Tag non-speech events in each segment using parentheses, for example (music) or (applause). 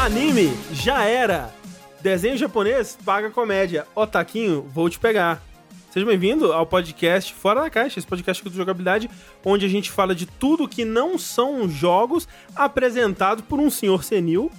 Anime, já era. Desenho japonês, paga comédia. Otaquinho, vou te pegar. Seja bem-vindo ao podcast Fora da Caixa, esse podcast de jogabilidade, onde a gente fala de tudo que não são jogos, apresentado por um senhor senil,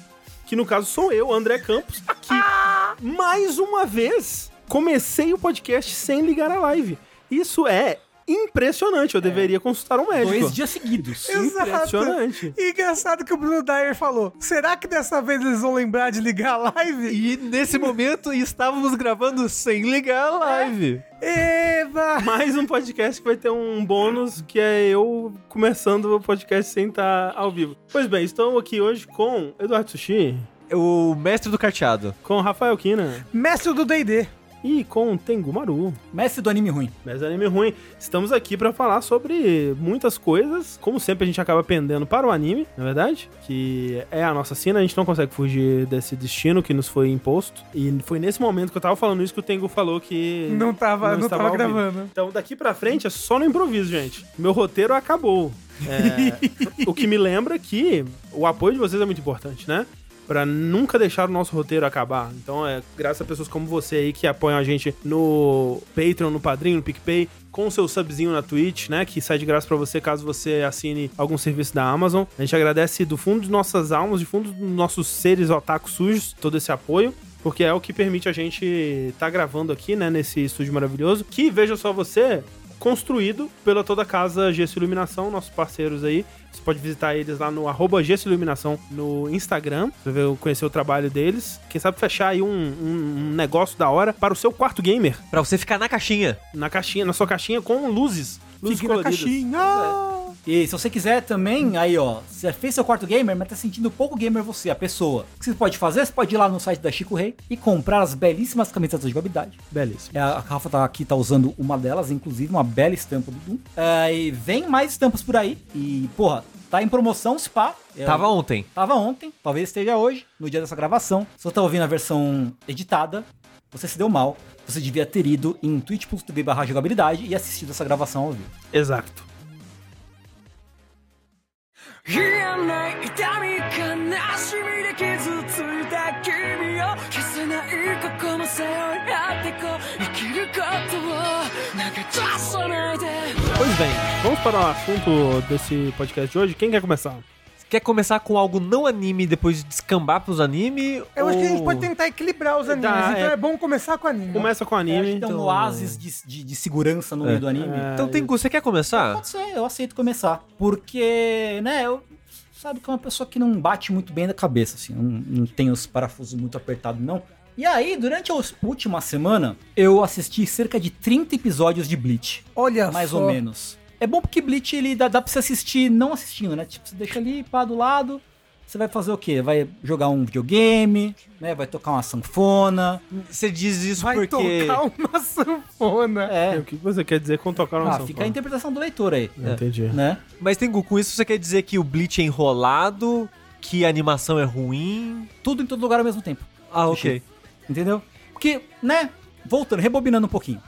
que no caso sou eu, André Campos, que mais uma vez comecei o podcast sem ligar a live. Isso é impressionante, eu deveria consultar um médico. É. Dois dias seguidos. Impressionante. E engraçado que o Bruno Dyer falou: será que dessa vez eles vão lembrar de ligar a live? E nesse momento estávamos gravando sem ligar a live. É? Eva! Mais um podcast que vai ter um bônus que é eu começando o podcast sem estar ao vivo. Pois bem, estou aqui hoje com Eduardo Sushi, O mestre do carteado. com Rafael Kina Mestre do DD. e com Tengu Maru. Mestre do anime ruim. Mas é anime ruim, estamos aqui para falar sobre muitas coisas. Como sempre, a gente acaba pendendo para o anime, na verdade, que é a nossa sina. A gente não consegue fugir desse destino que nos foi imposto. E foi nesse momento que eu tava falando isso que o Tengu falou que Não tava, não estava tava ao vivo. Uhum. gravando. Então daqui pra frente é só no improviso, gente. Meu roteiro acabou. É, (laughs) o que me lembra que o apoio de vocês é muito importante, né? Pra nunca deixar o nosso roteiro acabar. Então é graças a pessoas como você aí que apoiam a gente no Patreon, no Padrinho, no PicPay, com o seu subzinho na Twitch, né? Que sai de graça pra você caso você assine algum serviço da Amazon. A gente agradece do fundo de nossas almas, do fundo dos nossos seres otakus sujos, todo esse apoio. Porque é o que permite a gente estar gravando aqui, né, nesse estúdio maravilhoso. Que, veja só você, construído pela Toda Casa Gesso Iluminação, nossos parceiros aí. Você pode visitar eles lá no arroba Gesso Iluminação no Instagram, pra ver, conhecer o trabalho deles. Quem sabe fechar aí um, um- um negócio da hora para o seu quarto gamer, Pra você ficar na caixinha. na caixinha, na sua caixinha com luzes. Luzes Fique na coloridas. caixinha. É. E se você quiser também, aí ó, você fez seu quarto gamer, mas tá sentindo pouco gamer você, a pessoa. O que você pode fazer? Você pode ir lá no site da Chico Rei e comprar as belíssimas camisetas de jogabilidade. Belíssimo. É, A Rafa tá aqui, tá usando uma delas, inclusive, uma bela estampa do Doom. É, e vem mais estampas por aí. E, porra, tá em promoção, spa. É, Tava ontem. Tava ontem, talvez esteja hoje, no dia dessa gravação. Se você tá ouvindo a versão editada, você se deu mal. Você devia ter ido em twitch.tv barra jogabilidade e assistido essa gravação ao vivo. Exato. 冷えない痛み悲しみで傷ついた君を消せないここも背負い合ってこう生きることを投げ出さないで Pois bem, vamos para o assunto desse podcast de hoje. Quem quer começar? Você quer começar com algo não anime e depois descambar pros anime? Eu acho que a gente Ou- pode tentar equilibrar os animes, Dá, então é. é. bom começar com anime. Começa com É, acho que anime. tem um então- oásis de, de- de segurança no meio do anime. Então, tem você quer começar? Pode ser, eu aceito começar. Porque, né, eu sabe que é uma pessoa que não bate muito bem da cabeça, assim, não, não tem os parafusos muito apertados, não. E aí, durante a última semana, eu assisti cerca de 30 episódios de Bleach, Olha mais só. ou menos. É bom porque Bleach, ele dá, dá pra você assistir não assistindo, né? Tipo, você deixa ali, pá, do lado, você vai fazer o quê? Vai jogar um videogame, né? Vai tocar uma sanfona. Você diz isso Vai porque. tocar uma sanfona. É, O que você quer dizer com tocar um no ah, sanfona? fica a interpretação do leitor aí. é, Entendi. Né? Mas tem com isso você quer dizer que o Bleach é enrolado, que a animação é ruim. Tudo em todo lugar ao mesmo tempo. Ah, ok. Entendeu? Porque, né? Voltando, rebobinando um pouquinho.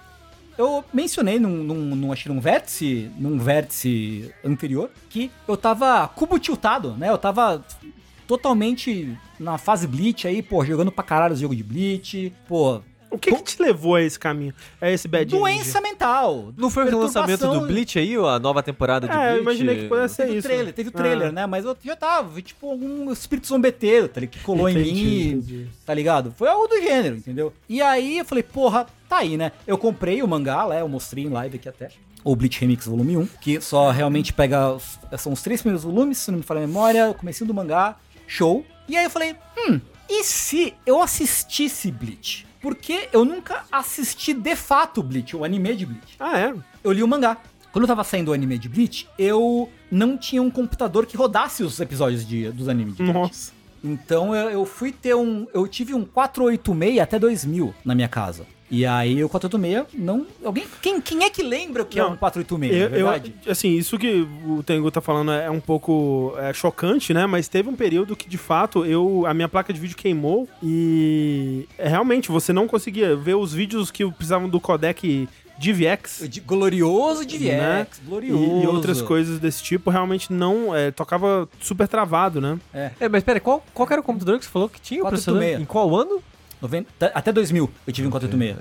Eu mencionei num, num, num- acho que num vértice, num vértice anterior, que eu tava cubo tiltado, né? Eu tava totalmente na fase Bleach aí, pô, jogando pra caralho os jogos de Bleach, pô, O que, que te levou a esse caminho? A esse bad end? doença mental. Não foi o lançamento do perturbação- Bleach aí, ó, a nova temporada de É, eu Bleach? imaginei que pudesse ser Teve o isso. Ah. trailer, teve o trailer, né? Mas eu já tava, tipo, um espírito zombeteiro, tá, ligado? que colou em mim, tá ligado? Foi algo do gênero, entendeu? E aí eu falei, porra, tá aí, né? Eu comprei o mangá lá, eu mostrei em live aqui até. O Bleach Remix Volume 1, que só realmente pega. os- São os três primeiros volumes, se não me falha a memória, o comecinho do mangá, show. E aí eu falei, hum, e se eu assistisse Bleach? Porque eu nunca assisti de fato Bleach, o anime de Bleach Ah, é? eu li o mangá. Quando eu tava saindo o anime de Bleach, eu não tinha um computador que rodasse os episódios de- dos animes de Bleach. Nossa. Então eu, eu fui ter um. Eu tive um 486 até 2000 na minha casa. E aí o 486 não. Alguém. Quem, quem é que lembra o que é Não, um 486? Eu, na verdade? eu- assim, isso que o Tengu tá falando é um pouco é, chocante, né? Mas teve um período que, de fato, eu a minha placa de vídeo queimou e é, realmente você não conseguia ver os vídeos que precisavam do codec DVX. De- Glorioso de Né? DX, E, glorioso. e outras coisas desse tipo realmente não. é, tocava super travado, né? É, mas pera, qual, qual que era o computador que você falou que tinha o 486? processador? Em qual ano? 90 ta- tá, até 2000 eu tive um é, 486.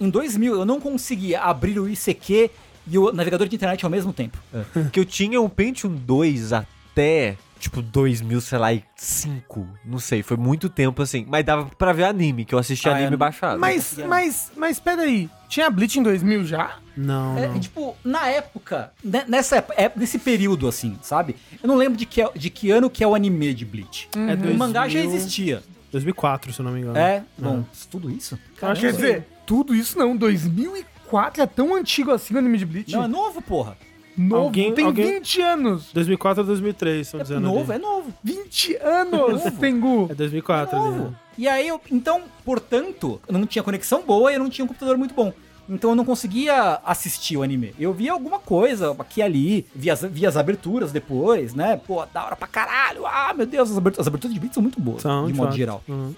Em 2000 eu não conseguia abrir o ICQ e o navegador de internet ao mesmo tempo. É. que eu tinha um Pentium 2 até, tipo, 2000, sei lá, e 5. Não sei, foi muito tempo assim. Mas dava pra ver anime, que eu assistia Ah, anime é. baixado. Mas, mas, mas peraí. Tinha Bleach em 2000 já? Não, É, Ah, não. tipo, na época, né- nessa época- é, nesse período assim, sabe? Eu não lembro de que, é- de que ano que é o anime de Bleach. É Tá. O mangá já 2000, existia. 2004, se eu não me engano. É, bom, tudo isso? Caramba. Quer dizer, tudo isso não. 2004 é tão antigo assim o anime de Bleach? Não, é novo, porra. Novo. Alguém- tem alguém- 20 anos. 2004 a 2003, são É dizendo. novo, ali. é novo. 20 anos, Novo. Tengu. é? 2004 ali. novo. né? E aí, eu, então, portanto, eu não tinha conexão boa e eu não tinha um computador muito bom. Então eu não conseguia assistir o anime. Eu via alguma coisa aqui e ali, via as, via as aberturas depois, né? Pô, da hora pra caralho. Ah, meu Deus, as aberturas, as aberturas de Blitz são muito boas, São, de de modo fato. geral. Uhum.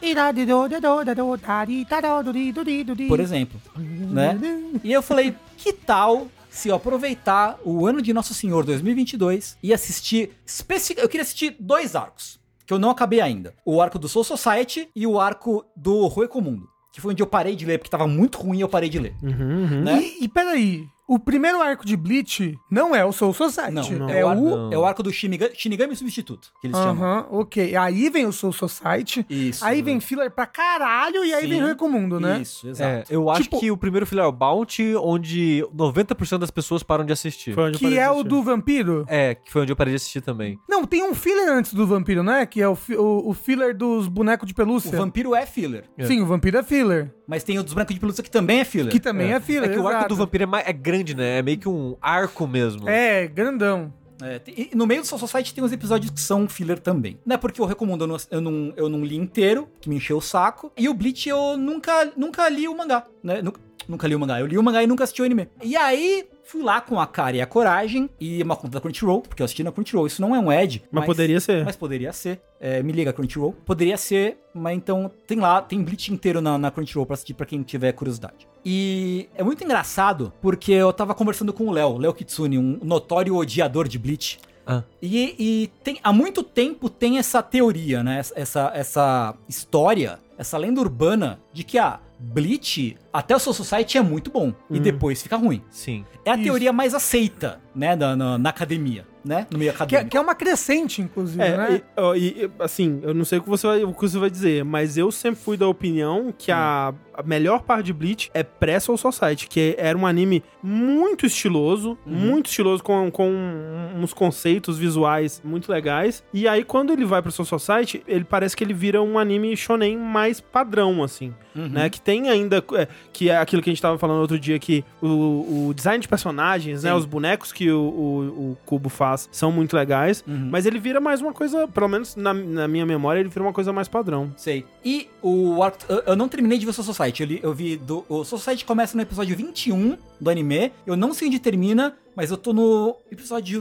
Por exemplo, né? E eu falei, que tal se eu aproveitar o ano de Nosso Senhor 2022 e assistir específico, eu queria assistir dois arcos que eu não acabei ainda. O arco do Soul Society e o arco do Rui Comundo, que foi onde eu parei de ler porque tava muito ruim, eu parei de ler, Uhum, uhum. né? E, e peraí. O primeiro arco de Bleach não é o Soul Society. Não, não. é, o, ar- não. é o arco do Shinigami, Shinigami Substituto, que eles chamam. Aham, ok. Aí vem o Soul Society. Isso. Aí vem filler pra caralho e aí Sim. vem Rei Comundo, né? Isso, exato. É, eu acho Tipo- que o primeiro filho é o Bounty, onde 90% das pessoas param de assistir. Foi onde eu Que parei é de o assistir. do vampiro? É, que foi onde eu parei de assistir também. Não, tem um filler antes do vampiro, né? Que é o, fi- o, o filler dos bonecos de O pelúcia. vampiro é filler, É. Sim, o vampiro é filler. mas tem o dos brancos de pelúcia que também é filler. Que também é, É filler. que o arco exato. do vampiro é, mais- é grande, né? É meio que um arco mesmo. É, grandão. É, tem- e no meio do Soul Society tem uns episódios que são filler também. Não é porque eu recomendo, eu não, eu não, eu não li inteiro, que me encheu o saco. E o Bleach eu nunca, nunca li o mangá, né? Nunca, nunca li o mangá. Eu li o mangá e nunca assisti o anime. E aí, fui lá com a cara e a coragem e uma conta da Crunchyroll, porque eu assisti na Crunchyroll. Isso não é um ad. Mas, poderia ser. Mas poderia ser. É, me liga, Crunchyroll. Poderia ser, mas então tem lá, tem Bleach inteiro na, na Crunchyroll pra assistir pra quem tiver curiosidade. E é muito engraçado porque eu tava conversando com o Léo, Léo Kitsune, um notório odiador de Bleach. Ah. E, e tem, há muito tempo tem essa teoria, né? Essa- Essa, essa história, essa lenda urbana de que a Bleach, até o Soul Society é muito bom e Hum. depois fica ruim. Sim. É a Isso. teoria mais aceita, né? Na, na- na academia, né? No meio Que, é- acadêmico. que é uma crescente, inclusive, É, né? e, ó, e, e, assim, eu não sei o que, você vai, o que você vai dizer, mas eu sempre fui da opinião que a, a melhor parte de Bleach é pré-Soul Society, que era um anime muito estiloso, Uhum. muito estiloso, com, com uns conceitos visuais muito legais. E aí, quando ele vai pro Soul Society, ele parece que ele vira um anime shonen mais padrão, assim Uhum. né? Que tem ainda. é, que é aquilo que a gente tava falando outro dia, que o, o design de personagens, né? Sim. Os bonecos que o, o- o Cubo faz são muito legais. Uhum. Mas ele vira mais uma coisa, pelo menos na, na minha memória, ele vira uma coisa mais padrão. Sei. E o arco. Eu, eu não terminei de ver o Soul Society. Eu, li- eu vi. Do, o Soul Society começa no episódio 21 do anime. Eu não sei onde termina, mas eu tô no episódio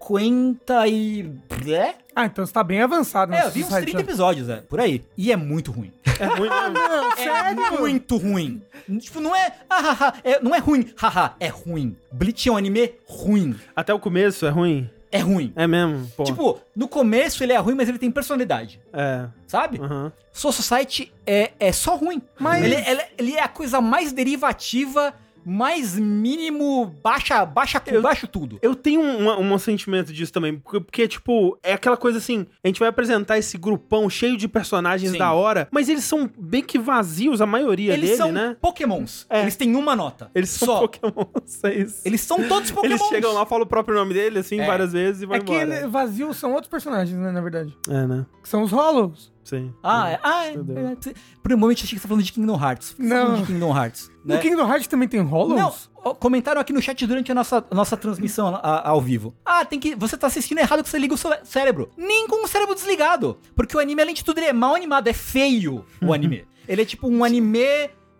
50 e. É? Ah, então você tá bem avançado É, nessa eu vi uns society, 30 né? episódios, é, por aí. E é muito ruim. É ruim mesmo. (laughs) Não, É sério? muito ruim. Tipo, não é. Ah, ah, ah, é- não é ruim, haha, é ruim. Bleach é um anime ruim. Até o começo é ruim. É ruim. É mesmo. Pô. Tipo, no começo ele é ruim, mas ele tem personalidade, É. sabe? aham. Soul Society é, é só ruim. Mas- Ele, ele- ele é a coisa mais derivativa, mais mínimo, baixa, baixa, Eu- baixo tudo. Eu tenho uma- um, sentimento disso também, porque, porque, tipo, é aquela coisa assim, a gente vai apresentar esse grupão cheio de personagens Sim. da hora, mas eles são bem que vazios, a maioria Eles dele, são né? pokémons. É. Eles têm uma nota. Eles são só. (laughs) pokémons, é isso. Eles são todos (laughs) pokémons. Eles chegam lá, falam o próprio nome dele, assim, É. várias vezes e vão É que embora. ele- vazio são outros personagens, né, na verdade. É, né? Que são os Hollows. Sim. Ah, é. Ah, é. Meu Deus. verdade. Por um momento eu achei que você tá falando de Kingdom Hearts. Você tá Não. falando De Kingdom Hearts. Né? No Kingdom Hearts também tem Hollows? Não, ó, comentaram aqui no chat durante a nossa, a nossa transmissão a- ao vivo. Ah, tem que. Você tá assistindo errado que você liga o seu cérebro. Nem com o cérebro desligado. Porque o anime, além de tudo, ele é mal animado, é feio o anime. ele é tipo um anime.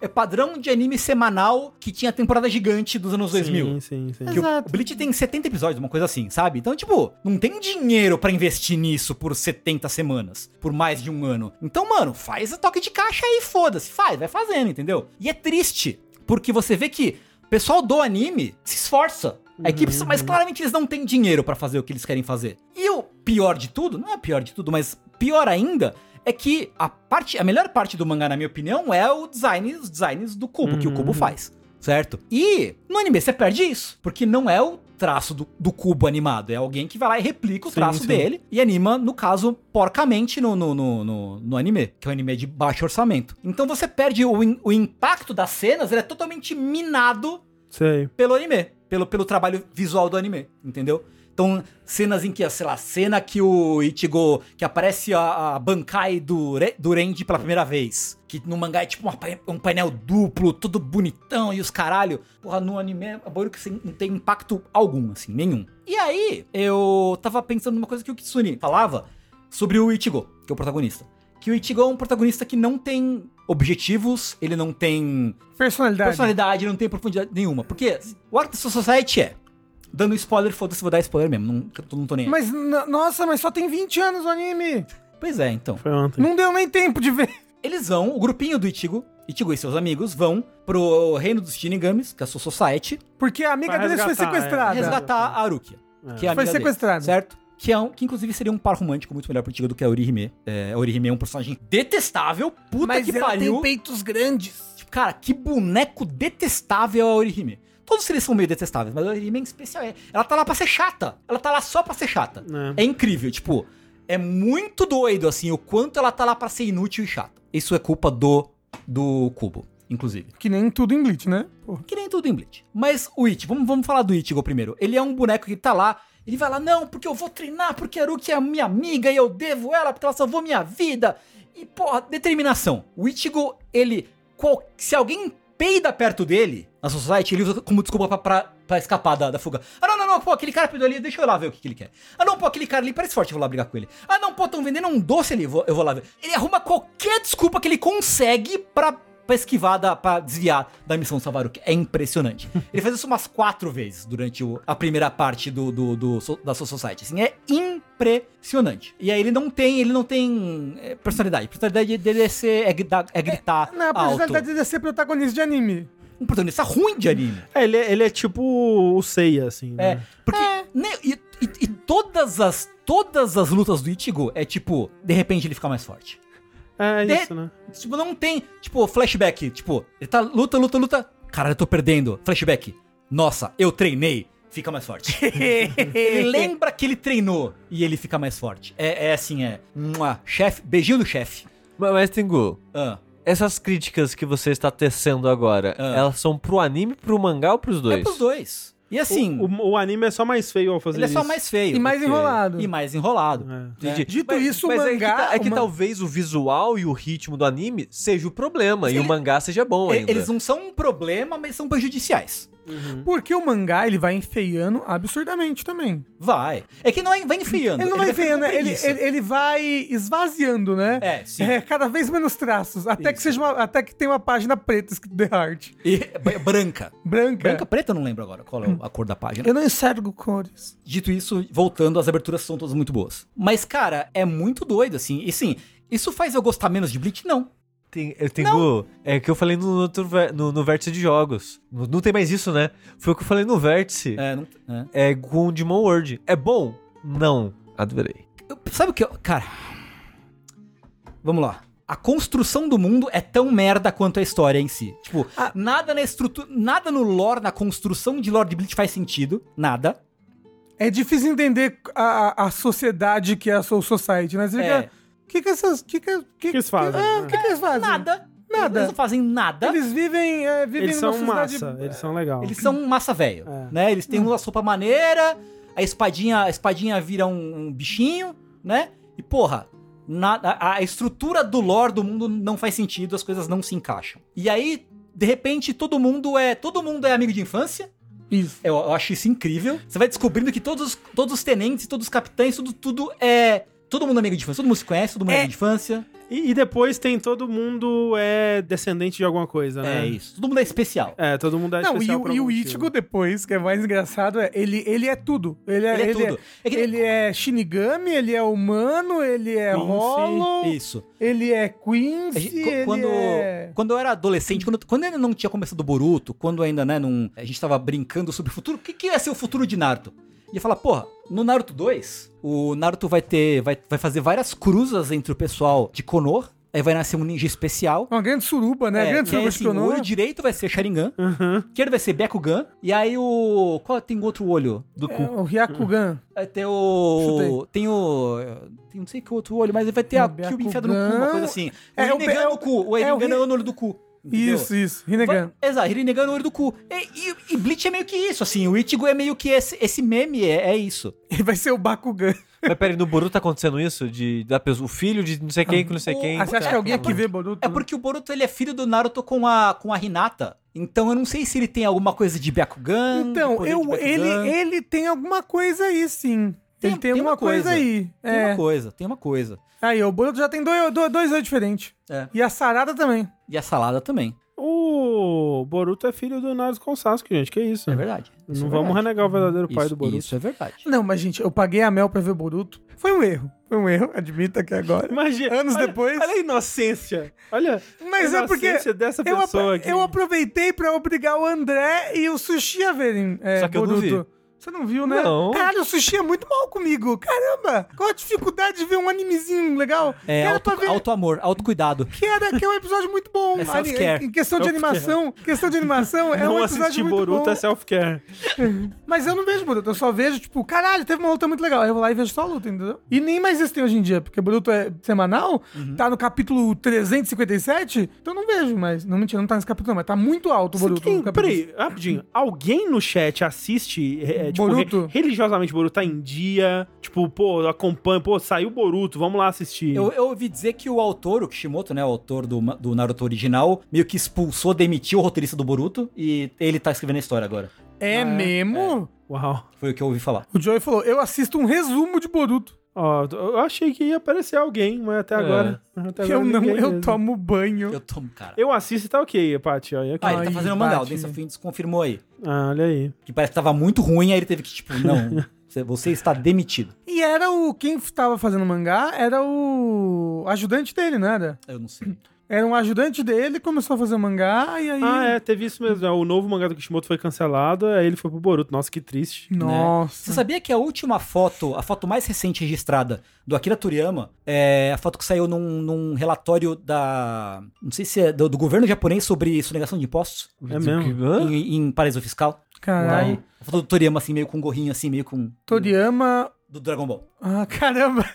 É padrão de anime semanal que tinha a temporada gigante dos anos Sim, 2000. sim, sim. Que o- O Bleach tem 70 episódios, uma coisa assim, sabe? Então, tipo, não tem dinheiro pra investir nisso por 70 semanas, por mais de um ano. Então, mano, faz a toque de caixa aí, foda-se, faz, vai fazendo, entendeu? E é triste, porque você vê que O pessoal do anime se esforça. A equipe, mas claramente eles não têm dinheiro pra fazer o que eles querem fazer. E o pior de tudo, não é pior de tudo, mas pior ainda é que a parte, a melhor parte do mangá, na minha opinião, é o design, os designs do cubo que o Uhum. cubo faz, certo? E no anime você perde isso, porque não é o traço do, do cubo animado, é alguém que vai lá e replica o Sim, traço sim. dele e anima, no caso, porcamente no, no, no, no, no anime, que é um anime de baixo orçamento. Então você perde o, im- o impacto das cenas, ele é totalmente minado Sei. pelo anime, pelo, pelo trabalho visual do anime, entendeu? Então, cenas em que, sei lá, cena que o Ichigo, que aparece a, a Bankai do, Re- do Renji pela primeira vez, que no mangá é tipo uma pa- um painel duplo, todo bonitão e os caralho. Porra, no anime é um bagulho que sem- não tem impacto algum, assim, nenhum. E aí, eu tava pensando numa coisa que o Kitsune falava sobre o Ichigo, que é o protagonista. Que o Ichigo é um protagonista que não tem objetivos, ele não tem Personalidade. personalidade, não tem profundidade nenhuma. Porque o Arc Soul Society é. Dando spoiler, foda-se, vou dar spoiler mesmo. Não, eu não tô nem. aí. Mas, n- nossa, mas só tem 20 anos o anime. Pois é, então. Foi ontem. Não deu nem tempo de ver. (laughs) Eles vão, o grupinho do Ichigo, Ichigo e seus amigos, vão pro reino dos Shinigamis, que é a Soul Society, Porque a amiga Pra deles foi resgatar, é. sequestrada. resgatar a Arukia. É. Que é a amiga Ah, tá. Foi dele, sequestrada. certo? Que, é um, que inclusive seria um par romântico muito melhor pro Ichigo do que a Orihime. É, a Orihime é um personagem detestável, puta que pariu. peitos grandes. Tipo, cara, que boneco detestável é a Orihime. Todos eles são meio detestáveis, mas a Orihime em especial é. Ela tá lá pra ser chata. Ela tá lá só pra ser chata. É, incrível, tipo, é muito doido assim o quanto ela tá lá pra ser inútil e chata. Isso é culpa do do Cubo, inclusive. Que nem tudo em Bleach, né? Porra. Que nem tudo em Bleach. Mas o It, vamos, vamos falar do Ichigo primeiro. Ele é um boneco que tá lá, ele vai lá, não, porque eu vou treinar, porque a Ruki é minha amiga e eu devo ela, porque ela salvou minha vida. E, porra, determinação. O Ichigo, ele. qual- se alguém peida perto dele, na sua society, ele usa como desculpa pra, pra, pra escapar da, da fuga. Ah, não, não, não, pô, aquele cara peidou ali, deixa eu ir lá ver o que, que ele quer. Ah, não, pô, aquele cara ali parece forte, eu vou lá brigar com ele. Ah, não, pô, tão vendendo um doce ali, vou- eu vou lá ver. Ele arruma qualquer desculpa que ele consegue pra pra esquivar, da, pra desviar da missão Savaruki. É (laughs) impressionante. Ele fez isso umas quatro vezes durante o- a primeira parte do, do, do so- da Soul Society. Assim, é impressionante. E aí ele não tem, ele não tem é, personalidade. A personalidade dele é, ser, é, grita- é gritar Na alto. personalidade dele é ser protagonista de anime. Um protagonista ruim de anime. É, ele, é- ele é tipo o Seiya, assim. É, né? porque né, e, e- e todas as todas as lutas do Ichigo é tipo, de repente ele fica mais forte. É De- isso, né? Tipo, não tem, tipo, flashback. Tipo, ele tá luta, luta, luta. Cara, eu tô perdendo. Flashback. Nossa, eu treinei. Fica mais forte. (laughs) ele lembra que ele treinou e ele fica mais forte. É, é assim, é. Mua, chefe, beijinho do chefe. Mas, mas Tengu, Ah, essas críticas que você está tecendo agora, Ah. elas são pro anime, pro mangá ou pros dois? é pros dois. E assim, O, o- o anime é só mais feio ao fazer ele é isso. só mais feio. E mais ok. enrolado. E mais enrolado. né? É. Entendi. Dito isso, o é que mangá- ta- É que, o man- talvez o visual e o ritmo do anime seja o problema e o ele- mangá seja bom E- ainda. Eles não são um problema, mas são prejudiciais. Porque o mangá, ele vai enfeiando absurdamente também. Vai. É que não é, vai enfiando. Ele não vai ficando enfeiando, né? com ele, preguiça. ele, ele vai esvaziando, né? É, sim. É, cada vez menos traços. Até que, seja uma- até que tem uma página preta escrito The Heart. E- b- branca. Branca. Branca, preta, eu não lembro agora qual é o- a cor da página. Eu não enxergo cores. Dito isso, voltando, as aberturas são todas muito boas. Mas, cara, é muito doido, assim. E sim, isso faz eu gostar menos de Bleach? Não. Tem, eu tenho. É o que eu falei no, outro ver- no, no vértice de jogos. Não, não tem mais isso, né? Foi o que eu falei no vértice. É, não. é. É, com Demon World. É bom? Não. Adorei. Eu- sabe o que. eu- Cara. Vamos lá. A construção do mundo é tão merda quanto a história em si. Tipo, nada na estrutura. Nada no lore, na construção de lore de Bleach faz sentido. Nada. É difícil entender a, a- a sociedade que é a Soul Society, né? Você É. fica. O que que essas. Que que, que, eles fazem? é, que que eles fazem? Nada. Nada. Eles não fazem nada. Eles, Eles vivem, é, vivem Eles são numa sociedade- massa, eles são legal. são massa velho. É. Né? Eles têm uma sopa maneira. a espadinha, a espadinha vira um, um bichinho, né? E porra, na- a, a estrutura do lore do mundo não faz sentido, as coisas não se encaixam. E aí, de repente, todo mundo é, todo mundo é amigo de infância. Isso. Eu, eu acho isso incrível. Você vai descobrindo que todos, os- todos os tenentes, todos os capitães, tudo, tudo é Todo mundo é amigo de infância, todo mundo se conhece, todo mundo é, É. amigo de infância. E, e depois tem todo mundo é descendente de alguma coisa, É né? isso. Todo mundo é especial. É, todo mundo é Não, e, especial o- por e algum o motivo. Ichigo depois, que é mais engraçado, é, ele, ele é tudo. Ele é, Ele é ele tudo. É, É que- ele é Shinigami, ele é humano, ele é Quincy. Hollow, Isso. ele é A Quincy, gente- qu- ele quando, é... quando eu era adolescente, quando, quando ainda não tinha começado o Boruto, quando ainda, né, não, a gente tava brincando sobre o futuro, o que, que ia ser o futuro de Naruto? Ia falar, porra, no Naruto 2, o Naruto vai ter, vai, vai fazer várias cruzas entre o pessoal de Konoha, aí vai nascer um ninja especial. Uma grande suruba, né? Uhum. É, grande que é assim, suruba o olho direito vai ser Sharingan, Aham. o esquerdo vai ser Byakugan, e aí o... qual tem outro olho do É, cu? o Hyakugan. Aí É, Tem o... Tem o... Tem não sei que outro olho, mas ele vai ter O a Kyubi enfiada no cu, uma Byakugan. coisa assim. O É, o- Rinnegan é o- no cu, o é o Rinnegan Rin- no olho do cu. entendeu? Isso, isso. Rinnegan. Vai- Exato, Rinnegan no olho do cu. E, e- e Bleach é meio que isso, assim. O Ichigo é meio que esse, esse meme, é, é isso. Ele vai ser o Bakugan. Mas peraí, no Boruto tá acontecendo isso? De, da pessoa, o filho de não sei quem com não sei quem. Ah, você acha que alguém aqui vê Boruto? É porque o Boruto ele é filho do Naruto com a, com a Hinata. Então eu não sei se ele tem alguma coisa de Byakugan. de Então, poder eu, de Byakugan. ele, ele tem alguma coisa aí, sim. Tem- ele tem, tem alguma uma coisa, coisa. aí. Tem é. uma coisa, tem uma coisa. Aí, o Boruto já tem dois, dois, dois olhos diferentes. É. E a Sarada também. E a salada também. O Boruto é filho do Naruto com Sasuke, gente. Que isso? Tá. É verdade. Isso Não é vamos verdade. renegar o verdadeiro pai Isso- do Boruto. Isso é verdade. Não, mas gente, eu paguei a mel pra ver Boruto. Foi um erro. Foi um erro, admito aqui agora. Imagina. Anos olha- depois. Olha a inocência. Olha. Mas a é porque inocência dessa eu, apro- pessoa aqui. eu aproveitei pra obrigar o André e o Sushi a verem é, Só que eu não Boruto. Você não viu, né? Não. Caralho, o Sushi é muito mal comigo. Caramba, qual a dificuldade de ver um animezinho legal? É, Era auto, pra ver- autoamor, autocuidado. que era que é um episódio muito bom. É self-care. Ali, Em questão de Self-care. animação, questão de animação, é um não episódio assistir muito Boruto bom. é self-care. Mas eu não vejo Boruto, eu só vejo, tipo, caralho, teve uma luta muito legal. Aí eu vou lá e vejo só a luta, entendeu? E nem mais isso tem hoje em dia, porque Boruto é semanal, Uhum. tá no capítulo 357, então eu não vejo mais. Não, mentira, não tá nesse capítulo, não, mas tá muito alto o Boruto. Quem, no capítulo. peraí, rapidinho. Alguém no chat assiste, é, é, tipo, Boruto? re- religiosamente Boruto tá em dia? Tipo, pô, acompanha, pô, saiu Boruto, vamos lá assistir. Eu, eu ouvi dizer que o autor, o Kishimoto, né, o autor do, ma- do Naruto original, meio que expulsou, demitiu o roteirista do Boruto e ele tá escrevendo a história agora. Ah, É mesmo? Uau. Foi o que eu ouvi falar. O Joey falou, eu assisto um resumo de Boruto. Ó, eu achei que ia aparecer alguém, mas até agora. Até agora eu não, Tá ninguém eu mesmo. tomo banho. Eu tomo, cara. Eu assisto e tá ok, Paty. Olha, aqui. Ah, ele tá Ai, fazendo mangá, o bate. Dance Fins confirmou aí. Ah, olha aí. Que parece que tava muito ruim, aí ele teve que, tipo, não, você- você está demitido. E era o... Quem tava fazendo mangá era o ajudante dele, não era? Eu não sei. Era um ajudante dele, começou a fazer mangá e aí... Ah, é, teve isso mesmo. né? O novo mangá do Kishimoto foi cancelado, aí ele foi pro Boruto. Nossa, que triste. É Você Nossa. Né? sabia que a última foto, a foto mais recente registrada do Akira Toriyama, é a foto que saiu num, num relatório da. Não sei se é do, do governo japonês sobre sonegação de impostos É mesmo. Hã? em, em paraíso fiscal? Caralho. Aí, a foto do Toriyama, Né? assim, meio com um gorrinho, assim, meio com. Toriyama. Do Dragon Ball. Ah, caramba.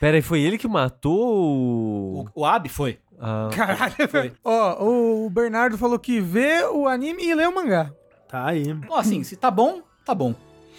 Peraí, foi ele que matou O, o. o Abe (laughs) foi. Ah, Caralho. Foi. Ó, o Bernardo falou que vê o anime e lê o mangá. Tá aí. Ó, assim, se tá bom, tá bom.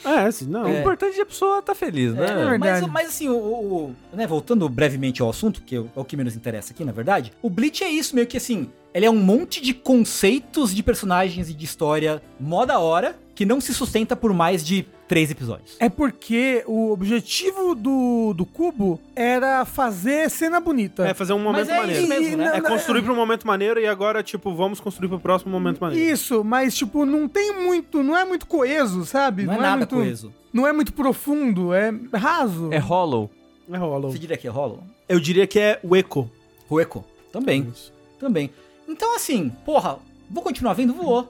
É, assim, não. O importante é a pessoa tá feliz, né? É verdade. Mas, mas, assim, o, o- o- né, voltando brevemente ao assunto, que é o que menos interessa aqui, na verdade, o Bleach é isso, meio que assim, ele é um monte de conceitos de personagens e de história mó da hora, que não se sustenta por mais de três episódios. É porque o objetivo do, do cubo era fazer cena bonita. É fazer um momento Mas é maneiro. isso mesmo, né? É construir pra um momento maneiro e agora, tipo, vamos construir pro próximo momento maneiro. Isso, mas tipo, não tem muito, não é muito coeso, sabe? não, é nada muito, coeso. Não é muito profundo, é raso. É Hollow. É Hollow. Você diria que é Hollow? Eu diria que é o Eco. Rueco? Também, também. Então, assim, porra, vou continuar vendo? Vou.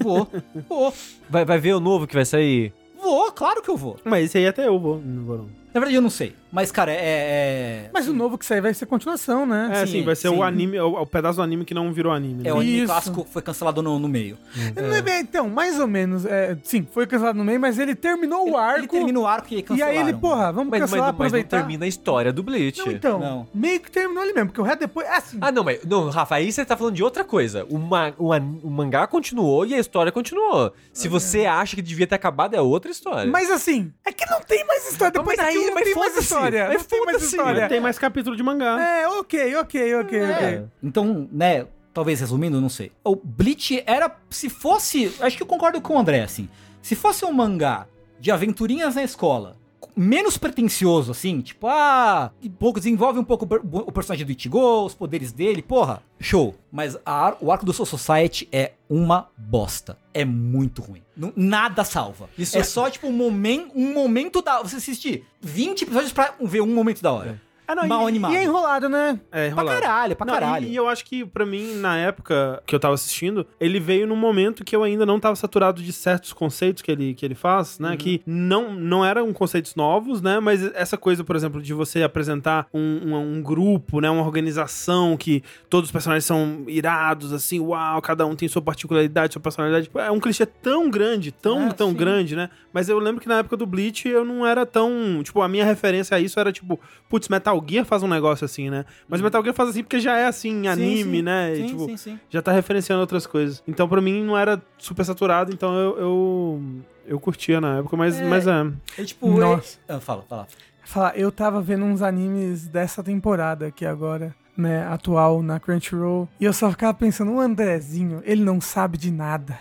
Vou, vou, Vai, vai ver o novo que vai sair? vou, claro que eu vou. Mas esse aí até eu vou. Não vou não. Na verdade, eu não sei. Mas, cara, é. é- Mas o novo que sair vai ser continuação, né? É, Sim, assim, vai ser sim. o anime, o, o pedaço do anime que não virou anime. Né? É o anime Isso. clássico foi cancelado no- no meio. Não é bem- Então, mais ou menos. é, sim, foi cancelado no meio, mas ele terminou o arco. Ele termina o arco e aí E cancelaram. aí ele, porra, vamos Mas, mas, cancelar, mas não aproveitar. termina a história do Bleach. Não, então, Não. meio que terminou ali mesmo, porque o resto depois, assim, Ah, não, mas. Não, Rafa, aí você tá falando de outra coisa. O, ma- o an- o mangá continuou e a história continuou. Se você acha que devia ter acabado, é outra história. mas assim, é que não tem mais história, Mas depois daí, daquilo não mas tem mais foda-se, história, mas não tem mais foda-se, Não história. tem mais capítulo de mangá. É, ok, ok, ok, ok. Então, né, talvez resumindo, não sei. O Bleach era, se fosse, acho que eu concordo com o André, assim, se fosse um mangá de aventurinhas na escola, menos pretencioso, assim, tipo, ah, e pouco desenvolve um pouco o per- o personagem do Ichigo, os poderes dele, porra, show. Mas a ar- o arco do Soul Society é uma bosta. É muito ruim. Não- nada salva. Isso é é- só, tipo, um momento, um momento da Você assistir 20 episódios pra ver um momento da hora. Ah, não, Mal e- animado. E é enrolado, né? É, pra enrolado. caralho, pra Não, caralho. E, e eu acho que, pra mim, na época que eu tava assistindo, ele veio num momento que eu ainda não tava saturado de certos conceitos que ele, que ele faz, Uhum. né? Que não, não eram conceitos novos, né? Mas essa coisa, por exemplo, de você apresentar um, um, um grupo, né? Uma organização que todos os personagens são irados, assim, uau, cada um tem sua particularidade, sua personalidade. É um clichê tão grande, tão, É, tão sim. grande, né? Mas eu lembro que na época do Bleach eu não era tão. Tipo, a minha referência a isso era tipo, putz, Metal Gear faz um negócio assim, né? Mas Metal Gear faz assim porque já é assim, em anime, sim. né? E, Sim, tipo, sim, sim. já tá referenciando outras coisas. Então, pra mim, não era super saturado, então eu. eu... Eu curtia na época, mas É. é. Mas é. É tipo. Nossa. é- Ah, fala, fala. Falar, eu tava vendo uns animes dessa temporada aqui agora, né, atual na Crunchyroll, e eu só ficava pensando, o Andrezinho, ele não sabe (laughs) de nada.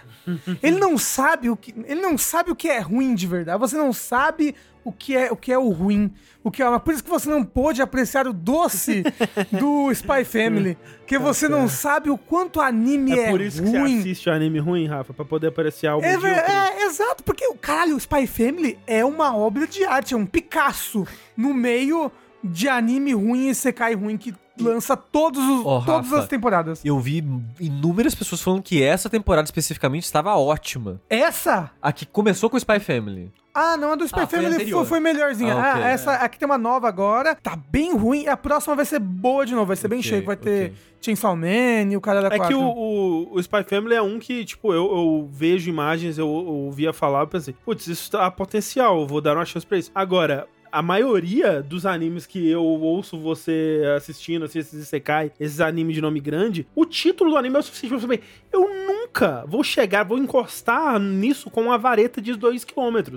ele não sabe o que, ele não sabe o que é ruim de verdade. Você não sabe o que é o que é o ruim, o que é, mas por isso que você não pôde apreciar (laughs) o doce do Spy Family, porque você não sabe o quanto anime é, Tá é por isso ruim. que você assiste anime ruim, Rafa, pra poder aparecer algo. É, ver- medíocre. é, exato, porque o caralho, o Spy Family é uma obra de arte, é um Picasso no meio de anime ruim e Sekai ruim que lança todos os, Ó, todas Rafa. as temporadas. Eu vi inúmeras pessoas falando que essa temporada especificamente estava ótima. Essa? A que começou com o Spy Family. Ah, não, a do Spy Ah, foi Family foi, anterior. foi melhorzinha. Ah, Ah, ok. essa aqui tem uma nova agora, tá bem ruim, a próxima vai ser boa de novo, vai ser bem Ok, cheio, vai ter ok. Chainsaw Man e o cara da É que quatro. o, o, o Spy Family é um que, tipo, eu, eu vejo imagens, eu, eu ouvia falar, eu pensei, putz, isso tá potencial, eu vou dar uma chance pra isso. Agora, a maioria dos animes que eu ouço você assistindo, assim, esses Isekai, esses animes de nome grande, o título do anime é o suficiente pra você saber, eu nunca vou chegar, vou encostar nisso com uma vareta de 2 km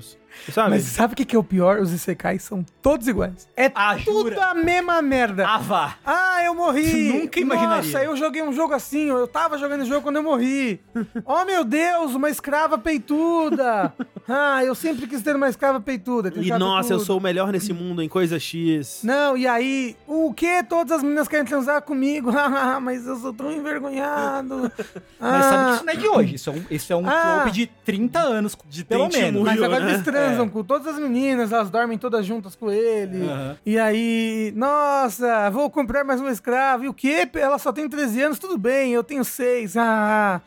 sabe? Mas sabe o que que é o pior? Os Isekais são todos iguais. É Ah, tudo jura? a mesma merda. Ah, vá. Ah, eu morri! Nunca imaginaria. Nossa, eu joguei um jogo assim, eu tava jogando esse jogo quando eu morri. oh, meu Deus, uma (laughs) escrava peituda! Ah, eu sempre quis ter uma escrava peituda. tem E escrava nossa, eu peituda. sou o melhor nesse mundo em coisa X. Não, e aí, o que todas as meninas querem transar comigo? (laughs) Ah, mas eu sou tão envergonhado. Mas sabe que Ah, isso não é de hoje. Isso é um, isso é um Ah. trope de 30 anos, de pelo Tente menos. muito. mas Rio, agora né? eles transam É. com todas as meninas, elas dormem todas juntas com ele. Aham. E aí, nossa, vou comprar mais uma escrava. E o quê? Ela só tem 13 anos, tudo bem, eu tenho 6. Ah.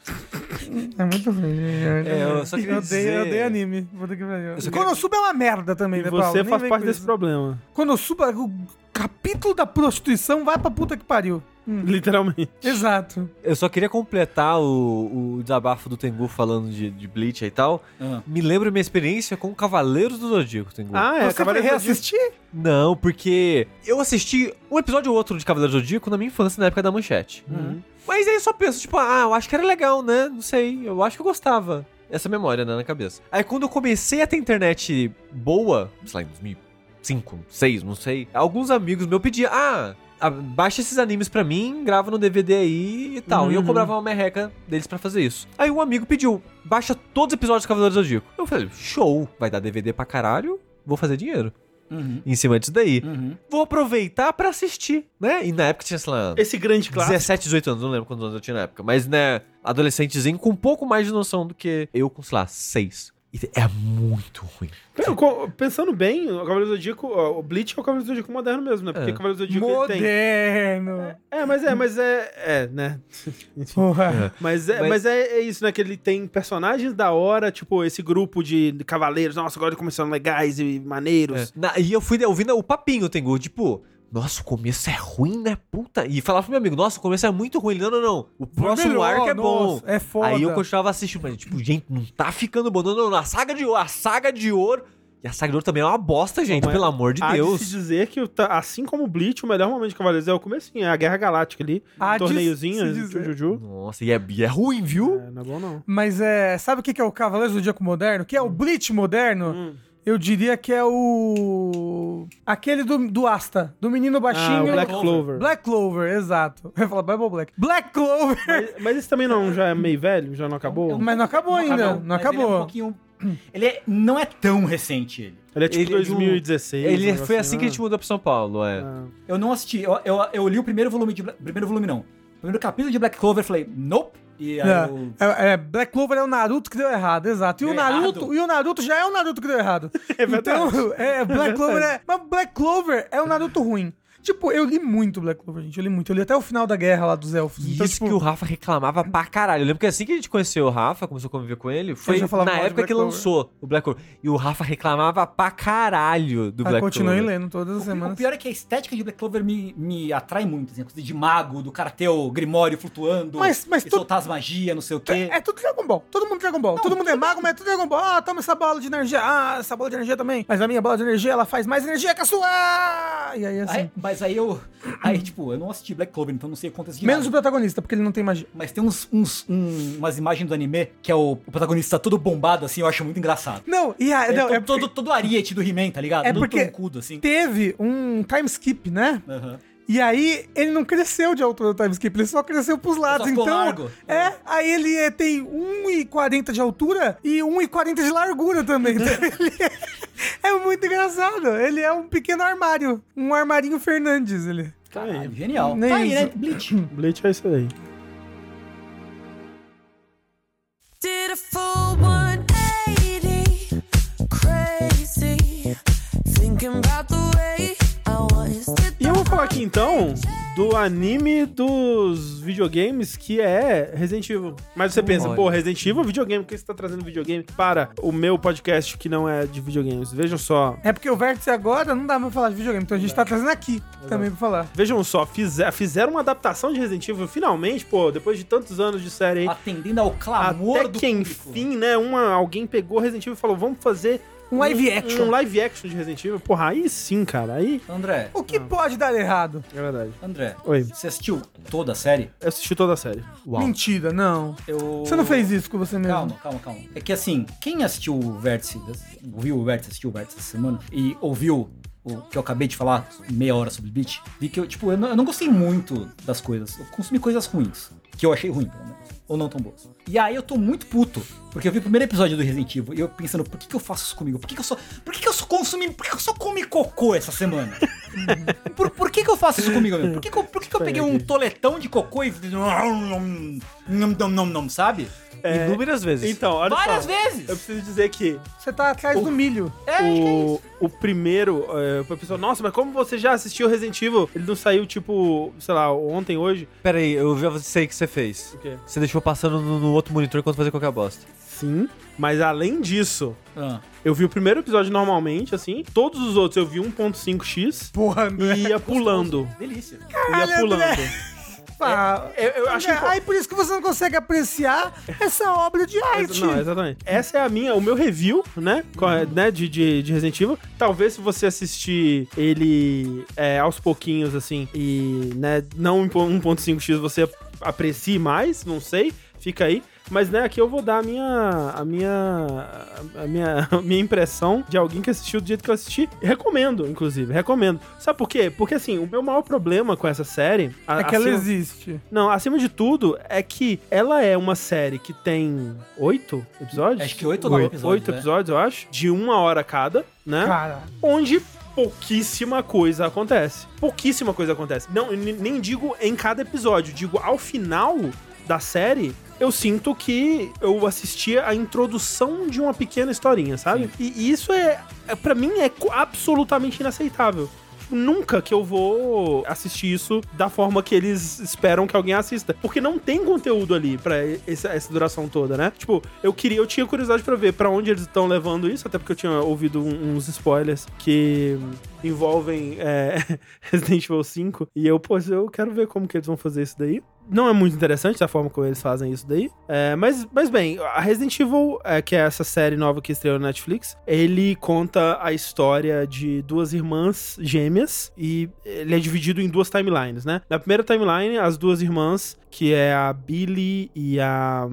É muito ruim. É, eu só queria eu, dei, dizer- eu dei anime. Puta que pariu. Eu só queria- Konosuba é uma merda também, E né, Paulo? você Nem faz vem parte com desse isso. problema, (laughs) Konosuba, o capítulo da prostituição vai pra puta que pariu. Hum, literalmente. Exato. Eu só queria completar o, o desabafo do Tengu falando de, de Bleach e tal. Ah. Me lembra minha experiência com Cavaleiros do Zodíaco, Tengu. Ah, é, você vai Cavaleiro do reassistir? Não, porque eu assisti um episódio ou outro de Cavaleiros do Zodíaco na minha infância, na época da manchete. Uhum. Mas aí eu só penso, tipo, ah, eu acho que era legal, né? Não sei, eu acho que eu gostava. Essa memória, né, na cabeça. Aí quando eu comecei a ter internet boa, sei lá, em 2005, 2006, não sei, alguns amigos meus pediam, ah, a- baixa esses animes pra mim, grava no DVD aí e tal. E eu Uhum. cobrava uma merreca deles pra fazer isso. Aí um amigo pediu, baixa todos os episódios do Cavaleiros do Zodíaco. Eu falei, show, vai dar DVD pra caralho, vou fazer dinheiro. Uhum. Em cima disso daí. Uhum. Vou aproveitar pra assistir, né? E na época tinha, sei lá, Esse grande clássico. 17, 18 anos, não lembro quantos anos eu tinha na época, mas né, adolescentezinho com um pouco mais de noção do que eu com, sei lá, 6. E é muito ruim. Pera, co- Pensando bem, o Cavaleiro do Zodíaco, ó, o Bleach é o Cavaleiro do Zodíaco moderno mesmo, né? Porque É. o Cavaleiro do Zodíaco ele tem. Moderno. É, mas é, mas é, é, né? Enfim. Porra. Mas é, Mas- mas é, é isso, né? Que ele tem personagens da hora, tipo esse grupo de cavaleiros, nossa, agora eles começaram legais e É. maneiros. Na- e eu fui ouvindo o papinho, Tengu, tipo, nossa, o começo é ruim, né, puta? E falava pro meu amigo, nossa, o começo é muito ruim. Ele, Não, não, não, o próximo Melhor, arco é nossa, bom. É foda. Aí eu continuava assistindo, mas tipo, gente, não tá ficando bom. Não, não, não, a saga de ouro, a saga de ouro. E a saga de ouro também é uma bosta, gente, Mas pelo amor de Há Deus. de se dizer que, o ta- assim como o Bleach, o melhor momento de Cavaleiros é o comecinho, é a Guerra Galáctica ali, Há um de se torneiozinho, dizer. Jujuju. Nossa, e é, e é ruim, viu? É, não é bom não. Mas é. Sabe o que que é o Cavaleiro do Zodíaco moderno? Que é o Bleach moderno? Hum. Eu diria que é o. Aquele do, do Asta, do menino Ah, baixinho. o Black Clover. Black Clover, exato. Eu ia falar Bible Black. Black Clover! Mas, mas esse também não já é meio velho? Já não acabou? Mas não acabou ainda. Acabou. Não Mas ele é um acabou. pouquinho Ele é- não é tão recente, ele. Ele é tipo Ele é de um- 2016. um Ele negócio assim foi né? assim que a gente mudou pra São Paulo, é. Ah, Eu não assisti, eu, eu, eu li o primeiro volume de... Bla- Primeiro volume, não. O primeiro capítulo de Black Clover, eu falei, nope. E aí eu... É, (laughs) é, é, Black Clover é o Naruto que deu errado, exato. E o Deu Naruto, errado. e o Naruto já é o Naruto que deu (laughs) errado. É verdade. Então, é, Black Clover é, mas Black Clover é o Naruto ruim. Tipo, eu li muito Black Clover, gente. Eu li muito. Eu li até o final da guerra lá dos elfos. E Então, isso tipo, que o Rafa reclamava pra caralho. Eu lembro que assim que a gente conheceu o Rafa, começou a conviver com ele, foi já falava na mal de época que Black Clover. lançou o Black Clover. E o Rafa reclamava pra caralho do ah, Black continuei Clover. lendo todas as O semanas. pior é que a estética de Black Clover me, me atrai muito, assim, a coisa de mago, do cartel grimório flutuando, Mas- mas e tu- soltar as magias, não sei o quê. É tudo Dragon Ball. Todo mundo Dragon Ball. Todo mundo é mago, mas é tudo Dragon Ball. Ah, toma essa bola de energia. Ah, essa bola de energia também. Mas a minha bola de energia, ela faz mais energia que a sua. E aí, assim. Aí- mas aí eu. Aí, tipo, eu não assisti Black Clover, então não sei o contexto de Menos o nada. protagonista, porque ele não tem magia. Mas tem uns, uns- um- umas imagens do anime que é o, o protagonista todo bombado, assim, eu acho muito engraçado. Não, e a, É, não, to- é todo, todo ariete do He-Man, tá ligado? É todo porque- troncudo, assim. teve um time skip, né? Aham. E aí ele não cresceu de altura do time skip, ele só cresceu pros lados. ficou Então, largo. é, aí ele é, tem 1,40 de altura e 1,40 de (laughs) largura também. Então, ele é, é muito engraçado. Ele é um pequeno armário, um armarinho Fernandes, ele. Tá aí. Genial. Nem tá aí, né? isso. Bleach. Bleach é isso aí. Did a full 180, crazy, thinking about the way I was. Did E eu vou falar aqui então do anime dos videogames que é Resident Evil. Mas você pensa, Olha. pô, Resident Evil é um videogame, por que você tá trazendo videogame para o meu podcast que não é de videogames? Vejam só. É porque o vértice agora não dá pra falar de videogame, então a gente tá trazendo aqui também pra falar. Vejam só, fizer- fizeram uma adaptação de Resident Evil finalmente, pô, depois de tantos anos de série aí. Atendendo ao clamor Até do que público. enfim, né, uma, alguém pegou Resident Evil e falou, vamos fazer Um live action. um live action de Resident Evil. Porra, aí sim, cara, aí... André, O que Hum. pode dar errado? É verdade. André, Oi. você assistiu toda a série? Eu assisti toda a série. Uau. Mentira, não. Eu... Você não fez isso com você mesmo. Calma, calma, calma. É que assim, quem assistiu o Vértice, ouviu o Vértice, assistiu o Vértice essa semana e ouviu o que eu acabei de falar, meia hora sobre Bleach, vi que eu, tipo, eu não, eu não gostei muito das coisas. Eu consumi coisas ruins, que eu achei ruim, pelo menos. Ou não tão boas. E aí eu tô muito puto, porque eu vi o primeiro episódio do Resident Evil e eu pensando, por que, que eu faço isso comigo? Por que, que eu só. Por que, que eu só consumi. Por que, que eu só comi cocô essa semana? (laughs) Por, por que, que eu faço isso comigo mesmo? Por que, que, eu, por que, que eu peguei um toletão de cocô e. um Nom, nom, nom, nom, sabe? Inúmeras vezes. Então, olha Várias só. vezes! Eu preciso dizer que Você tá atrás do milho. o, o primeiro, é, o pessoal, nossa, mas como você já assistiu Resident Evil? Ele não saiu, tipo, sei lá, ontem, hoje? Pera aí, eu já sei o que você fez. O quê? Você deixou passando no, no outro monitor enquanto fazia qualquer bosta. Sim. Mas além disso, Ah. eu vi o primeiro episódio normalmente, assim. Todos os outros eu vi 1.5x Porra, e ia pulando. Delícia. Eu ia Caralho, André. pulando. Pá, Eu, É, eu acho É, impo- aí por isso que você não consegue apreciar essa obra de arte. Não, exatamente. Essa é a minha, o meu review, né? co- né, de, de, de Resident Evil. Talvez se você assistir ele é, aos pouquinhos, assim, e né, não em po- 1.5x você aprecie mais, não sei, fica aí. Mas, né, aqui eu vou dar a minha, a minha, a minha, (laughs) a minha impressão de alguém que assistiu do jeito que eu assisti. Recomendo, inclusive, recomendo. Sabe por quê? Porque, assim, o meu maior problema com essa série... a- assim, é que ela acima- existe. não, acima de tudo, é que ela é uma série que tem oito episódios? Acho que oito ou nove episódios, Oito né? episódios, eu acho. De uma hora cada, né? Cara, Onde pouquíssima coisa acontece. Pouquíssima coisa acontece. Não, n- nem digo em cada episódio, digo ao final da série. Eu sinto que eu assistia a introdução de uma pequena historinha, sabe? E, e isso é, é para mim é co- absolutamente inaceitável. Tipo, Nunca que eu vou assistir isso da forma que eles esperam que alguém assista. Porque não tem conteúdo ali pra essa, essa duração toda, né? Tipo, eu queria, eu tinha curiosidade pra ver pra onde eles estão levando isso, até porque eu tinha ouvido um- uns spoilers que envolvem é, (laughs) Resident Evil 5. E eu, pô, eu quero ver como que eles vão fazer isso daí. Não é muito interessante da forma como eles fazem isso daí. É, mas, mas bem, a Resident Evil, é, que é essa série nova que estreou na Netflix, ele conta a história de duas irmãs gêmeas e ele é dividido em duas timelines, né? Na primeira timeline, as duas irmãs, que é a Billy e a.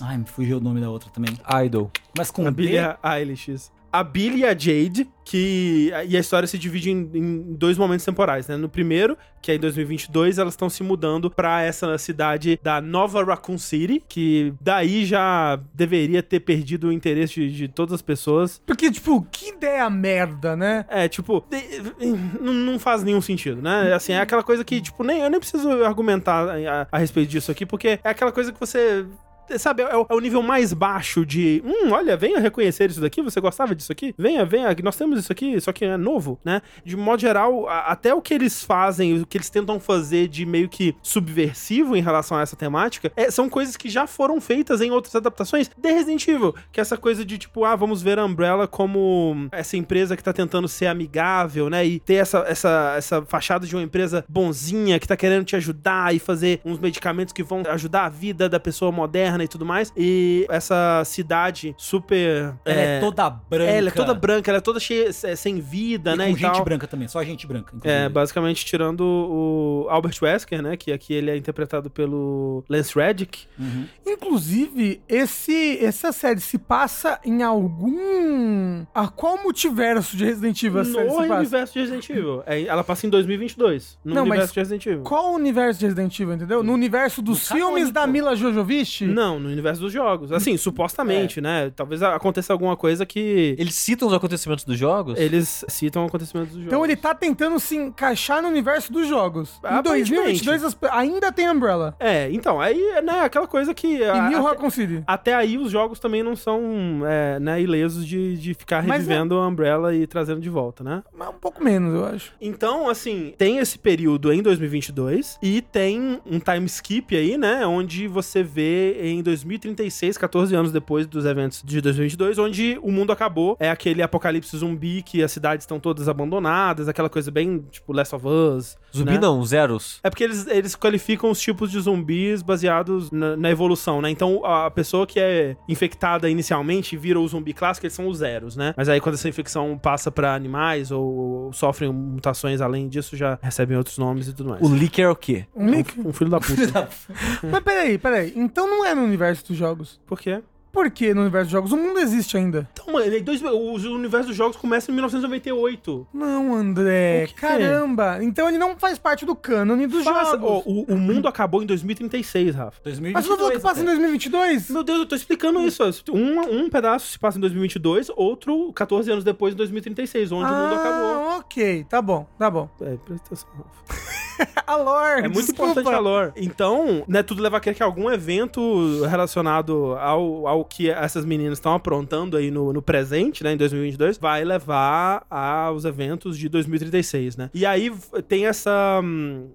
Ai, me fugiu o nome da outra também. Idol. Mas com a B, Billie Eilish. a Billy e a Jade, que. E a história se divide em, em dois momentos temporais, né? No primeiro, que é em 2022, elas estão se mudando pra essa cidade da Nova Raccoon City, que daí já deveria ter perdido o interesse de, de todas as pessoas. Porque, tipo, que ideia merda, né? É, tipo, de- não, não faz nenhum sentido, né? Assim, é aquela coisa que, tipo, nem, eu nem preciso argumentar a, a respeito disso aqui, porque é aquela coisa que você. Sabe, é o, é o nível mais baixo de. Hum, olha, venha reconhecer isso daqui, você gostava disso aqui? Venha, venha, nós temos isso aqui, só que é novo, né? De modo geral, a- até o que eles fazem, o que eles tentam fazer de meio que subversivo em relação a essa temática, é- são coisas que já foram feitas em outras adaptações de Resident Evil. Que é essa coisa de tipo, ah, vamos ver a Umbrella como essa empresa que tá tentando ser amigável, né? E ter essa, essa, essa fachada de uma empresa bonzinha que tá querendo te ajudar e fazer uns medicamentos que vão ajudar a vida da pessoa moderna e tudo mais. E essa cidade super. Ela é, é, toda branca. é, ela é toda branca, ela é toda cheia, é, sem vida, E né? com e gente tal. branca também, só gente branca. inclusive. É, basicamente tirando o Albert Wesker, né? Que aqui ele é interpretado pelo Lance Reddick. Uhum. Inclusive, esse, essa série se passa em algum. A qual multiverso de Resident Evil essa série No se passa? universo de Resident Evil. É, ela passa em 2022. No Não, mas universo de Resident Evil. Qual o universo de Resident Evil, entendeu? No universo dos No canônico. filmes da Mila Jovovich? Não, no universo dos jogos. Assim, É. supostamente, né? Talvez aconteça alguma coisa que Eles citam os acontecimentos dos jogos? eles citam acontecimentos dos jogos. Então ele tá tentando se encaixar no universo dos jogos. Em Aparentemente. 2022 as pe- ainda tem Umbrella. É, então, aí, né, aquela coisa que... E a- New até- Raccoon City. Até aí os jogos também não são é, né, ilesos de, de ficar Mas é- revivendo a Umbrella e trazendo de volta, né? Mas um pouco menos, eu acho. Então, assim, tem esse período em 2022 e tem um time skip aí, né? Onde você vê em 2036, 14 anos depois dos eventos de 2022, onde o mundo acabou. É aquele apocalipse zumbi que as cidades estão todas abandonadas, aquela coisa bem tipo Last of Us. Zumbi né? não, zeros. É porque eles, eles qualificam os tipos de zumbis baseados na, na evolução, né? Então, a pessoa que é infectada inicialmente vira o zumbi clássico, eles são os zeros, né? Mas aí, quando essa infecção passa pra animais ou, sofrem mutações além disso, já recebem outros nomes e tudo mais. O leak era o quê? Um link? Um (laughs) filho da puta. (laughs) Mas peraí, peraí. Então não é no universo dos jogos. Por quê? Por que no universo dos jogos? O mundo existe ainda. Então, mano, ele- dois, o o universo dos jogos começa em 1998. Não, André. é? O quê? Caramba. Então ele não faz parte do cânone dos Passa- jogos. ó, o, o mundo acabou em 2036, Rafa. 2022, Mas você não falou que passa em até. 2022? Meu Deus, eu tô explicando isso. ó. Um, um pedaço se passa em 2022, outro 14 anos depois, em 2036, onde o mundo acabou. Ah, ok. Tá bom, tá bom. É, presta atenção, Rafa. A lore, É muito desculpa. importante a lore. Então, né, tudo leva a crer que algum evento relacionado ao, ao que essas meninas estão aprontando aí no, no presente, né, em 2022, vai levar aos eventos de 2036, né? E aí v- tem essa... hum,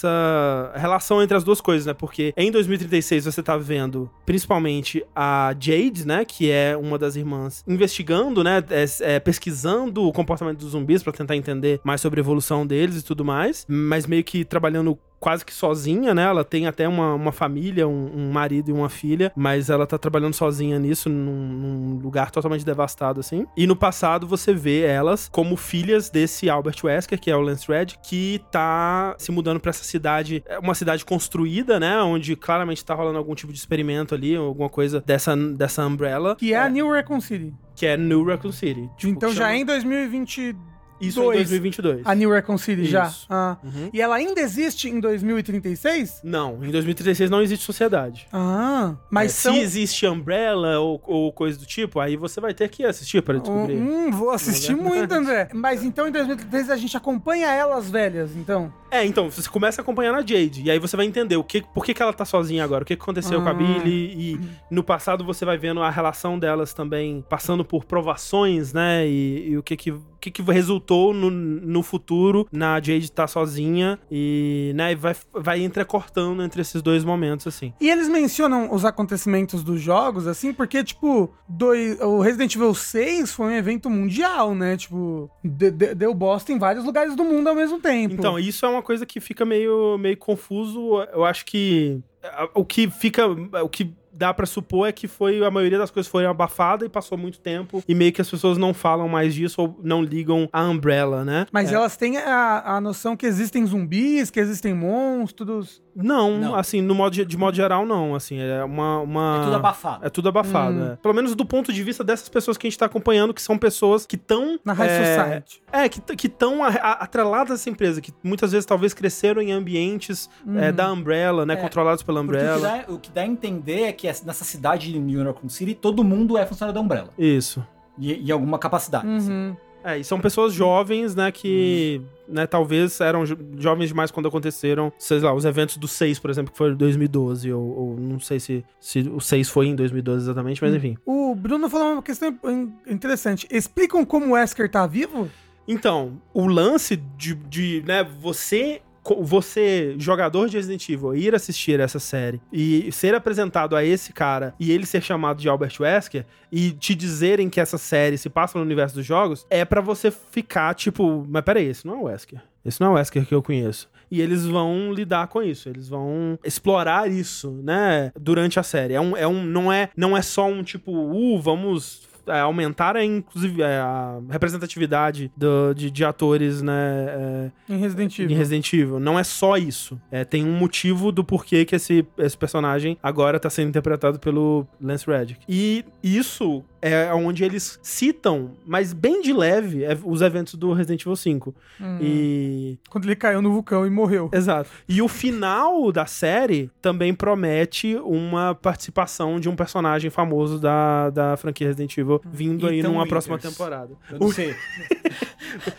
essa relação entre as duas coisas, né? Porque em 2036 você tá vendo principalmente a Jade, né? Que é uma das irmãs investigando, né? é, é, pesquisando o comportamento dos zumbis pra tentar entender mais sobre a evolução deles e tudo mais. Mas meio que trabalhando quase que sozinha, né? Ela tem até uma, uma família, um, um marido e uma filha, mas ela tá trabalhando sozinha nisso, num, num lugar totalmente devastado, assim. E no passado você vê elas como filhas desse Albert Wesker, que é o Lance Red, que tá se mudando pra essa cidade, é uma cidade construída, né? Onde claramente tá rolando algum tipo de experimento ali, alguma coisa dessa, dessa Umbrella, Que é a New Recon City. que é New Raccoon City. Tipo, então que já chama- é em 2020 Isso dois. em 2022. a New Recon City já. Isso. Ah. Uhum. E ela ainda existe em 2036? Não, em 2036 não existe sociedade. Ah, mas É, são... se existe Umbrella ou, ou coisa do tipo, aí você vai ter que assistir para descobrir. Hum, vou assistir Não é (laughs) muito, André. Mas então em 2036 a gente acompanha elas velhas, então. É, então, você começa acompanhando a Jade, e aí você vai entender o que, por que, que ela tá sozinha agora, o que que aconteceu com a Ah. Billy, e no passado você vai vendo a relação delas também passando por provações, né, e, e o que que, o que que resultou no, no futuro na Jade estar sozinha, e, né, e vai, vai entrecortando entre esses dois momentos, assim. E eles mencionam os acontecimentos dos jogos, assim, porque, tipo, dois, o Resident Evil 6 foi um evento mundial, né? Tipo, de- de- deu bosta em vários lugares do mundo ao mesmo tempo. Tipo, Então, isso é uma coisa que fica meio, meio confuso. Eu acho que a- o que fica. O que dá pra supor é que foi a maioria das coisas foram abafadas e passou muito tempo e meio que as pessoas não falam mais disso ou não ligam a Umbrella, né? Mas elas têm a, a noção que existem zumbis, que existem monstros. Não, Não. assim, no modo, ge- de modo geral, não. Assim, é uma. uma... É tudo abafado. Hum. É tudo abafado. é. Pelo menos do ponto de vista dessas pessoas que a gente tá acompanhando, que são pessoas que estão. Na High é, Society. É, que t- que estão atreladas a essa empresa, que muitas vezes talvez cresceram em ambientes é, da Umbrella, né? Controlados pela Uhum. Porque o que, Umbrella. dá, o que dá a entender é que essa- nessa cidade de New York City, todo mundo é funcionário da Umbrella. Isso. E, em alguma capacidade. assim. Uhum. É, e são pessoas jovens, né, que. Uhum. Né, talvez eram jo- jovens demais quando aconteceram, sei lá, os eventos do 6, por exemplo, que foi em 2012, ou, ou não sei se, se o 6 foi em 2012 exatamente, Uhum. mas enfim. O Bruno falou uma questão in- interessante. Explicam como o Esker tá vivo? Então, o lance de, de, né, você, co- você, jogador de Resident Evil, ir assistir essa série e ser apresentado a esse cara e ele ser chamado de Albert Wesker e te dizerem que essa série se passa no universo dos jogos, é pra você ficar tipo, mas peraí, esse não é o Wesker. Esse não é o Wesker que eu conheço. E eles vão lidar com isso, eles vão explorar isso, né, durante a série. É um, é um, não, é, não é só um tipo, uh, vamos é, aumentar a, inclusive, é, a representatividade do- de, de atores né, Em Resident é, em Evil. Resident Evil. Não é só isso. É, tem um motivo do porquê que esse, esse personagem agora está sendo interpretado pelo Lance Reddick. E isso é onde eles citam, mas bem de leve, é, os eventos do Resident Evil 5. Hum. E Quando ele caiu no vulcão e morreu. Exato. E o final da série também promete uma participação de um personagem famoso da, da franquia Resident Evil vindo aí Ethan numa Winters. próxima temporada. Eu não sei.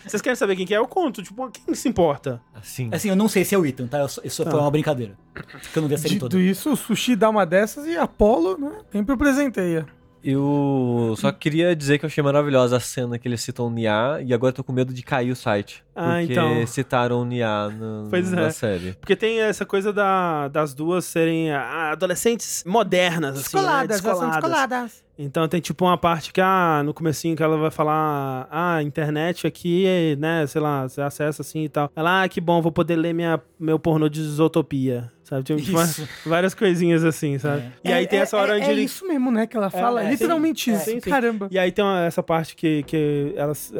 Vocês querem saber quem que é? Eu conto. Tipo, quem se importa? Assim. Assim, eu não sei se é o Ethan, tá? Eu só- Isso foi Ah. uma brincadeira. Porque eu não vi a série toda. Dito isso, o Sushi dá uma dessas e Apolo, né? Sempre presenteia. Eu só queria dizer que eu achei maravilhosa a cena que eles citam Nia e agora eu tô com medo de cair o site. Ah, porque então. citaram Nia na, Pois na é. série. Porque tem essa coisa da, das duas serem ah, adolescentes modernas, assim, Descoladas, né? elas são descoladas. Então tem tipo uma parte que, ah, no comecinho que ela vai falar, ah, a internet aqui, né, sei lá, você acessa assim e tal. Ela, ah, que bom, vou poder ler minha, meu pornô de isotopia, sabe? Tipo, tipo, Isso. várias coisinhas assim, sabe? E aí É- tem essa hora é, onde é, ele... isso mesmo, né? Que ela fala. é, Literalmente sim, isso. é, sim, sim. Caramba. E aí tem uma- essa parte que, que elas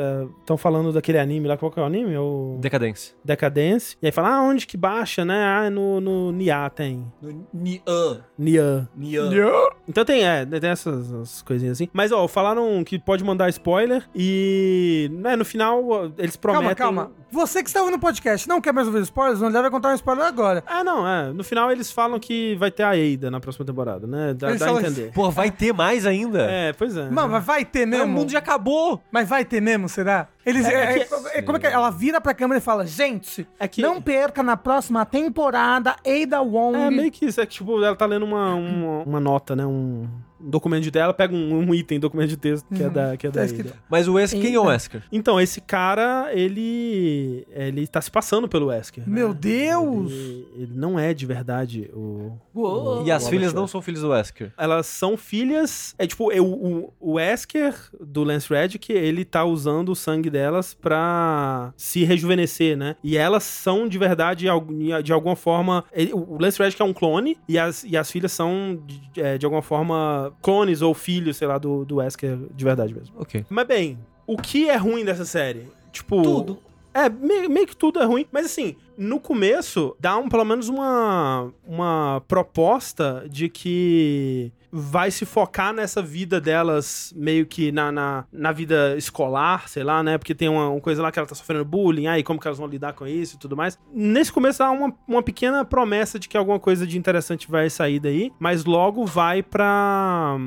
estão falando daquele anime lá, qual que é o anime? O Decadência. Decadence. E aí fala, ah, onde que baixa, né? Ah, no, no Nia tem. No Nia. Nia. Nia. Então tem, é, tem essas, essas coisinhas assim. Mas, ó, falaram que pode mandar spoiler e, né, no final ó, eles prometem... Calma, calma. Você que está ouvindo o podcast não quer mais ouvir spoilers, o André vai contar um spoiler agora. Ah, não, é. No final eles falam que vai ter a Eida na próxima temporada, né? Dá, Eles dá a falam entender. Pô, vai ter mais ainda? É, pois é. Mano, mas vai ter mesmo? O mundo já acabou! Mas vai ter mesmo, será? Eles. é- é- é- como é que é? Ela vira pra câmera e fala: gente, É que- não perca na próxima temporada Ada Wong. É meio que isso, é que, tipo, ela tá lendo uma, uma, uma nota, né? Um um documento de dela, pega um, um item, documento de texto que é da, que é da tá Ada. escrito. Mas o Wesker, quem é o Wesker? Então, esse cara, ele. Ele tá se passando pelo Wesker. né? Meu Deus! Ele, ele não é de verdade o. E as Robert filhas não Wesker. são filhas do Wesker. Elas são filhas. É tipo, eu, o, o Wesker do Lance Reddick, ele tá usando o sangue delas pra se rejuvenescer, né? E elas são de verdade, al- de alguma forma. ele- o Lance Reddick é um clone e as, e as filhas são, de, é, de alguma forma, clones ou filhos, sei lá, do, do Wesker de verdade mesmo. Ok. Mas bem, o que é ruim dessa série? Tipo. Tudo. É, meio, meio que tudo é ruim. Mas assim, no começo, dá um, pelo menos uma, uma proposta de que vai se focar nessa vida delas, meio que na, na, na vida escolar, sei lá, né? Porque tem uma, uma coisa lá que ela tá sofrendo bullying, aí como que elas vão lidar com isso e tudo mais. Nesse começo dá uma, uma pequena promessa de que alguma coisa de interessante vai sair daí, mas logo vai pra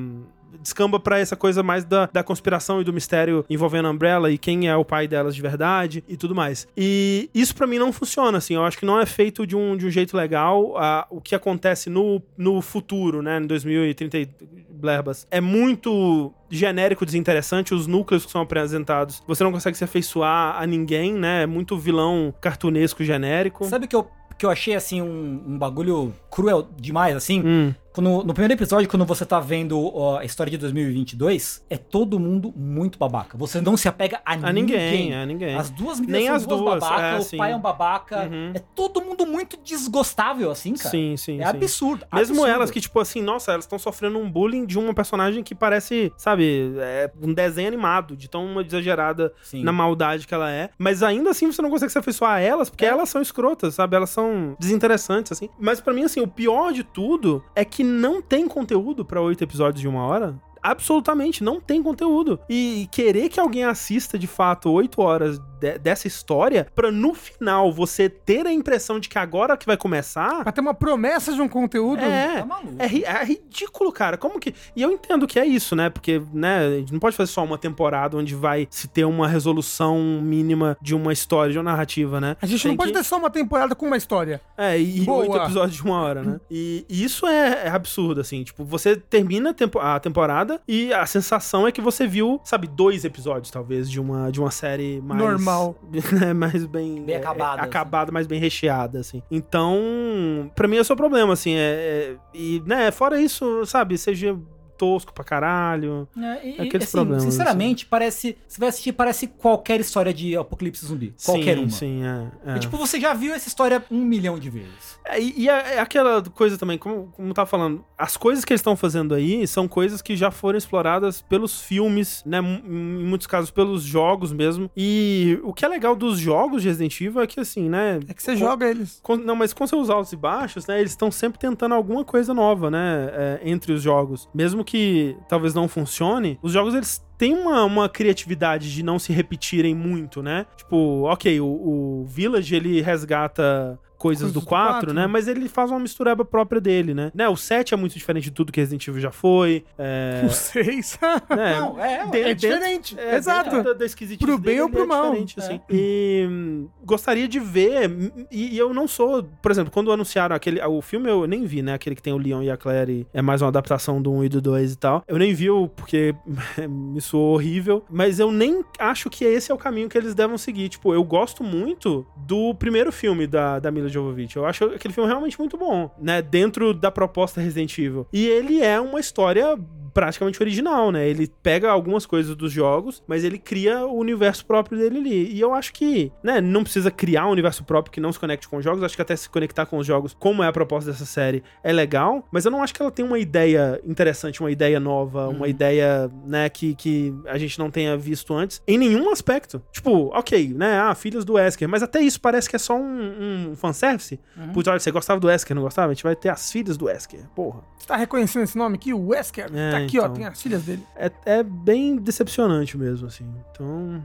descamba pra essa coisa mais da, da conspiração e do mistério envolvendo a Umbrella e quem é o pai delas de verdade e tudo mais. E isso pra mim não funciona, assim. Eu acho que não é feito de um, de um jeito legal ah, o que acontece no, no futuro, né? Em 2030 e blerbas. É muito genérico, desinteressante, os núcleos que são apresentados. Você não consegue se afeiçoar a ninguém, né? É muito vilão cartunesco genérico. Sabe o que eu, que eu achei, assim, um, um bagulho cruel demais, assim? Hum, quando- no primeiro episódio, quando você tá vendo ó, a história de 2022, é todo mundo muito babaca. Você não se apega a, A ninguém, a ninguém. As duas Nem meninas são as duas, duas, babaca, é, o sim. pai é um babaca. Uhum. É todo mundo muito desgostável, assim, cara. Sim, sim, É sim. absurdo. Mesmo absurdo. elas que, tipo assim, nossa, elas estão sofrendo um bullying de uma personagem que parece, sabe, é um desenho animado, de tão exagerada Sim. na maldade que ela é. Mas ainda assim você não consegue se afeiçoar a elas, É. porque elas são escrotas, sabe? Elas são desinteressantes, assim. Mas pra mim, assim, o pior de tudo é que não tem conteúdo pra oito episódios de uma hora. Absolutamente, não tem conteúdo. E querer que alguém assista de fato oito horas de- dessa história, pra no final você ter a impressão de que agora que vai começar. Pra ter uma promessa de um conteúdo. É, Tá maluco. é, ri- é ridículo, cara. Como que. E eu entendo que é isso, né? Porque, né, a gente não pode fazer só uma temporada onde vai se ter uma resolução mínima de uma história, de uma narrativa, né? A gente Tem não pode que- ter só uma temporada com uma história. É, e Boa. oito episódios de uma hora, né? E, e isso é, é absurdo, assim. Tipo, você termina a, tempo- a temporada e a sensação é que você viu, sabe, dois episódios, talvez, de uma, de uma série mais. Normal. (laughs) né, mais bem. Bem é, acabada, assim. é, acabada, mais bem recheada, assim. Então, pra mim, esse é o problema, assim. É, é- e, né, fora isso, sabe, seja tosco pra caralho. É, e, Aqueles assim, problemas, né? sinceramente, parece. Você vai assistir, parece qualquer história de apocalipse zumbi. Qualquer sim, uma. Sim, é. é. É tipo, você já viu essa história um milhão de vezes. É, E, e é, é aquela coisa também, como, como eu tava falando, as coisas que eles estão fazendo aí são coisas que já foram exploradas pelos filmes, né? mu- Em muitos casos pelos jogos mesmo. E o que é legal dos jogos de Resident Evil é que, assim, né? É que você joga eles. com- não, mas com seus altos e baixos, né? Eles estão sempre tentando alguma coisa nova, né? é, entre os jogos. Mesmo que talvez não funcione, os jogos eles têm uma, uma criatividade de não se repetirem muito, né? Tipo, ok, o, o Village ele resgata. Coisas Coisas do do 4, quatro, né? né? Mas ele faz uma mistureba própria dele, né? né? O 7 é muito diferente de tudo que Resident Evil já foi. É, Não sei. (laughs) né? Não, é, Dentro- É diferente. É, Exato. dentro Da, da esquisitice Pro bem dele, ou pro ele é mal. diferente, assim. E hum, gostaria de ver. hum, E, e eu não sou. Por exemplo, quando anunciaram aquele. O filme eu nem vi, né? Aquele que tem o Leon e a Claire. É mais uma adaptação do 1 e do 2 e tal. Eu nem vi o- porque (laughs) me soou horrível. Mas eu nem acho que esse é o caminho que eles devam seguir. Tipo, eu gosto muito do primeiro filme da, da Mila Jovovich. Eu acho aquele filme realmente muito bom, né? Dentro da proposta Resident Evil. E ele é uma história praticamente original, né? Ele pega algumas coisas dos jogos, mas ele cria o universo próprio dele ali. E eu acho que, né, não precisa criar um universo próprio que não se conecte com os jogos. Acho que até se conectar com os jogos, como é a proposta dessa série, é legal, mas eu não acho que ela tem uma ideia interessante, uma ideia nova, uma ideia, né, que, que a gente não tenha visto antes, em nenhum aspecto. Tipo, ok, né, ah, filhos do Wesker, mas até isso parece que é só um, um fanservice. Putz, olha, você gostava do Wesker, não gostava? A gente vai ter as filhas do Wesker, porra. Você tá reconhecendo esse nome aqui? O Wesker. É, tá aqui, ó. então. Tem as filhas dele. É, é bem decepcionante mesmo, assim. Então.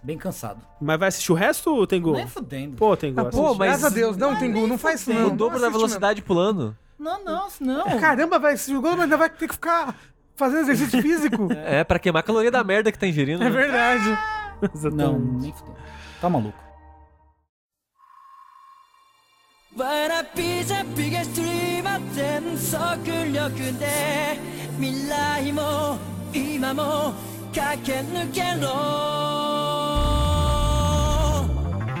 Bem cansado. Mas vai assistir o resto, Tengu? Nem fudendo. Pô, Tengu, Ah, assiste. pô, mas- Graças a Deus. Não, Tengu, não faz isso, não. o dobro Não da assiste, velocidade pulando. Não, não, não. não. Caramba, velho. Você jogou, mas ainda vai ter que ficar fazendo (laughs) exercício físico. É, pra queimar a caloria da merda que tá ingerindo. né? É verdade. Não, nem fudendo. Tá maluco. 蕨じゃビゲストリーは全速力で未来も今も駆け抜けろ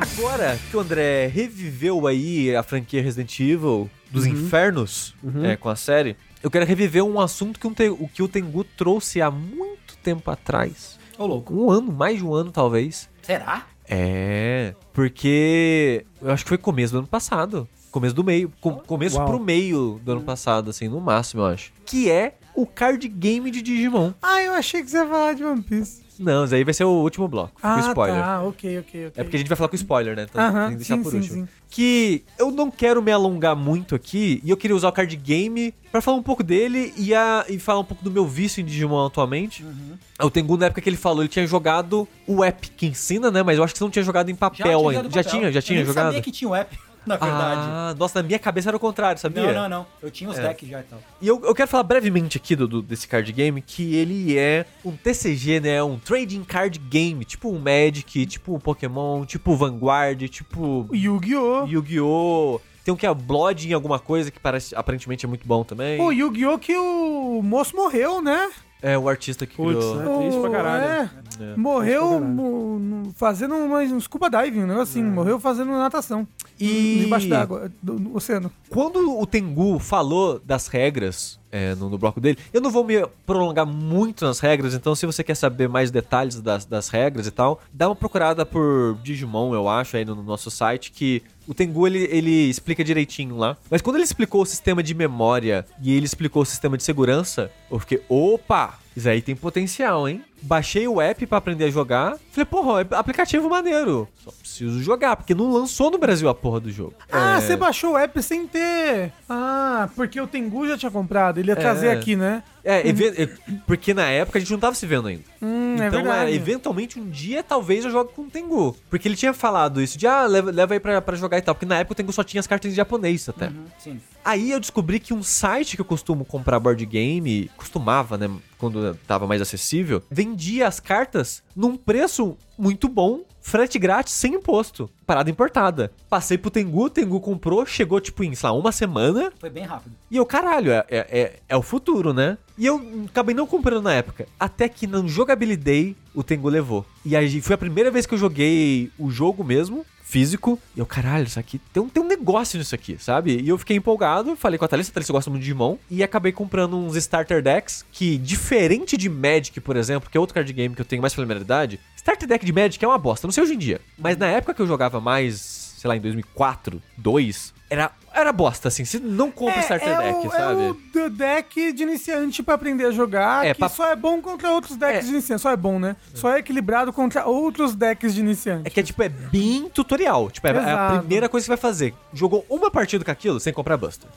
Agora que o André reviveu aí a franquia Resident Evil dos Uhum. infernos é, com a série, eu quero reviver um assunto que, um Te- o que o Tengu trouxe há muito tempo atrás. Ô, louco. Um ano, mais de um ano talvez. Será? É, porque eu acho que foi começo do ano passado. Começo do meio. com- começo Uau. pro meio Hum. do ano passado, assim, no máximo, eu acho. Que é o card game de Digimon. Ah, eu achei que você ia falar de One Piece. Não, mas aí vai ser o último bloco. Fica o spoiler. tá. Ok, ok, ok. É porque a gente vai falar com spoiler, né? Então Aham, tem que deixar sim, por sim, último. sim. Que eu não quero me alongar muito aqui e eu queria usar o card game pra falar um pouco dele e, a, e falar um pouco do meu vício em Digimon atualmente. Uhum. O Tengu, na época que ele falou, ele tinha jogado o app que ensina, né? Mas eu acho que você não tinha jogado em papel tinha ainda. jogado Já papel. tinha, já tinha eu nem jogado? sabia que tinha o app, (laughs) na verdade. Ah, nossa, na minha cabeça era o contrário, sabia? não, não, não. Eu tinha os É. decks já então. e tal. E eu, eu quero falar brevemente aqui do, do- desse card game, que ele é um TCG, né? Um trading card game, tipo um Magic, tipo um Pokémon, tipo Vanguard, tipo O Yu-Gi-Oh! Yu-Gi-Oh! Tem um que é Blood em alguma coisa que parece, aparentemente é muito bom também. O Yu-Gi-Oh! que o moço morreu, né? É o artista que Putz, criou. né? É triste pra O- caralho. é. É. Triste Morreu pra caralho. mo- no- fazendo uma, um scuba diving, um negócio assim. Morreu fazendo natação. E Debaixo d'água, do, no oceano. quando o Tengu falou das regras é, no, no bloco dele, eu não vou me prolongar muito nas regras, então se você quer saber mais detalhes das, das regras e tal, dá uma procurada por Digimon, eu acho, aí no, no nosso site, que o Tengu ele, ele explica direitinho lá. Mas quando ele explicou o sistema de memória e ele explicou o sistema de segurança, eu fiquei, opa! Isso aí tem potencial, hein? Baixei o app pra aprender a jogar. Falei, porra, é aplicativo maneiro. Só preciso jogar, porque não lançou no Brasil a porra do jogo. Ah, É. você baixou o app sem ter. Ah, porque o Tengu já tinha comprado. Ele ia trazer aqui, né? É, even- é, porque na época a gente não tava se vendo ainda. Hum, é então, é, verdade. eventualmente, um dia, talvez, eu jogue com o Tengu. Porque ele tinha falado isso de, ah, leva, leva aí pra, pra jogar e tal. Porque na época o Tengu só tinha as cartas em japonês até. Uhum. Sim. Aí eu descobri que um site que eu costumo comprar board game, costumava, né, quando tava mais acessível, vendia as cartas num preço muito bom, frete grátis, sem imposto, parada importada. Passei pro Tengu, o Tengu comprou, chegou, tipo, em, sei lá, uma semana, Foi bem rápido. e eu, caralho, é, é, é, é o futuro, né? E eu acabei não comprando na época. Até que no Jogabilidade o Tengu levou. E aí foi a primeira vez que eu joguei o jogo mesmo, físico. E eu, caralho, isso aqui tem um, tem um negócio nisso aqui, sabe? E eu fiquei empolgado, falei com a Thalissa, a Thalissa gosta muito de Digimon. E acabei comprando uns starter decks que, diferente de Magic, por exemplo, que é outro card game que eu tenho mais familiaridade, starter deck de Magic é uma bosta, não sei hoje em dia. Mas na época que eu jogava mais sei lá, em 2004, 2, era, era bosta, assim. Você não compra starter deck, o, sabe? É o do deck de iniciante pra aprender a jogar, É, que pra- só é bom contra outros É. decks de iniciante. Só é bom, né? Só é equilibrado contra outros decks de iniciante. É que é tipo, é bem tutorial. Tipo, é, é a Exato. primeira coisa que você vai fazer. Jogou uma partida com aquilo sem comprar Buster.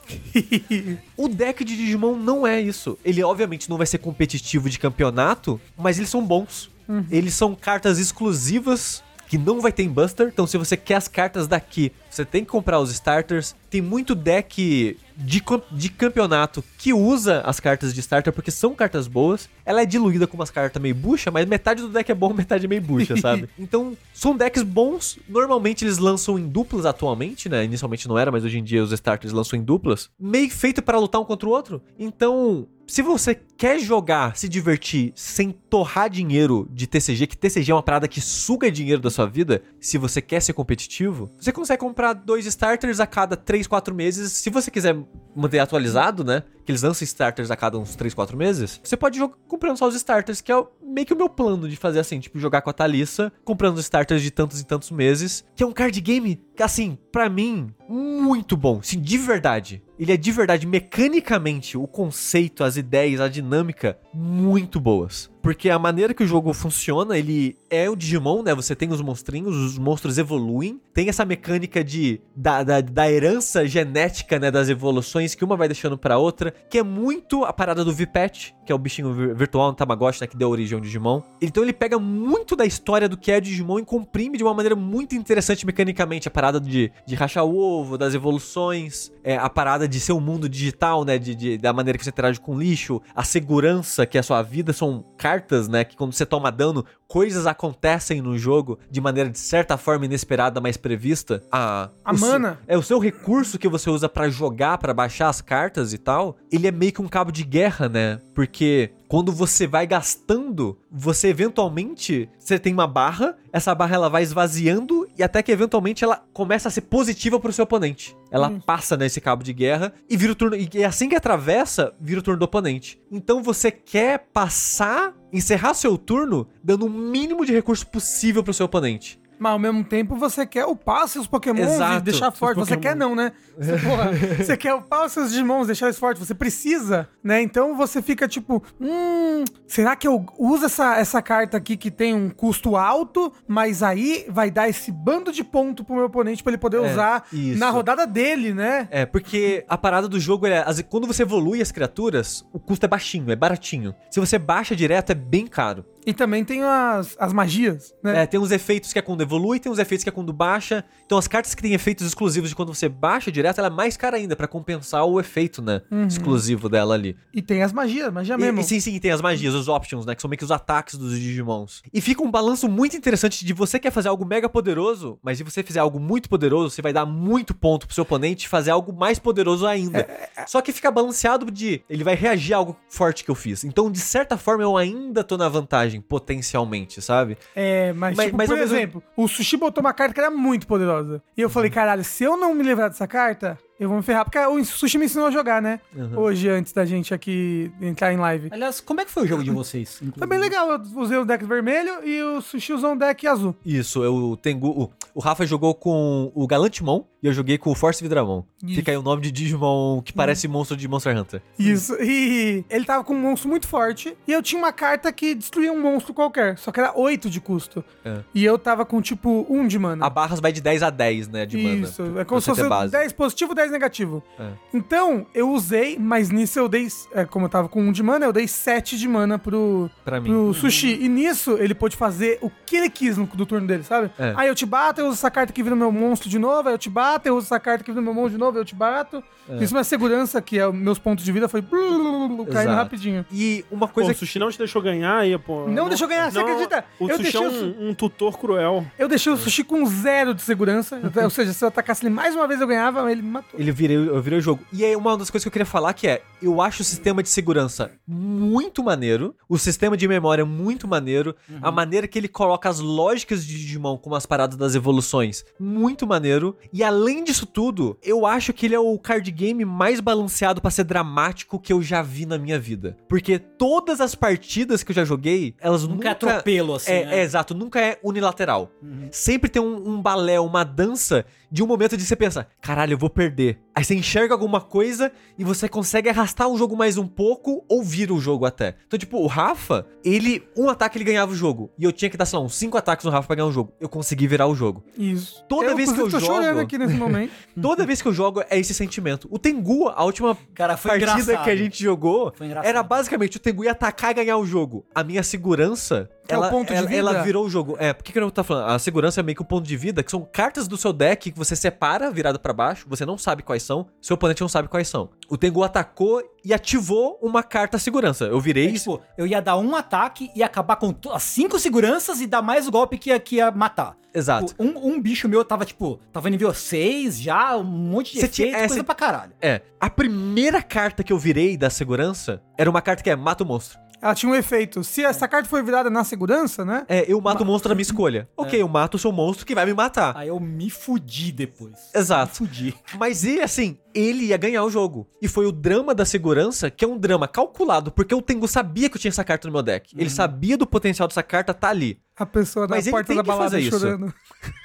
o deck de Digimon não é isso. Ele, obviamente, não vai ser competitivo de campeonato, mas eles são bons. Eles são cartas exclusivas que não vai ter em Buster. Então, se você quer as cartas daqui, você tem que comprar os starters. Tem muito deck de, cam- de campeonato que usa as cartas de starter porque são cartas boas. Ela é diluída com umas cartas meio bucha, mas metade do deck é bom, (laughs) metade é meio bucha, sabe? Então, são decks bons. Normalmente eles lançam em duplas atualmente, né? Inicialmente não era, mas hoje em dia os starters lançam em duplas. Meio feito pra lutar um contra o outro. Então, se você quer jogar, se divertir sem torrar dinheiro de TCG, que TCG é uma parada que suga dinheiro da sua vida, se você quer ser competitivo, você consegue comprar dois starters a cada 3, 4 meses. Se você quiser manter atualizado, né? Que eles lançam starters a cada uns 3, 4 meses. Você pode jogar comprando só os starters, que é o- meio que o meu plano de fazer assim, tipo, jogar com a Thalissa, comprando os starters de tantos e tantos meses. Que é um card game, que, assim, pra mim, muito bom. Sim, de verdade. Ele é de verdade, mecanicamente, o conceito, as ideias, a dinâmica, muito boas. Porque a maneira que o jogo funciona, ele é o Digimon, né? Você tem os monstrinhos, os monstros evoluem. Tem essa mecânica de da, da, da herança genética, né? Das evoluções, que uma vai deixando pra outra. Que é muito a parada do Vipet, que é o bichinho vir- virtual no Tamagotchi, né? Que deu origem ao Digimon. Então ele pega muito da história do que é o Digimon e comprime de uma maneira muito interessante mecanicamente. A parada de, de rachar o ovo, das evoluções. é, a parada de ser um mundo digital, né? De, de- da maneira que você interage com o lixo. A segurança que é a sua vida são cartas, né? Que quando você toma dano, coisas acontecem no jogo de maneira de certa forma inesperada, mas prevista. A, A o se- mana. é o seu recurso que você usa pra jogar, pra baixar as cartas e tal. Ele é meio que um cabo de guerra, né? Porque quando você vai gastando, você eventualmente você tem uma barra, essa barra ela vai esvaziando e até que eventualmente ela começa a ser positiva pro seu oponente. Ela passa nesse cabo de guerra e vira o turno e e assim que atravessa, vira o turno do oponente. Então você quer passar, encerrar seu turno dando o mínimo de recurso possível pro seu oponente. Mas ao mesmo tempo você quer upar seus pokémons Exato. É. e deixar forte. Você Pokémon. quer não, né? Você, (laughs) porra, você quer upar os seus Digimons, deixar eles fortes. Você precisa, né? Então você fica tipo, hum, será que eu uso essa, essa carta aqui que tem um custo alto, mas aí vai dar esse bando de ponto pro meu oponente pra ele poder É, usar isso. na rodada dele, né? É, porque a parada do jogo é. as- Quando você evolui as criaturas, o custo é baixinho, é baratinho. Se você baixa direto, é bem caro. E também tem as, as magias, né? É, tem uns efeitos que é quando evolui, tem uns efeitos que é quando baixa. Então as cartas que têm efeitos exclusivos de quando você baixa direto, ela é mais cara ainda, pra compensar o efeito, né? Exclusivo dela ali. E tem as magias, magia E- É mesmo. E, sim, sim, tem as magias, os options, né? Que são meio que os ataques dos Digimons. E fica um balanço muito interessante de você quer fazer algo mega poderoso, mas se você fizer algo muito poderoso, você vai dar muito ponto pro seu oponente fazer algo mais poderoso ainda. É, Só que fica balanceado de ele vai reagir a algo forte que eu fiz. Então, de certa forma, eu ainda tô na vantagem personagem, potencialmente, sabe? É, mas, Mas- tipo, mas por ao mesmo- Uhum. exemplo, o Sushi botou uma carta que era muito poderosa. E eu falei, caralho, se eu não me livrar dessa carta, eu vou me ferrar. Porque o Sushi me ensinou a jogar, né? Uhum. Hoje, antes da gente aqui entrar em live. Aliás, como é que foi o jogo de vocês? inclusive? Foi bem legal, eu usei o deck vermelho e o Sushi usou um deck azul. Isso, eu Tengu. O, o Rafa jogou com o Galantimon e eu joguei com o Force Vidramon. Isso. Hum. Fica aí o nome de Digimon que parece monstro de Monster Hunter. Isso. (laughs) E ele tava com um monstro muito forte. E eu tinha uma carta que destruía um monstro qualquer. Só que era 8 de custo. É. E eu tava com tipo 1 de mana. A barras vai de 10 a 10, né, de mana. Isso, é pra como se você ter fosse base. 10 positivo, 10 negativo. É. Então, eu usei, mas nisso eu dei, é, como eu tava com 1 de mana, eu dei 7 de mana pro, Pra mim. pro sushi. E nisso, ele pôde fazer o que ele quis no do turno dele, sabe? É. Aí eu te bato, eu uso essa carta que vira meu monstro de novo, aí eu te bato, eu uso essa carta que vira meu monstro de novo, eu te bato. Isso é uma segurança, que é os meus pontos de vida, foi caindo Exato. rapidinho. E uma Pô, coisa o sushi não te deixou ganhar aí, pô. Não deixou ganhar, você acredita? O Eu sushi é deixei o su- um, um tutor cruel. Eu É. deixei o sushi com zero de segurança, ou seja, se eu atacasse ele mais uma vez eu ganhava, ele me matou. Ele virei, eu virei o jogo. E aí, uma das coisas que eu queria falar que é: eu acho o sistema de segurança muito maneiro, o sistema de memória é muito maneiro, a maneira que ele coloca as lógicas de Digimon com as paradas das evoluções, muito maneiro. E além disso tudo, eu acho que ele é o card game mais balanceado pra ser dramático que eu já vi na minha vida. Porque todas as partidas que eu já joguei, elas Nunca é nunca. atropelo, assim, É, né? é, exato, nunca é unilateral. Sempre tem um, um balé, uma dança de um momento de você pensar, caralho, eu vou perder. Aí você enxerga alguma coisa e você consegue arrastar o jogo mais um pouco ou vira o jogo até. Então, tipo, o Rafa, ele, um ataque ele ganhava o jogo. E eu tinha que dar, sei lá, uns cinco ataques no Rafa pra ganhar o jogo. Eu consegui virar o jogo. Isso. Toda vez que inclusive, eu tô chorando jogo- aqui nesse momento. Toda vez que eu jogo é esse sentimento. O Tengu, a última Cara, foi partida engraçado. que a gente jogou, Foi engraçado. era basicamente o Tengu ia atacar e ganhar o jogo. A minha segurança, É o ela, ponto de ela, vida? ela virou o jogo. É, por que que eu não tô falando? A segurança é meio que o ponto de vida, que são cartas do seu deck que você separa, virada pra baixo, você não sabe quais são, seu oponente não sabe quais são. O Tengu atacou e ativou uma carta segurança. Eu virei É, tipo, eu ia dar um ataque e acabar com to- as cinco seguranças e dar mais o golpe que ia, que ia matar. Exato. Tipo, um, um bicho meu tava, tipo, tava nível 6 já, um monte de Você efeito, tinha- é, coisa você- pra caralho. É, a primeira carta que eu virei da segurança era uma carta que é mata o monstro. Ela tinha um efeito. Se essa carta foi virada na segurança, né? É, eu mato o monstro da minha (laughs) escolha. É. Ok, eu mato o seu monstro que vai me matar. Aí eu me fudi (laughs) depois. Exato. Me fudi. Mas e assim, ele ia ganhar o jogo. E foi o drama da segurança, que é um drama calculado, porque o Tengu sabia que eu tinha essa carta no meu deck. Uhum. Ele sabia do potencial dessa carta tá ali. A pessoa na Mas ele porta tem da que balada fazer isso. chorando.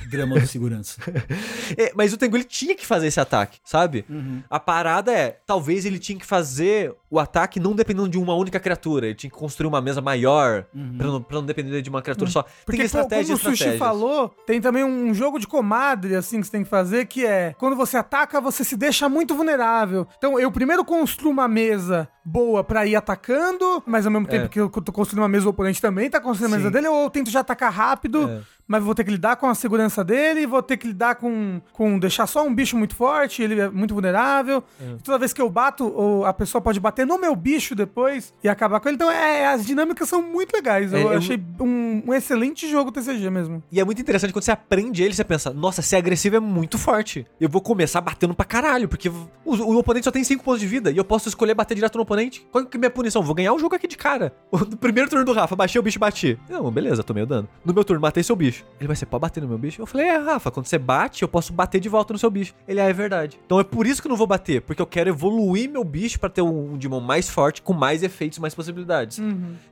Grama de segurança. É, mas o Tengu ele tinha que fazer esse ataque, sabe? Uhum. A parada é, talvez ele tinha que fazer o ataque não dependendo de uma única criatura. Ele tinha que construir uma mesa maior pra, não, pra não depender de uma criatura só. Uhum. Porque, Tem estratégia, pô, como o Sushi estratégia. falou, tem também um jogo de comadre, assim, que você tem que fazer, que é quando você ataca, você se deixa muito vulnerável. Então, eu primeiro construo uma mesa boa pra ir atacando, mas ao mesmo tempo que eu tô construindo uma mesa, o oponente também tá construindo a É. mesa Sim. É. dele, ou eu tento já atacar rápido, mas vou ter que lidar com a segurança dele, vou ter que lidar com, com deixar só um bicho muito forte, ele é muito vulnerável. É. E Toda vez que eu bato, ou a pessoa pode bater no meu bicho depois e acabar com ele. Então, é, as dinâmicas são muito legais. É, eu eu- achei um, um excelente jogo TCG mesmo. E é muito interessante quando você aprende ele, você pensa, nossa, ser agressivo é muito forte. Eu vou começar batendo pra caralho, porque o, o oponente só tem 5 pontos de vida e eu posso escolher bater direto no oponente. Qual que é a minha punição? Vou ganhar o jogo aqui de cara. (laughs) No primeiro turno do Rafa, baixei o bicho e bati. Não, beleza, tomei o dano. No meu turno, matei seu bicho. Ele vai ser pode bater no meu bicho? Eu falei, é, Rafa, quando você bate, eu posso bater de volta no seu bicho. Ele, ah, é verdade. Então é por isso que eu não vou bater, porque eu quero evoluir meu bicho pra ter um, um Digimon mais forte, com mais efeitos, mais possibilidades.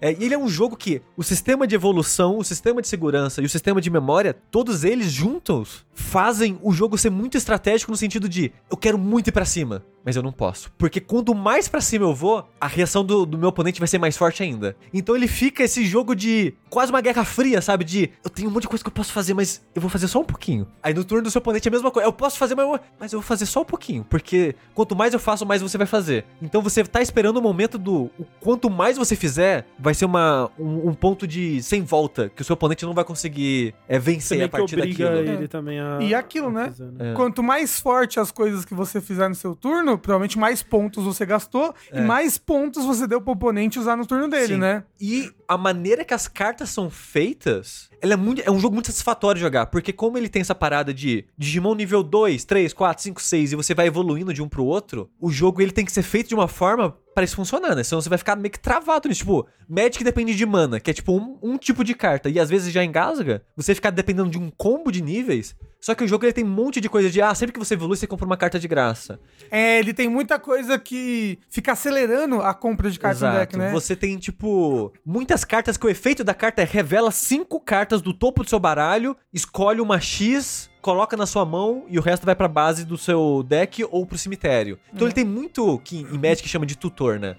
É, e ele é um jogo que o sistema de evolução, o sistema de segurança e o sistema de memória, todos eles juntos fazem o jogo ser muito estratégico no sentido de eu quero muito ir pra cima, mas eu não posso. Porque quanto mais pra cima eu vou, a reação do, do meu oponente vai ser mais forte ainda. Então ele fica esse jogo de quase uma guerra fria, sabe? De eu tenho um monte de coisa que eu posso fazer, mas eu vou fazer só um pouquinho. Aí no turno do seu oponente é a mesma coisa. Eu posso fazer, mas eu, mas eu vou fazer só um pouquinho. Porque quanto mais eu faço, mais você vai fazer. Então você tá esperando o momento do. o quanto mais você fizer, vai ser uma, um, um ponto de sem volta. Que o seu oponente não vai conseguir é, vencer Você a meio que partir obriga daquilo. né? ele também a... E aquilo, a né? fazer, Ah, É. Quanto mais forte as coisas que você fizer no seu turno, turno, provavelmente mais pontos você gastou e mais pontos você deu pro oponente usar no turno dele, É. Sim. né? E a maneira que as cartas são feitas, ela é, muito, é um jogo muito satisfatório de jogar, porque como ele tem essa parada de Digimon nível 2, 3, 4, 5, 6 e você vai evoluindo de um pro outro, o jogo ele tem que ser feito de uma forma para isso funcionar, né? Senão você vai ficar meio que travado nisso. Tipo, Magic depende de mana, que é tipo um, um tipo de carta, e às vezes já engasga, você ficar dependendo de um combo de níveis, só que o jogo ele tem um monte de coisa de, ah, sempre que você evolui você compra uma carta de graça. É, ele tem muita coisa que fica acelerando a compra de cartas Exato. no deck, né? Você tem, tipo, muitas cartas que o efeito da carta é revela cinco cartas do topo do seu baralho, escolhe uma X, coloca na sua mão e o resto vai pra base do seu deck ou pro cemitério. Então Uhum. ele tem muito que em Magic chama de tutor, né?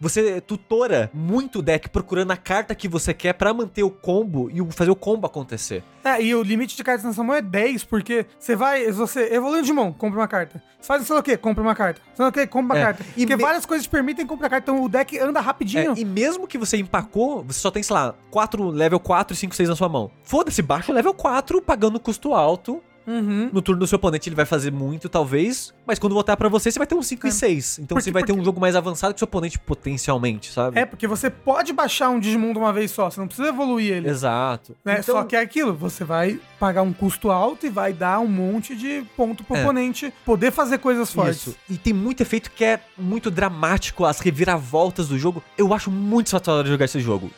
Você tutora muito o deck procurando a carta que você quer pra manter o combo e o- fazer o combo acontecer. É, e o limite de cartas na sua mão é 10, porque você vai, você evolui de mão, compra uma carta. Você faz não sei lá o quê, compra uma carta. Não sei lá o quê, compra uma É, carta. e porque me- várias coisas te permitem comprar carta, então o deck anda rapidinho. É, e mesmo que você empacou, você só tem, sei lá, 4, level 4 e 5, 6 na sua mão. Foda-se, baixa o level 4 pagando custo alto Uhum. No turno do seu oponente ele vai fazer muito, talvez, mas quando voltar pra você, você vai ter um 5 É. e 6. Então Porque- você vai ter um jogo mais avançado que o seu oponente potencialmente, sabe? É, porque você pode baixar um Digimon de uma vez só, você não precisa evoluir ele. Exato. Né? Então, Só que é aquilo, você vai pagar um custo alto e vai dar um monte de ponto pro É. oponente poder fazer coisas fortes. isso. E tem muito efeito que é muito dramático, as reviravoltas do jogo. Eu acho muito satisfatório jogar esse jogo.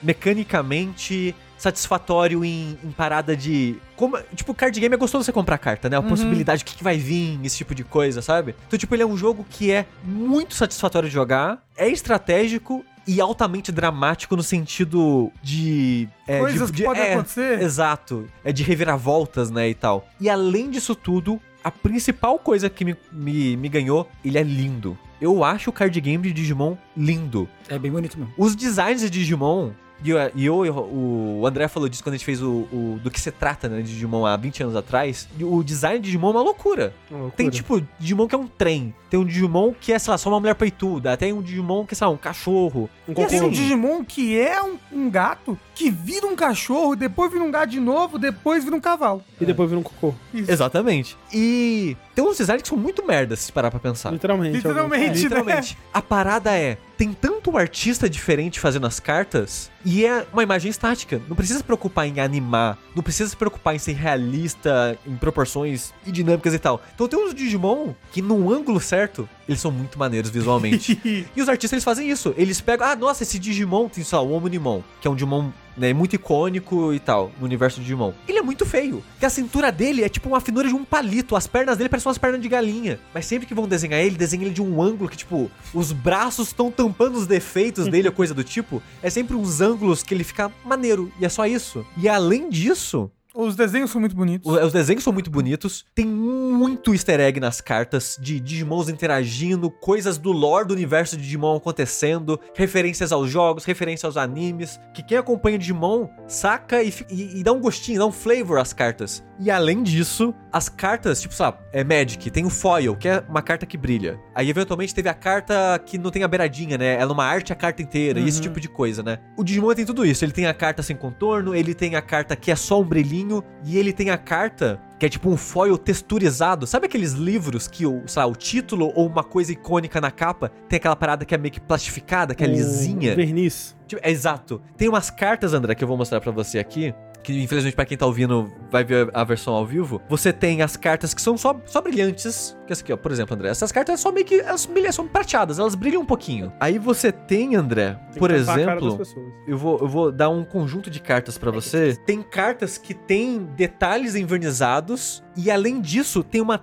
Mecanicamente, satisfatório em, em parada de. Como, tipo, card game é gostoso você comprar carta, Uhum. né? A possibilidade, o que, que vai vir, esse tipo de coisa, sabe? Então, tipo, ele é um jogo que é muito satisfatório de jogar, é estratégico. E altamente dramático no sentido de. é, de- Coisas que de- podem é, acontecer. Exato. É de reviravoltas, né, e tal. E além disso tudo, a principal coisa que me, me, me ganhou, ele é lindo. Eu acho o card game de Digimon lindo. É bem bonito mesmo. Os designs de Digimon, e eu, e eu- eu- o André falou disso quando a gente fez o, o- do que se trata, né, de Digimon há 20 anos atrás, e o design de Digimon é uma loucura. Tem tipo Digimon que é um trem, tem um Digimon que é, sei lá, só uma mulher peituda, tem um Digimon que é, sei lá, um cachorro. Um E assim, Sim. um Digimon que é um, um gato, que vira um cachorro, depois vira um gato de novo, depois vira um cavalo. E depois vira um cocô. Exatamente. E tem uns designs que são muito merdas, se parar pra pensar. Literalmente. Literalmente. alguém. né? É, Literalmente. (laughs) A parada é, tem tanto artista diferente fazendo as cartas e é uma imagem estática. Não precisa se preocupar em animar, não precisa se preocupar em ser realista, em proporções e dinâmicas e tal. Então tem uns Digimon que no ângulo certo, eles são muito maneiros visualmente. e os artistas eles fazem isso. Eles pegam, ah, nossa, esse Digimon tem só o Omnimon, que é um Digimon né, muito icônico e tal, no universo do Digimon. Ele é muito feio, que a cintura dele é tipo uma finura de um palito, as pernas dele parecem umas pernas de galinha. Mas sempre que vão desenhar ele, desenha ele de um ângulo que, tipo, os braços estão tampando os defeitos dele ou coisa do tipo. É sempre uns ângulos que ele fica maneiro, e é só isso. E além disso, (laughs) Os desenhos são muito bonitos. o- Os desenhos são muito bonitos. Tem muito easter egg nas cartas de Digimons interagindo, coisas do lore do universo de Digimon acontecendo, referências aos jogos, referência aos animes. Que quem acompanha o Digimon saca e, fi- e- e dá um gostinho, dá um flavor às cartas. E além disso, as cartas, tipo, sabe, é Magic, tem o Foil, que é uma carta que brilha. Aí eventualmente teve a carta que não tem a beiradinha, né? Ela é uma arte a carta inteira, e esse tipo de coisa, né? O Digimon tem tudo isso. Ele tem a carta sem contorno, ele tem a carta que é só um brilhinho, e ele tem a carta que é tipo um foil texturizado. Sabe aqueles livros que, o, sei lá, o título ou uma coisa icônica na capa tem aquela parada que é meio que plastificada, que é O lisinha? Um Verniz. Tipo, é exato. Tem umas cartas, André, que eu vou mostrar pra você aqui. Que infelizmente pra quem tá ouvindo vai ver a versão ao vivo. Você tem as cartas que são só, só brilhantes. Que é essa aqui, ó, por exemplo, André. Essas cartas são meio que. Elas brilham, são prateadas, elas brilham um pouquinho. Aí você tem, André, Tem que por tampar a cara das exemplo. pessoas. Eu vou, eu vou dar um conjunto de cartas pra você. Tem cartas que tem detalhes envernizados e além disso tem uma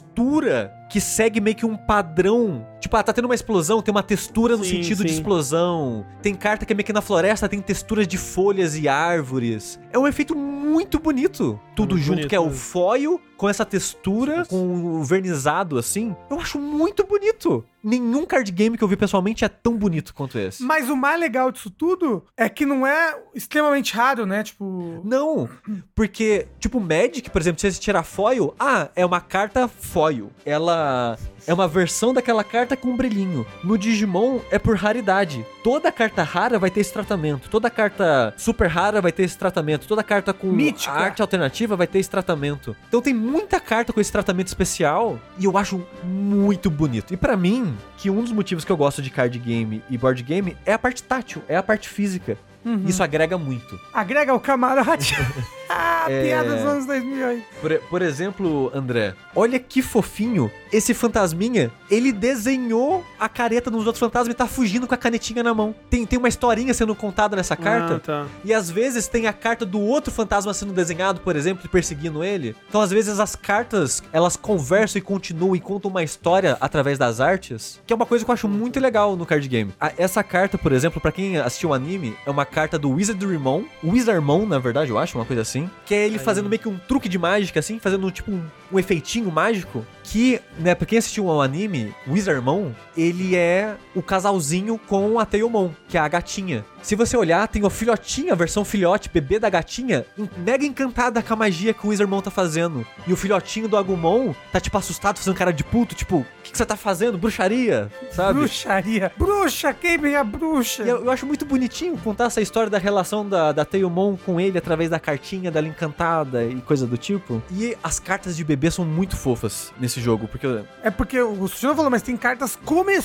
textura que segue meio que um padrão. Tipo, ah, tá tendo uma explosão, tem uma textura no Sim, sentido de sim. explosão. Tem carta que é meio que na floresta, tem texturas de folhas e árvores. É um efeito muito bonito. Tudo Muito junto, bonito que é o mesmo. foil com essa textura, Nossa. com o vernizado assim. Eu acho muito bonito. nenhum card game que eu vi pessoalmente é tão bonito quanto esse. Mas o mais legal disso tudo é que não é extremamente raro, né? Tipo. Não, porque, tipo, Magic, por exemplo, se você tirar foil, ah, é uma carta foil. Ela é uma versão daquela carta com um brilhinho. No Digimon é por raridade. Toda carta rara vai ter esse tratamento. Toda carta super rara vai ter esse tratamento. Toda carta com Mítica. arte alternativa vai ter esse tratamento. Então tem muita carta com esse tratamento especial e eu acho muito bonito. E pra mim, que um dos motivos que eu gosto de card game e board game é a parte tátil, é a parte física. Isso agrega muito. Agrega o (laughs) camarote. ah, É. piada dos anos 2008. Por, por exemplo, André, olha que fofinho esse fantasminha. Ele desenhou a careta nos outros fantasmas e tá fugindo com a canetinha na mão. Tem, tem uma historinha sendo contada nessa carta. Ah, tá. E às vezes tem a carta do outro fantasma sendo desenhado, por exemplo, e perseguindo ele. Então, às vezes, as cartas elas conversam e continuam e contam uma história através das artes, que é uma coisa que eu acho muito legal no card game. A- essa carta, por exemplo, pra quem assistiu o anime, é uma carta do Wizardrymon, Wizardmon, na verdade, eu acho, uma coisa assim, que é ele fazendo meio que um truque de mágica, assim, fazendo tipo um, um efeitinho mágico. Que, né, pra quem assistiu ao anime, Wizardmon, ele é o casalzinho com a Tailmon, que é a gatinha. Se você olhar, tem o filhotinho, a versão filhote, bebê da gatinha, em- mega encantada com a magia que o Wizardmon tá fazendo. E o filhotinho do Agumon tá, tipo, assustado, fazendo cara de puto, tipo, o que, que você tá fazendo? Bruxaria, sabe? Bruxaria. Bruxa, queimem a bruxa. E eu, eu acho muito bonitinho contar essa história da relação da, da Tailmon com ele através da cartinha dela encantada e coisa do tipo. E as cartas de bebê são muito fofas nesse jogo, porque. É porque o Sujano falou, mas tem cartas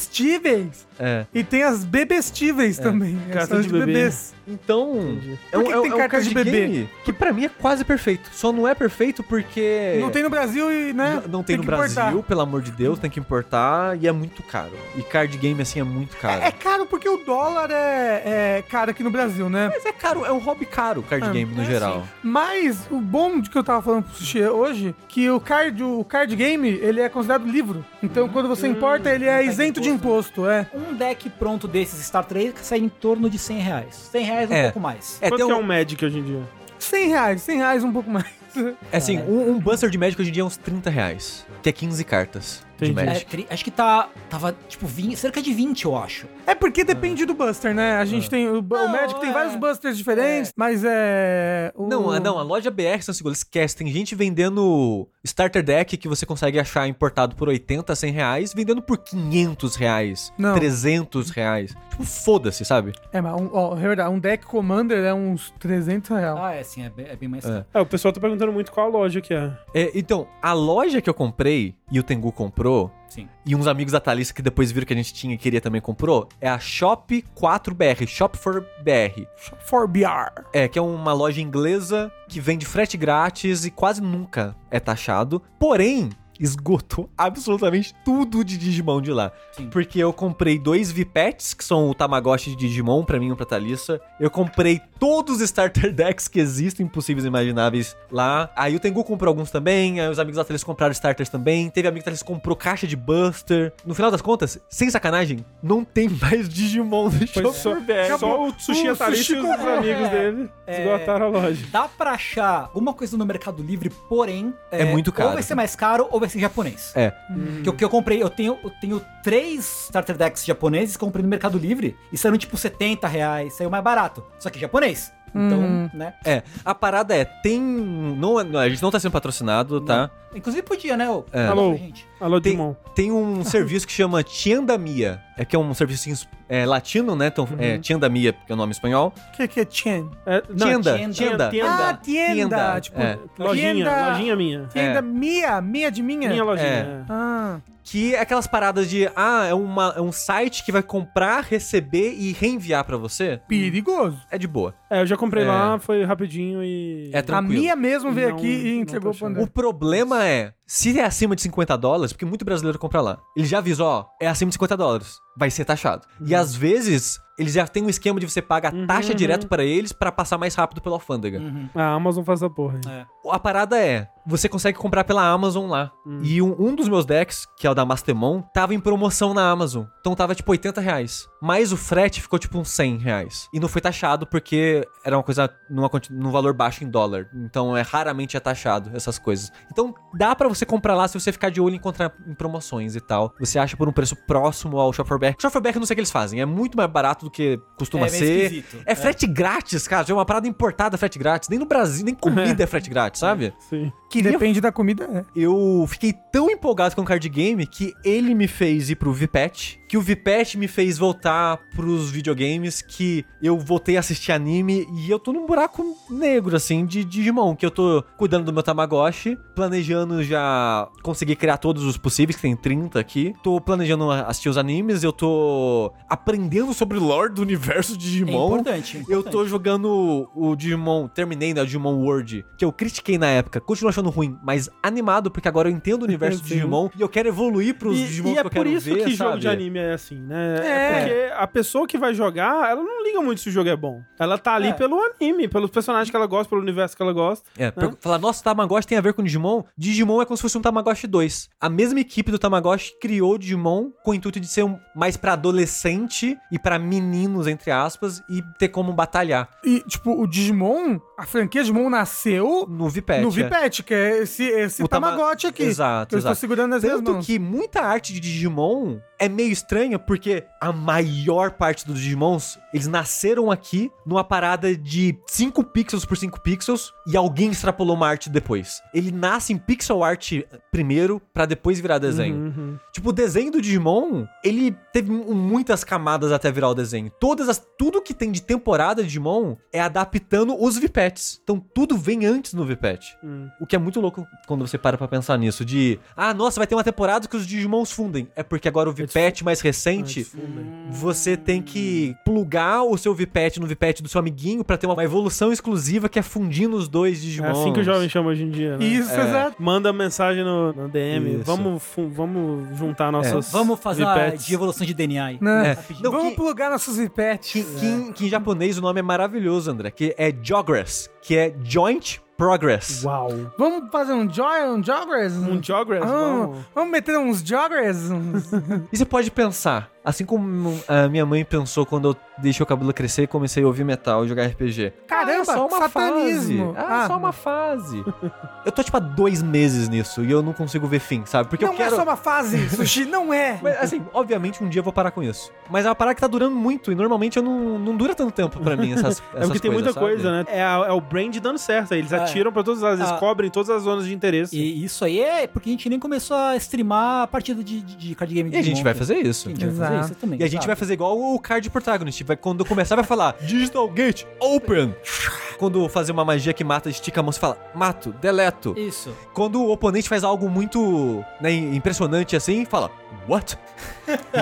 comestíveis. É. E tem as bebestíveis também. Cartas Essas de bebê. Então. Entendi. É um, Por que é um- tem é um cartas card de bebê? game que pra mim é quase perfeito. Só não é perfeito porque. Não tem no Brasil e, É. né? N- não tem, no que Brasil, importar. pelo amor de Deus, tem que importar e é muito caro. E card game assim é muito caro. É caro porque o dólar é, é caro aqui no Brasil, né? mas é caro, é um hobby caro card Ah, game no é geral. Mas o bom de que eu tava falando pro Sushi hoje, que o card, o card game, ele é considerado livro. Então, quando você importa, ele é tá isento de imposto, é. Um deck pronto desses Star Trek sai em torno de 100 reais. 100 reais um É. pouco mais. É, Quanto tem que é um- um Magic hoje em dia? 100 é. reais, 100 reais, um pouco mais. É assim, um, um Buster de Magic hoje em dia é uns 30 reais. Que é 15 cartas Entendi. de É, Magic. tri- acho que tá. Tava, tipo, 20, cerca de 20, eu acho. É porque depende do Buster, né? A gente tem. O, bu- o Não, Magic tem é. vários Busters diferentes, mas é. o- Não, a- não, a loja BR São Seguro, esquece. Tem gente vendendo starter deck que você consegue achar importado por 80, 100 reais, vendendo por 500 reais, Não. 300 reais. Tipo, foda-se, sabe? É, mas um, ó, é verdade, um deck Commander é uns 300 reais. Ah, é sim, é bem, é bem mais Então. É. caro. É, o pessoal tá perguntando muito qual a loja que é. É, então, a loja que eu comprei e o Tengu comprou, Sim. e uns amigos da Thalissa que depois viram que a gente tinha e queria também comprou, é a Shop 4BR, Shop 4BR. For BR. É, que é uma loja inglesa que vende frete grátis e quase nunca é taxado. Porém, esgotou (laughs) absolutamente tudo de Digimon de lá. Sim. Porque eu comprei dois Vipets, que são o Tamagotchi de Digimon, pra mim e um pra Thalissa. Eu comprei todos os starter (laughs) decks que existem, possíveis e imagináveis lá. Aí o Tengu comprou alguns também, aí os amigos da Thalissa compraram starters também. Teve amigo da Thalissa que comprou caixa de Buster. No final das contas, sem sacanagem, não tem (laughs) mais Digimon no Foi jogo. só, só o Sushi O Atarista e os Sushi comprou. amigos É. dele esgotaram a loja. Dá pra achar alguma coisa no Mercado Livre, porém. É muito caro. Ou vai ser mais caro ou vai ser japonês. É. Que o que eu comprei, eu tenho, eu tenho três starter decks japoneses que eu comprei no Mercado Livre e saíram tipo 70 reais, saiu mais barato. Só que japonês. Então, Hum. né? É, a parada é, tem. Não, é- não, a gente não tá sendo patrocinado, tá? Inclusive podia, né? ô? É. Alô. gente. Alô, Tem- Digimon. Tem um serviço que chama Tiendamia, é que é um serviço em es- é, latino, né? Então, é Tiendamia, que é o nome espanhol. O que, que é Chen? É, Tienda, Tienda. tienda. Tienda. Ah, tienda. Tienda, Tipo, é. Lojinha, tienda- lojinha minha. Tienda É. minha, minha de minha? Minha lojinha. É. É. Ah, Que é aquelas paradas de, ah, é, uma, é um site que vai comprar, receber e reenviar pra você. perigoso. É de boa. É, eu já comprei É. lá, foi rapidinho e. É A tranquilo. minha mesmo veio Não- aqui e não entregou tô pro achando. André. O problema é, se é acima de 50 dólares, porque muito brasileiro compra lá, ele já avisou, ó, é acima de 50 dólares. vai ser taxado. E às vezes, eles já têm um esquema de você pagar a taxa direto pra eles pra passar mais rápido pela alfândega. Uhum. A Amazon faz essa porra. hein? A parada é, você consegue comprar pela Amazon lá. Hum. E um, um dos meus decks, que é o da Mastermon, tava em promoção na Amazon. Então tava tipo 80 reais. Mas o frete ficou tipo uns 100 reais. E não foi taxado porque era uma coisa numa, quanti- num valor baixo em dólar. Então é raramente é taxado essas coisas. Então dá pra você comprar lá se você ficar de olho e encontrar em promoções e tal. Você acha por um preço próximo ao Shopperback. Shopperback eu não sei o que eles fazem. É muito mais barato do que costuma É meio ser. esquisito. É frete grátis, cara. É uma parada importada, frete grátis. Nem no Brasil, nem comida é frete grátis, sabe? Sim. Queria Depende da comida, é. eu fiquei tão empolgado com o card game que ele me fez ir pro VPET, que o VPET me fez voltar pros videogames, que eu voltei a assistir anime e eu tô num buraco negro, assim, de Digimon, que eu tô cuidando do meu Tamagotchi, planejando já conseguir criar todos os possíveis, que tem 30 aqui. Tô planejando assistir os animes, eu tô aprendendo sobre lore do universo de É Digimon. importante, importante. Eu tô jogando o o Digimon, terminei né, o Digimon World, que eu critiquei na época, continuo achando ruim, mas animado, porque agora eu entendo o universo (laughs) do Sim. Digimon e eu quero evoluir pros E, Digimon e que é eu por quero isso ver, que jogo sabe? de anime é assim, né? É. É. porque a pessoa que vai jogar, ela não liga muito se o jogo é bom. Ela tá ali É. pelo anime, pelos personagens que ela gosta, pelo universo que ela gosta. É, pra falar, nossa, o Tamagotchi tem a ver com o Digimon. Digimon é como se fosse um Tamagotchi 2. A mesma equipe do Tamagotchi criou o Digimon com o intuito de ser um- mais pra adolescente e pra meninos, entre aspas, e ter como batalhar E, tipo, o Digimon, a franquia Digimon nasceu no Vipet. no é. Vipet, que é esse, esse O tama- Tamagotchi aqui. Exato, Que eu estou exato. segurando nas minhas Tanto mãos. que muita arte de Digimon é meio estranha, porque a maior parte dos Digimons, eles nasceram aqui numa parada de 5 pixels por 5 pixels e alguém extrapolou uma arte depois. Ele nasce em pixel art primeiro, pra depois virar desenho. Uhum. Tipo, o desenho do Digimon, ele teve mu- muitas camadas até virar o desenho. Todas as, tudo que tem de temporada de Digimon é adaptando os Vipets. Então tudo vem antes no Vipet. Hum. O que é muito louco quando você para pra pensar nisso, de... Ah, nossa, vai ter uma temporada que os Digimons fundem. É porque agora o Vipet mais recente... Hum. Você tem que plugar o seu Vipet no Vipet do seu amiguinho pra ter uma evolução exclusiva que é fundindo os dois É Digimons. assim que o jovem chama hoje em dia, né? Isso, É. exato. Manda mensagem no, no DM. Isso. Vamos, fu- vamos juntar nossas. É. Vamos fazer uma pipetes. de evolução de DNA aí. Né? É. Não, Vamos que- plugar nossos Vipet. Que, que em, que em japonês o nome é maravilhoso, André, que é Jogress, que é Joint Progress. Uau. Vamos fazer um, joy, um joggers? Um Jogress, Ah, vamos. É vamos meter (laughs) uns joggers? Uns... E você pode pensar, assim como a minha mãe pensou quando eu deixei o cabelo crescer e comecei a ouvir metal e jogar RPG. Caramba, é só uma satanismo. Fase. Ah, é Ah. só uma fase. eu tô, tipo, há dois meses nisso e eu não consigo ver fim, sabe? Porque Não eu quero... é só (laughs) uma fase, Sushi, não é. Mas, assim, obviamente um dia eu vou parar com isso. Mas é uma parada que tá durando muito e normalmente eu não, não dura tanto tempo pra mim essas, essas (laughs) É porque tem muita coisa, né? É, a- é o brand dando certo. aí Eles É. atiram pra todas as. Eles Ah. cobrem todas as zonas de interesse. E isso aí é porque a gente nem começou a streamar a partida de, de, de card game E a gente vai fazer isso. A gente vai fazer Exato. isso também. tá. E a gente vai fazer igual o card protagonist. Vai, quando começar, vai falar (laughs) Digital Gate Open. Quando fazer uma magia que mata, estica a mão, você fala mato, deleto. Isso. Quando o oponente faz algo muito né, impressionante assim, fala what?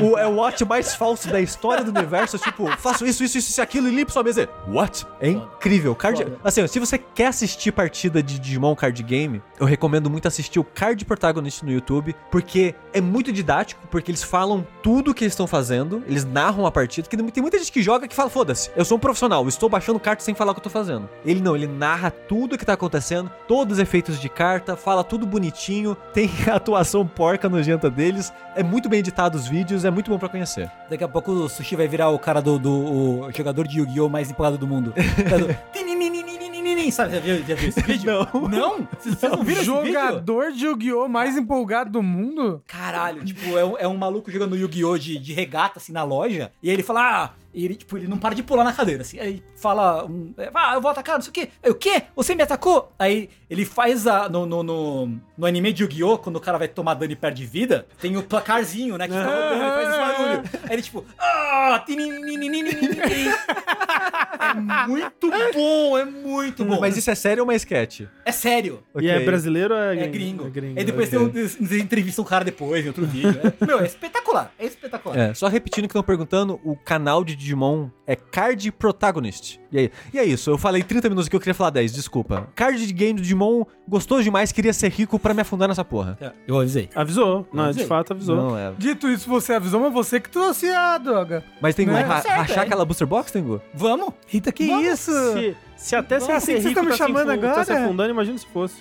o, é o what mais falso da história do universo. Tipo, faço isso, isso, isso, isso, aquilo e limpo sua mesa. What? É incrível. Card, Foda. assim, ó, se você quer assistir partida de Digimon Card Game, eu recomendo muito assistir o Card Protagonist no YouTube, porque é muito didático, porque eles falam tudo o que eles estão fazendo, eles narram a partida, que tem muita gente que joga que fala, foda-se, eu sou um profissional, eu estou baixando cartas sem falar o que eu tô fazendo. Ele não, ele narra tudo o que tá acontecendo, todos os efeitos de carta, fala tudo bonitinho, (laughs) tem a atuação porca nojenta deles, é muito bem editado os vídeos, é muito bom pra conhecer. Daqui a pouco o Sushi vai virar o cara do, do o jogador de Yu-Gi-Oh! mais empolgado do (laughs) mundo. Tá do- Tininininininininin, Sabe, já viu, já viu esse vídeo? Não. Não? Vocês vocês não viram esse vídeo? Jogador de Yu-Gi-Oh! mais empolgado do mundo? Caralho, tipo, é um, é um maluco jogando Yu-Gi-Oh! De, de regata, assim, na loja. E ele fala, ah... E ele, tipo, ele não para de pular na cadeira, assim. Aí fala, um, é, ah, eu vou atacar, não sei o quê. Aí, o quê? Você me atacou? Aí ele faz a... No, no, no, no anime de Yu-Gi-Oh! Quando o cara vai tomar dano e perde vida, tem o placarzinho, né? Que fica rodando, ele faz esse barulho. Aí ele, tipo... Ah! tininininininininin." É muito bom, é muito bom. Mas isso é sério ou uma sketch? é sério. E é Ok. brasileiro ou é É gringo? gringo. Aí depois ok. tem um, eles entrevistam um cara depois em outro vídeo. É- meu, é né? espetacular. É espetacular. É, só repetindo que estão perguntando, o canal de Digimon é Card Protagonist. E é, e é isso, eu falei 30 minutos aqui, eu queria falar 10, desculpa. Card de game do Digimon, gostoso demais, queria ser rico pra me afundar nessa porra. Eu avisei. Avisou. Não, de Avisei. fato avisou. Não é. Dito isso, você avisou, mas você que trouxe a droga. Mas tem que Não, ra- certo, rachar é. aquela booster box, Tengu? Vamos? Rita, que isso? Se, se até se é você assim que vocês rico tão me tá se chamando infu- tá se agora? afundando, imagina se fosse.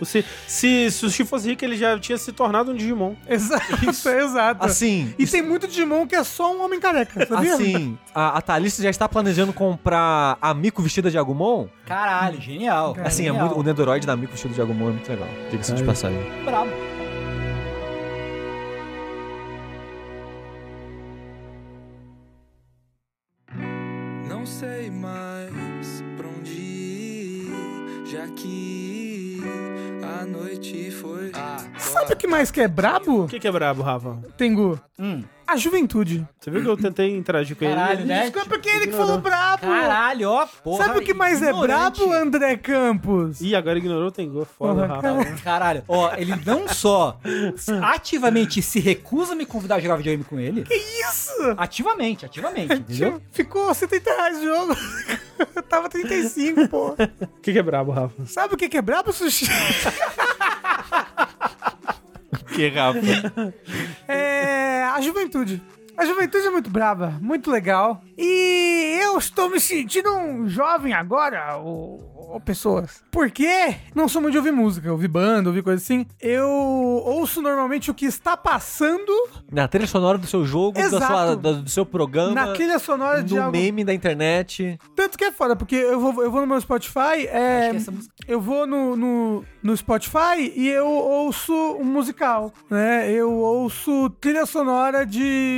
Ou Se, se, se o Sushi fosse rico, ele já tinha se tornado um Digimon. Exato, exato. Assim. e tem muito Digimon que é só um homem careca, Tá sabia? Assim, a, a Thalissa já está planejando comprar a Mico vestida de Agumon. Caralho, genial. assim, é Genial. muito, o Nedoroid da Mico vestida de Agumon é muito legal. Diga-se de Ai. passagem. brabo. Não sei mais pra onde ir, já que a noite foi. Sabe o que mais que é brabo, O que, que é brabo, Rafa? Tengu? Hum. A juventude. Você viu que eu tentei interagir com Caralho, ele? né? Desculpa é que ele que falou brabo. Caralho, ó. Porra, Sabe o que mais ignorante. é brabo, André Campos? Ih, agora ignorou o Tengu. Foda, Porra, Rafa. Caralho, ó, ele não só ativamente se recusa a me convidar a jogar videogame com ele. Que isso? Ativamente, ativamente, tipo entendeu? Ficou 70 reais o jogo. (laughs) Tava 35, pô. O que, que é brabo, Rafa? Sabe o que que é brabo, Sushi? (laughs) Que rápido. É. A juventude. A juventude é muito braba, muito legal. E eu estou me sentindo um jovem agora, ou, pessoas. Porque não sou muito de ouvir música, ouvir banda, ouvir coisa assim. Eu ouço normalmente o que está passando Na trilha sonora do seu jogo, da Exato. sua- da- do seu programa. na trilha sonora de do algo. meme da internet. Tanto que é foda, porque eu vou, eu vou no meu Spotify, é, que essa música- eu vou no, no, no Spotify e eu ouço um musical, né? Eu ouço trilha sonora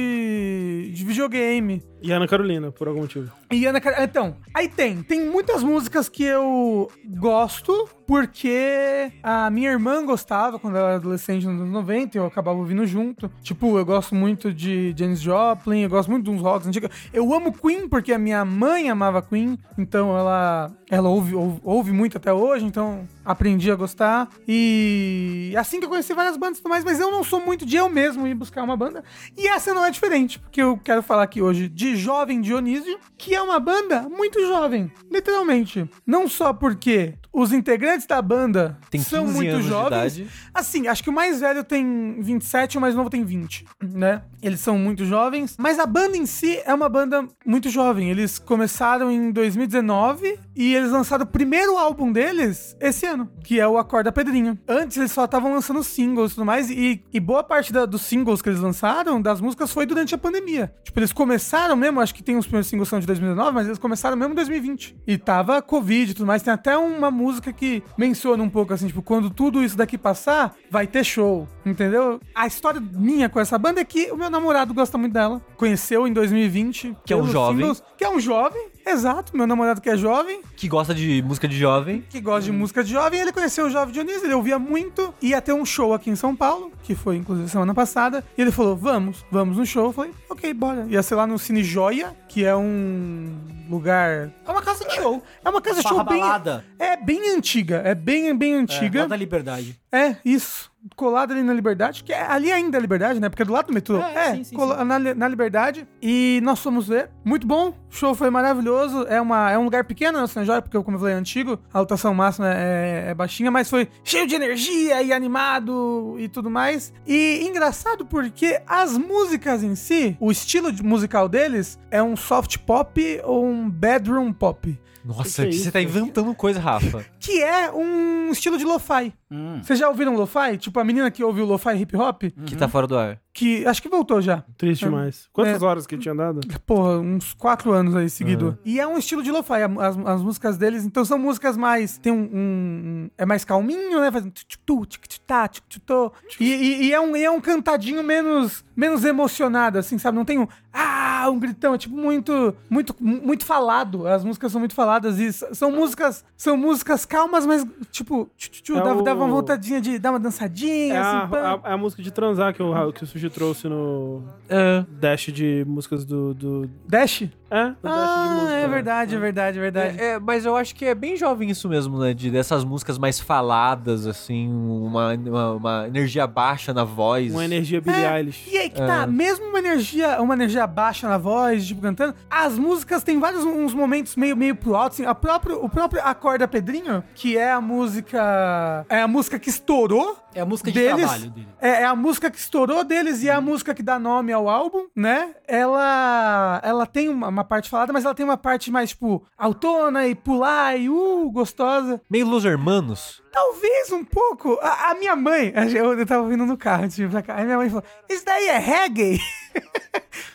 de, de videogame. E Ana Carolina, por algum motivo. E Ana Car- Então, aí tem. Tem muitas músicas que eu gosto, porque a minha irmã gostava quando ela era adolescente nos anos 90, eu acabava ouvindo junto. Tipo, eu gosto muito de Janis Joplin, eu gosto muito de uns rocks antigos. Eu amo Queen, porque a minha mãe amava Queen, então ela, ela ouve, ouve, ouve muito até hoje, então aprendi a gostar. E assim que eu conheci várias bandas e tudo mais, mas eu não sou muito de eu mesmo ir buscar uma banda. E essa não é diferente, porque eu quero falar aqui hoje de Jovem Dionísio, que é uma banda muito jovem, literalmente. Não só porque os integrantes da banda Tem são 15 muito anos de jovens. idade. Assim, acho que o mais velho tem 27 e o mais novo tem 20, né? Eles são muito jovens, mas a banda em si é uma banda muito jovem. Eles começaram em 2019 e eles lançaram o primeiro álbum deles esse ano, que é o Acorda Pedrinho. Antes eles só estavam lançando singles e tudo mais, e, e boa parte da- dos singles que eles lançaram, das músicas, foi durante a pandemia. Tipo, eles começaram mesmo, acho que tem os primeiros singles são de 2019, mas eles começaram mesmo em 2020. E tava Covid e tudo mais. Tem até uma música que menciona um pouco assim, tipo, quando tudo isso daqui passar, vai ter show, entendeu? A história minha com essa banda é que o meu namorado gosta muito dela. Conheceu em 2020. Que é um pelos jovem. que é um jovem, exato. Meu namorado que é jovem, Que gosta de música de jovem. que gosta de música de jovem. Ele conheceu o Jovem Dionísio, ele ouvia muito. Ia ter um show aqui em São Paulo, que foi inclusive semana passada. E ele falou: Vamos, vamos no show. Eu falei: Ok, bora. Ia ser lá no Cine Joia, que é um lugar. É uma casa de show. É uma casa de Barra show bem. balada. É bem antiga, é bem, bem É, lá antiga. da liberdade. É, isso. Colado ali na Liberdade, que é ali ainda é Liberdade, né? Porque é do lado do metrô. É, É, sim, sim, cola- sim. Na, Li- na Liberdade. E nós fomos ver. Muito bom. O show foi maravilhoso. É, uma, é um lugar pequeno, né? São Jorge, porque, como eu falei, é antigo. A lotação máxima é, é baixinha, mas foi cheio de energia e animado e tudo mais. E engraçado porque as músicas em si, o estilo de- musical deles é um soft pop ou um bedroom pop. Nossa, Que que é você tá isso? inventando coisa, (laughs) Rafa. Que é um estilo de lo-fi. Hum. Vocês já ouviram lo-fi? Tipo, a menina que ouviu lo-fi hip hop, Que tá fora do ar. que acho que voltou já. Triste demais. Quantas horas que tinha dado? Porra, uns quatro anos aí seguido. E é um estilo de lo-fi, a- as, as músicas deles. Então são músicas mais. Tem um. um- é mais calminho, né? Faz um tic-tic-tu, tic-tic-tá, tic-tic-tô. E, e- e é um, e é um cantadinho menos, menos emocionado, assim, sabe? Não tem um. Ah, um gritão. É tipo muito. Muito, muito falado. As músicas são muito faladas. E s- são músicas. São músicas calmas, mas tipo. Tchu, É dá, o- dá uma voltadinha de. Dá uma dançadinha, É a, assim, pã. a- a música de transar que o, Ra- que o Sushi trouxe no É. Dash de músicas do, do Dash? É, do Dash de Ah, música, é né? verdade, é verdade, é verdade. É, é, mas eu acho que é bem jovem isso mesmo, né? De, dessas músicas mais faladas, assim, uma, uma, uma energia baixa na voz. Uma energia Billie É, Eilish. E aí que tá, mesmo uma energia, uma energia baixa na voz, tipo, cantando, as músicas têm vários uns momentos meio, meio pro alto, assim, a próprio, o próprio Acorda Pedrinho, que é a música, é a música que estourou É a música de deles, trabalho dele. É, é a música que estourou deles e é a música que dá nome ao álbum, né? Ela ela tem uma, uma parte falada, mas ela tem uma parte mais, tipo, autona e pular e uh, gostosa. Meio Los Hermanos. Talvez um pouco. A, a minha mãe, a gente- eu, eu tava vindo no carro, tipo, pra cá. Aí minha mãe falou: Isso daí é reggae? (laughs)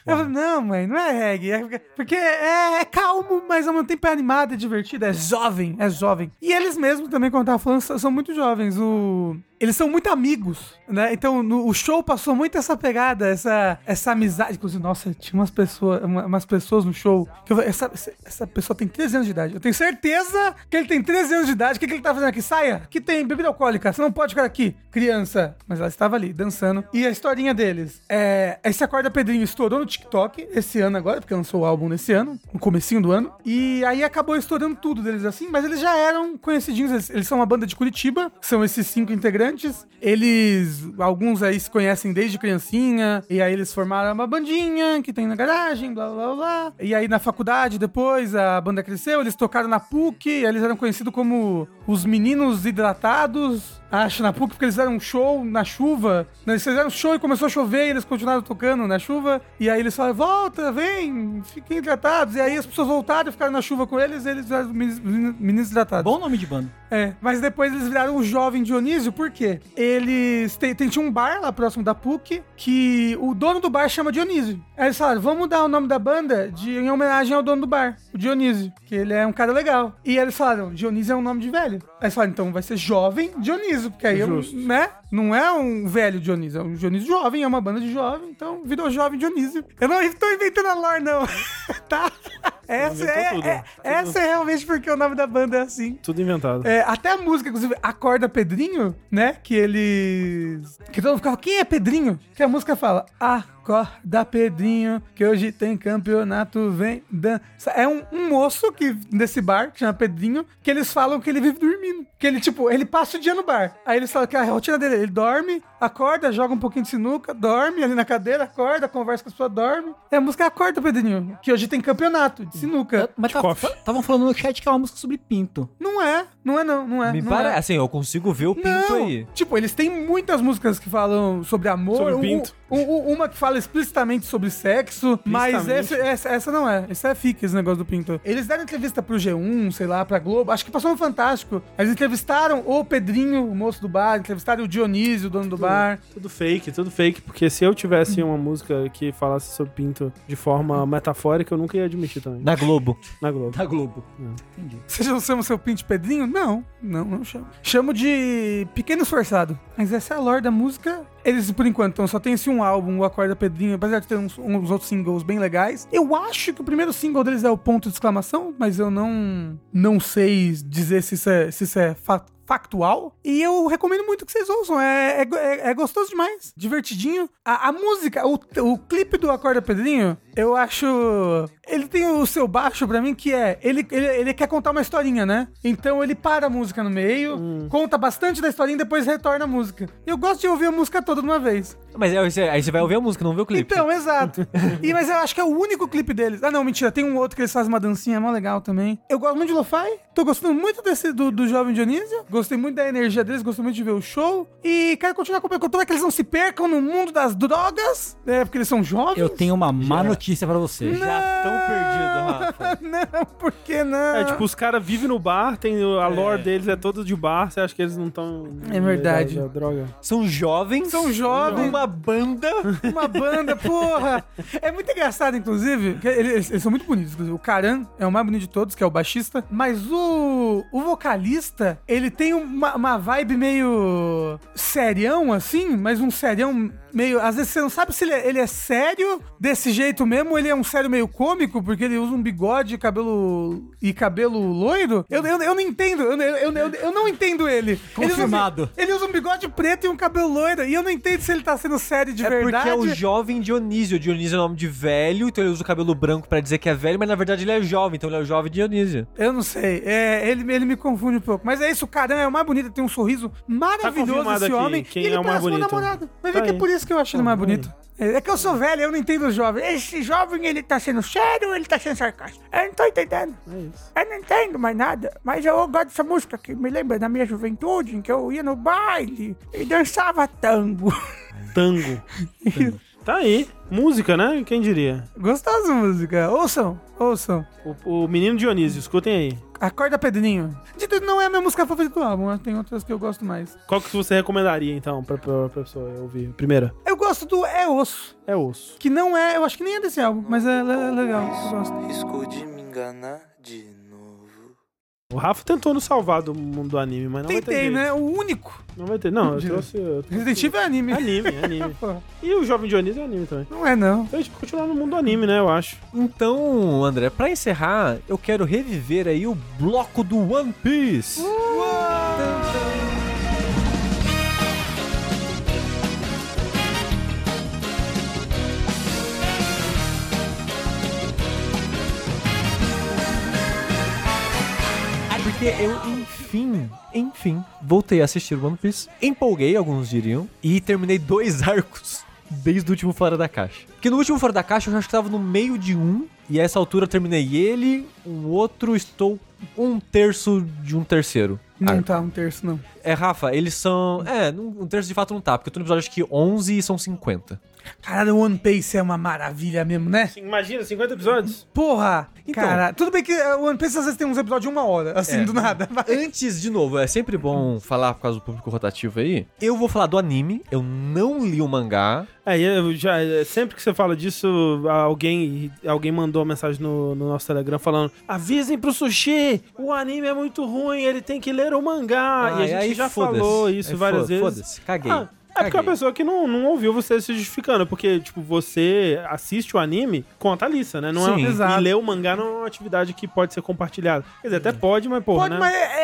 Eu falei, não, mãe, não é reggae. É porque- porque é, é calmo, mas ao mesmo tempo é animado, é divertido, é jovem, é jovem. E eles mesmos também, quando eu tava falando, são são muito jovens. O... Eles são muito amigos, né? Então no- o show passou muito essa pegada, essa, essa amizade. Inclusive, nossa, tinha umas pessoas, uma- umas pessoas no show. Que eu falei, essa, essa- essa pessoa tem 13 anos de idade. Eu tenho certeza que ele tem 13 anos de idade. O que, que ele tá fazendo aqui? Saia! Que tem bebida alcoólica, você não pode ficar aqui. Criança. Mas ela estava ali, dançando. E a historinha deles. É, esse Acorda Pedrinho estourou no TikTok esse ano agora, porque lançou o álbum nesse ano, no comecinho do ano. E aí acabou estourando tudo deles assim, mas eles já eram conhecidinhos. Eles, eles são uma banda de Curitiba, são esses cinco integrantes. Eles, alguns aí se conhecem desde criancinha, e aí eles formaram uma bandinha que tem na garagem, blá blá blá. blá. E aí na faculdade depois a banda cresceu, eles tocaram na PUC, e eles eram conhecidos como os meninos hidratados. Acho na PUC porque eles fizeram um show na chuva. né? Eles fizeram um show e começou a chover e eles continuaram tocando na chuva. E aí eles falaram: volta, vem, fiquem hidratados. E aí as pessoas voltaram e ficaram na chuva com eles e eles viraram os meninos- meninos hidratados. Bom nome de banda. É, mas depois eles viraram o Jovem Dionísio, por quê? Eles têm, tem- tinha um bar lá próximo da PUC que o dono do bar chama Dionísio. Aí eles falaram, vamos dar o nome da banda de, em homenagem ao dono do bar, o Dionísio, que ele é um cara legal. E eles falaram, Dionísio é um nome de velho. Aí eles falaram, então vai ser Jovem Dionísio, porque aí eu, Justo. né? Não é um velho Dionísio, é um Dionísio jovem, é uma banda de jovem, então virou Jovem Dionísio. Eu não estou inventando a lore, não, (laughs) tá? Essa Inventou é, tudo. é- essa é realmente porque o nome da banda é assim. Tudo inventado. É, até a música, inclusive, Acorda Pedrinho, né? Que eles. Que todo mundo ficava, quem é Pedrinho? Que a música fala, Acorda Pedrinho, que hoje tem campeonato, vem dança. É um, um moço que, desse bar, que chama Pedrinho, que eles falam que ele vive dormindo. Que ele, tipo, ele passa o dia no bar. Aí eles falam que a rotina dele, é ele dorme, acorda, joga um pouquinho de sinuca, dorme ali na cadeira, acorda, conversa com a pessoa, dorme. É a música Acorda Pedrinho, que hoje tem campeonato de É, sinuca. Mas tá- Coffee. estavam falando no chat que é uma música sobre pinto. Não é, não é não, não é. Me Uhum. não parece. é. Assim, eu consigo ver o pinto Não, aí. Tipo, eles têm muitas músicas que falam sobre amor. Sobre um- pinto. um- um- uma que fala explicitamente sobre sexo, mas Explicitamente. esse- essa, essa não é. Esse é fique, esse negócio do pinto. Eles deram entrevista pro G1, sei lá, pra Globo. Acho que passou um fantástico. Eles entrevistaram o Pedrinho, o moço do bar, entrevistaram o Dionísio, o dono do bar. Tudo fake, tudo fake, porque se eu tivesse uma música que falasse sobre pinto de forma metafórica, eu nunca ia admitir também. Na (laughs) Globo. Na Globo. Da Globo. Vocês não chamam seu pinto de Pedrinho? Não, não, não chamo. Chamo de Pequeno Esforçado. Mas essa é a lore da música. Eles, por enquanto, então, só tem esse um álbum, o Acorda Pedrinho, apesar de ter uns, uns outros singles bem legais. Eu acho que o primeiro single deles é o Ponto de Exclamação, mas eu não, não sei dizer se isso é, se isso é fa- factual. E eu recomendo muito que vocês ouçam. É, é, go- é- é gostoso demais, divertidinho. A, a música, o, o clipe do Acorda Pedrinho, eu acho. Ele tem o seu baixo pra mim que é. Ele, ele, ele quer contar uma historinha, né? Então ele para a música no meio, conta bastante da historinha e depois retorna a música. Eu gosto de ouvir a música toda de uma vez. Mas aí você, aí você vai ouvir a música, não vê o clipe. Então, exato. e, mas eu acho que é o único clipe deles. Ah, não, mentira. Tem um outro que eles fazem uma dancinha mó legal também. Eu gosto muito de lo-fi. Tô gostando muito desse do, do Jovem Dionísio. Gostei muito da energia deles. Gostei muito de ver o show. E quero continuar acompanhando. Tomara é que eles não se percam no mundo das drogas. É, porque eles são jovens. (laughs) Eu tenho uma má notícia pra você. Já tão perdido, Rafa. né? não, por que não? É, tipo, os caras vivem no bar, tem o- a lore deles é toda de bar, você acha que eles não estão. É verdade. droga. São jovens. São jovens. Uma banda. Uma banda, porra! É muito engraçado, inclusive. que Eles, eles são muito bonitos. inclusive. O Karan é o mais bonito de todos, que é o baixista. Mas o, o vocalista, ele tem uma, uma vibe meio serião, assim, mas um serião meio. Às vezes você não sabe se ele é, ele é sério desse jeito mesmo, ou ele é um sério meio cômico, porque ele usa um bigode e cabelo. e cabelo loiro. Eu, eu, eu não entendo, eu, eu, eu, eu não entendo ele. Ele usa um bi- Confirmado. ele usa um bigode preto e um cabelo loiro. E eu não entendo se ele tá sendo sendo série de é porque verdade. é o jovem Dionísio. Dionísio é o nome de velho, então ele usa o cabelo branco pra dizer que é velho, mas na verdade ele é jovem, então ele é o jovem Dionísio. Eu não sei. É, ele, ele me confunde um pouco. Mas é isso, o Caran é o mais bonito, tem um sorriso maravilhoso confirmado esse aqui homem. quem e ele é o mais parece meu bonito. namorado. Vai Tá ver que é aí. por isso que eu acho ele mais bonito. É é que eu sou velho, eu não entendo o jovem. Esse jovem, ele tá sendo sério ou ele tá sendo sarcástico? Eu não tô entendendo. É isso. Eu não entendo mais nada, mas eu gosto dessa música que me lembra da minha juventude, em que eu ia no baile e dançava tango. (laughs) Tango. tá aí. Música, né? Quem diria? Gostosa música. Ouçam, ouçam. O, o Menino Dionísio, escutem aí. Acorda, Pedrinho. De tudo, não é a minha música favorita do álbum, mas tem outras que eu gosto mais. Qual que você recomendaria, então, pra, pra pra pessoa ouvir? Primeira, Eu gosto do É Osso, é osso. que não é, eu acho que nem é desse álbum, mas é, le- legal, eu gosto. Risco de me enganar de novo. O Rafa tentou nos salvar do mundo do anime, mas não vai ter Tentei, jeito. né? O único. Não vai ter. (laughs) Não, eu trouxe... eu trouxe- Resident Evil é anime. Anime, anime. Pô, E o Jovem Dionísio é anime também. Não é, não. Então a gente continuar no mundo do anime, né? Eu acho. Então, André, pra encerrar, eu quero reviver aí o bloco do One Piece. Porque eu, enfim, enfim, voltei a assistir One Piece. Empolguei, alguns diriam, e terminei dois (laughs) arcos desde o último Fora da Caixa. Porque no último Fora da Caixa eu já estava no meio de um, e a essa altura eu terminei ele, um outro, estou um terço de um terceiro. Não arco. tá um terço, não. É, Rafa, eles são. É, um um terço de fato não tá, porque eu tô no episódio acho que 11 e são 50. Caralho, One Piece é uma maravilha mesmo, né? Imagina, 50 episódios? Porra! Então. cara, tudo bem que é, One Piece às vezes tem uns episódios de uma hora, assim, É. do nada. mas- Antes, de novo, é sempre bom falar por causa do público rotativo aí. Eu vou falar do anime, eu não li o mangá. É, e eu já, é, sempre que você fala disso, alguém, alguém mandou uma mensagem no, no nosso Telegram falando: avisem pro sushi, o anime é muito ruim, ele tem que ler o mangá. Ah, e a Ai, gente aí já foda-se. falou isso Aí várias foda- vezes. Foda-se, caguei. Ah, é porque é Caguei. uma pessoa que não, não ouviu você se justificando, porque, tipo, você assiste o anime, conta a lista, né? Não Sim. é, Exato. E ler o mangá não é uma atividade que pode ser compartilhada. Quer dizer, até pode, mas, porra, Pode, né? mas é,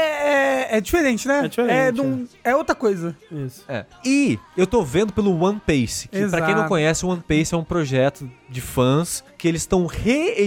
é- é diferente, né? É diferente, É, num- é outra coisa. Isso. É. E eu tô vendo pelo One Piece, que pra quem não Exato. conhece, o One Piece é um projeto de fãs que eles estão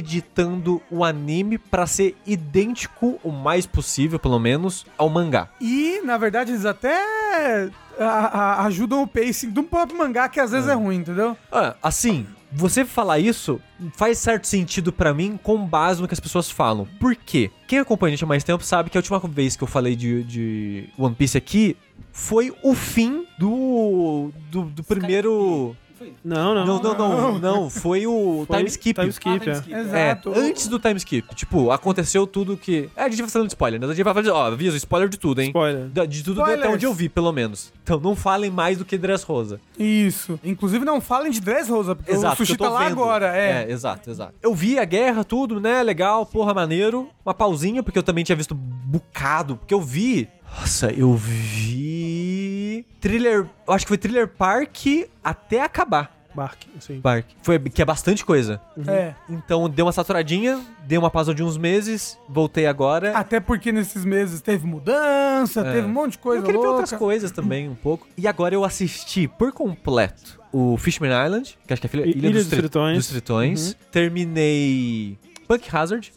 reeditando o anime pra ser idêntico o mais possível, pelo menos, ao mangá. E, na verdade, eles até a- a- ajudam o pacing do próprio mangá, que às vezes é, ruim, entendeu? Ah, assim, você falar isso faz certo sentido pra mim com base no que as pessoas falam. Por quê? Quem acompanha a gente há mais tempo sabe que a última vez que eu falei de, de One Piece aqui foi o fim do, do, do primeiro. Não, não. Não, não, não, não. Foi o Foi time skip. Time skip, é. É, Exato. antes do time skip. Tipo, aconteceu tudo que. É, a gente vai falando de spoiler, né? A gente vai falando, ó, avisa, spoiler de tudo, hein? Spoiler. Da- De tudo Spoilers. até onde eu vi, pelo menos. Então não falem mais do que Dress Rosa. Isso. Inclusive, não falem de Dressrosa, porque o que sushi eu tô tá lá vendo. agora. É. exato, exato. Eu vi a guerra, tudo, né? Legal, porra, maneiro. Uma pausinha, porque eu também tinha visto bocado. Porque eu vi. Nossa, eu vi. Thriller. Eu acho que foi Thriller Park até acabar. Bark, assim. Park. Foi, que é bastante coisa. É. Então deu uma saturadinha, dei uma pausa de uns meses, voltei agora. Até porque nesses meses teve mudança, É. teve um monte de coisa eu queria ver louca. outras coisas também, um pouco. E agora eu assisti por completo o Fishman Island, que acho que é a filha- I- Ilha, dos, Tri- Tritões. dos Tritões. Terminei Punk Hazard.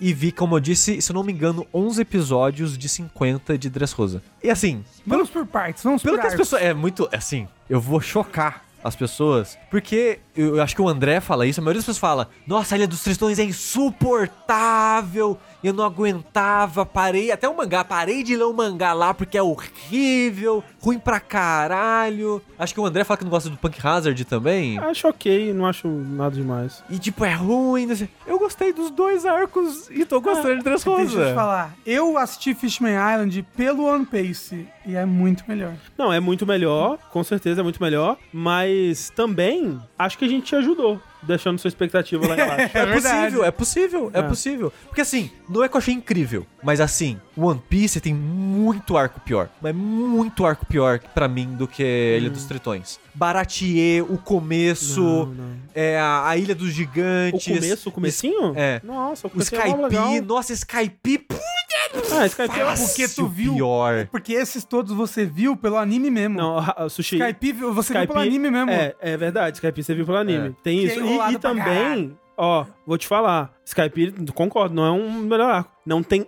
E vi, como eu disse, se eu não me engano, 11 episódios de 50 de Dressrosa. E assim, Vamos por partes, vamos pelo por que as arcos. pessoas. É muito. é Assim, eu vou chocar as pessoas. Porque eu, eu acho que o André fala isso, a maioria das pessoas fala: Nossa, a Ilha dos Tristões é insuportável. Eu não aguentava, parei. Até o mangá, parei de ler o mangá lá porque é horrível, ruim pra caralho. Acho que o André fala que não gosta do Punk Hazard também. Acho ok, não acho nada demais. E tipo, é ruim. não sei. Eu gostei dos dois arcos e tô gostando de é. Deixa eu te Dressrosa. falar. Eu assisti Fishman Island pelo One Piece e é muito melhor. Não, é muito melhor, com certeza é muito melhor, mas também acho que a gente te ajudou, deixando sua expectativa lá embaixo. (laughs) É verdade. possível, é possível, é. É. possível. Porque assim, não é que eu achei incrível, mas assim, One Piece tem muito arco pior. Mas muito arco pior pra mim do que a Ilha dos Tritões. Baratie, o começo, Hum. Não, não. é, a, a Ilha dos O Gigantes. começo, o comecinho? É. Nossa, o O comecinho é mó Skype, legal. nossa, Skype. puta, Ah, Skype. porque tu viu. Pior. Porque esses todos você viu pelo anime mesmo. Não, a- a- sushi. Skype, você viu Skype- pelo anime mesmo. É, é verdade, Skype você viu pelo anime. Tem Que isso. é E- E, enrolado pra também, caralho. ó, vou te falar, Skype, concordo, não é um melhor arco. Não tem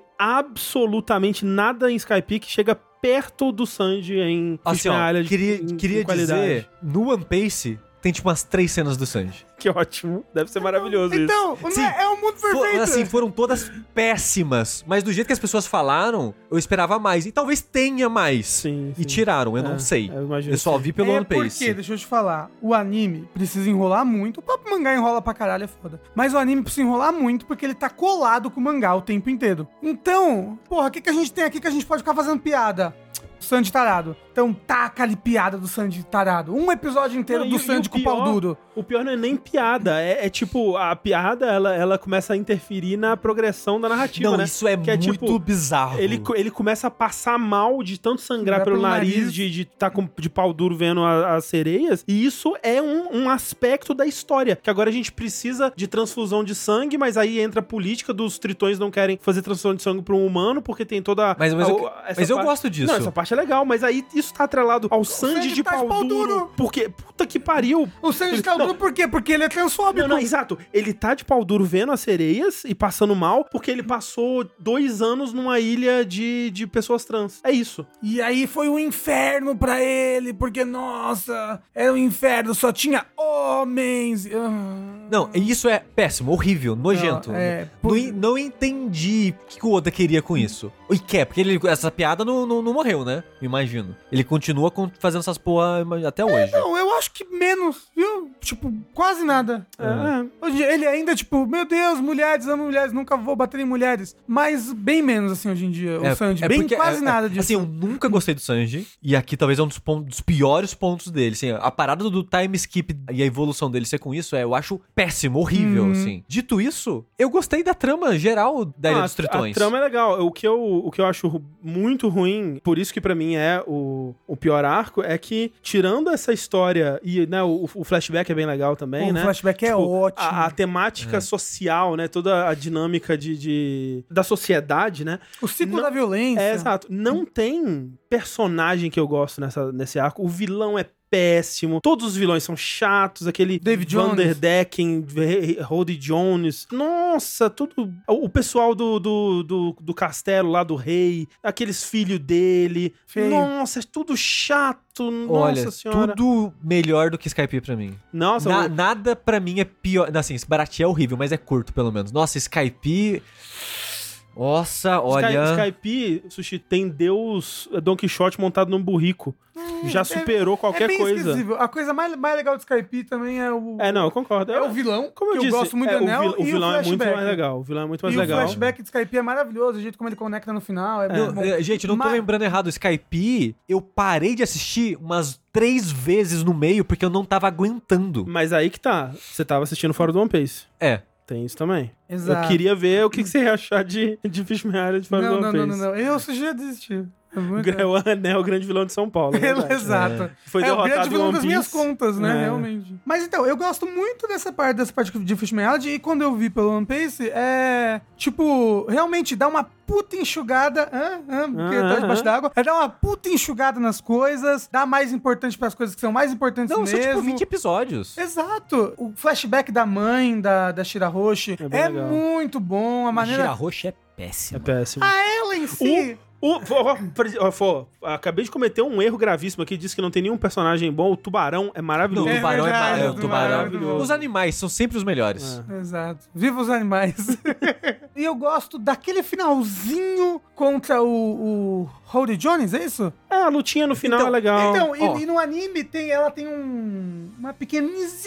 absolutamente nada em Skype que chega perto do Sanji em Assim, Fishman ó, Island queria, em- em queria dizer, no One Piece tem tipo umas três cenas do Sanji. (laughs) Que ótimo, deve ser maravilhoso isso. Então, não Sim. é, é um mundo For- perfeito. assim, foram todas péssimas, mas do jeito que as pessoas falaram, eu esperava mais. E talvez tenha mais. Sim, sim. E tiraram, eu É, não sei. eu imagino Eu só vi pelo é One Piece. Porque, deixa eu te falar, o anime precisa enrolar muito. O próprio mangá enrola pra caralho, é foda. Mas o anime precisa enrolar muito porque ele tá colado com o mangá o tempo inteiro. Então, porra, o que, que a gente tem aqui que a gente pode ficar fazendo piada? Sandy tarado. Então taca ali piada do Sandy tarado. Um episódio inteiro Não, do e- e Sandy o com o pior- pau duro. O pior não é nem piada, é, é tipo, a piada, ela, ela começa a interferir na progressão da narrativa, Não, né? isso é Que é, muito tipo, bizarro. Ele, co- ele começa a passar mal de tanto sangrar Sangrar pelo, pelo nariz, nariz. de estar com, de pau duro vendo a- as sereias. E isso é um, um aspecto da história. Que agora a gente precisa de transfusão de sangue, mas aí entra a política dos tritões não querem fazer transfusão de sangue para um humano, porque tem toda. Mas- mas a- eu- essa mas eu parte- gosto disso. Não, essa parte é legal, mas aí isso tá atrelado ao Sandy, Sandy de tá de pau, pau duro, duro. Porque, puta que pariu. O Sandy tá (laughs) Não. duro por quê? Porque ele é transfóbico. Não, Então, não, exato. Ele tá de pau duro vendo as sereias e passando mal porque ele passou dois anos numa ilha de, de pessoas trans. É isso. E aí foi um inferno pra ele, porque, nossa, era um inferno, só tinha homens. Ah. Não, isso é péssimo, horrível, nojento. Não, é, não, en- não entendi o que que o Oda queria com isso. E quer, porque ele- essa piada não, não, não morreu, né? Imagino. Ele continua con- fazendo essas porra ima- até hoje. Não, Então, eu acho que menos, viu? Tipo, quase nada. É. Hoje em dia, ele ainda, tipo, meu Deus, mulheres, amo mulheres, nunca vou bater em mulheres. Mas bem menos, assim, hoje em dia, o Sandy. bem porque- quase é- é- nada disso. Assim, eu nunca gostei do Sanji. E aqui talvez é um dos, pon- dos piores pontos dele. Assim, a parada do time skip e a evolução dele ser com isso, é, eu acho péssimo, Uhum. horrível, assim. Dito isso, eu gostei da trama geral da Ilha Ah, dos a- Tritões. A trama é legal. O que eu, o que eu acho ru- muito ruim, por isso que pra mim é o, o pior arco, é que tirando essa história e né, o, o flashback é bem legal também, o um né? flashback é Tipo, ótimo. A, a É. temática social, né? Toda a dinâmica de, de- da sociedade, né? o ciclo não- da violência. É, exato. Não tem personagem que eu gosto nessa, nesse arco. O vilão é péssimo. Todos os vilões são chatos. Aquele David Vanderdecken, Rody Jones. Nossa, tudo. O o pessoal do, do, do, do castelo lá do rei. Aqueles filhos dele. Feio. Nossa, é tudo chato. Olha, é Nossa senhora. tudo melhor do que Skype pra mim. Nossa, Na- o- Nada pra mim é pior. Assim, esse Baratie é horrível, mas é curto pelo menos. Nossa, Skype. Nossa, olha. Sky, Skype, Sushi, tem Deus eh, Don Quixote montado num burrico. Já superou é qualquer bem coisa. esquisível. A coisa mais, mais legal do Skype também é o. É, não, eu concordo. É o vilão, Como eu que disse, eu gosto muito é, do Anel, o, vil- o e vilão é muito flashback. mais legal. O vilão é muito mais e legal. o flashback de Skype é maravilhoso, o jeito como ele conecta no final. É, Não, bom. é, gente, eu não tô Mas- lembrando errado. Skype, eu parei de assistir umas três vezes no meio porque eu não tava aguentando. Mas aí que tá. Você tava assistindo fora do One Piece. É. Tem isso também. Exato. Eu queria ver o que, que você ia achar de, de Fishman Island fora Não, do não, One não, Piece. não, não. Eu sugiro desistir. (laughs) É muito- Gra- O Anel, o grande vilão de São Paulo. é verdade. (laughs) Exato. Foi é o derrotado grande em vilão One das minhas Piece. contas, né? É. Realmente. Mas então, eu gosto muito dessa parte, dessa parte de Fishman Island. E quando eu vi pelo One Piece, é. Tipo, realmente dá uma puta enxugada. Hã? Hã? Porque Ah, tá debaixo ah. d'água. É dar uma puta enxugada nas coisas, dá mais importante pras coisas que são mais importantes Não, mesmo. É. são tipo 20 episódios. Exato. O flashback da mãe da, da Shirahoshi É bem é, legal. muito bom. A Maneira... maneira. roxa é É péssima. péssimo. Ela em si. O, ó, ó, pre- ó, ó, acabei de cometer um erro gravíssimo aqui. Disse que não tem nenhum personagem bom. O tubarão é Não, maravilhoso. o É tubarão é, verdade, ma- é, o o tubarão é tubarão. maravilhoso. Os animais são sempre os melhores. É. Exato. Viva os animais. e eu gosto daquele finalzinho contra o, o Howdy Jones, é isso? É, a lutinha no final Então, é legal. então, e- ó. e, no anime tem, ela tem um, uma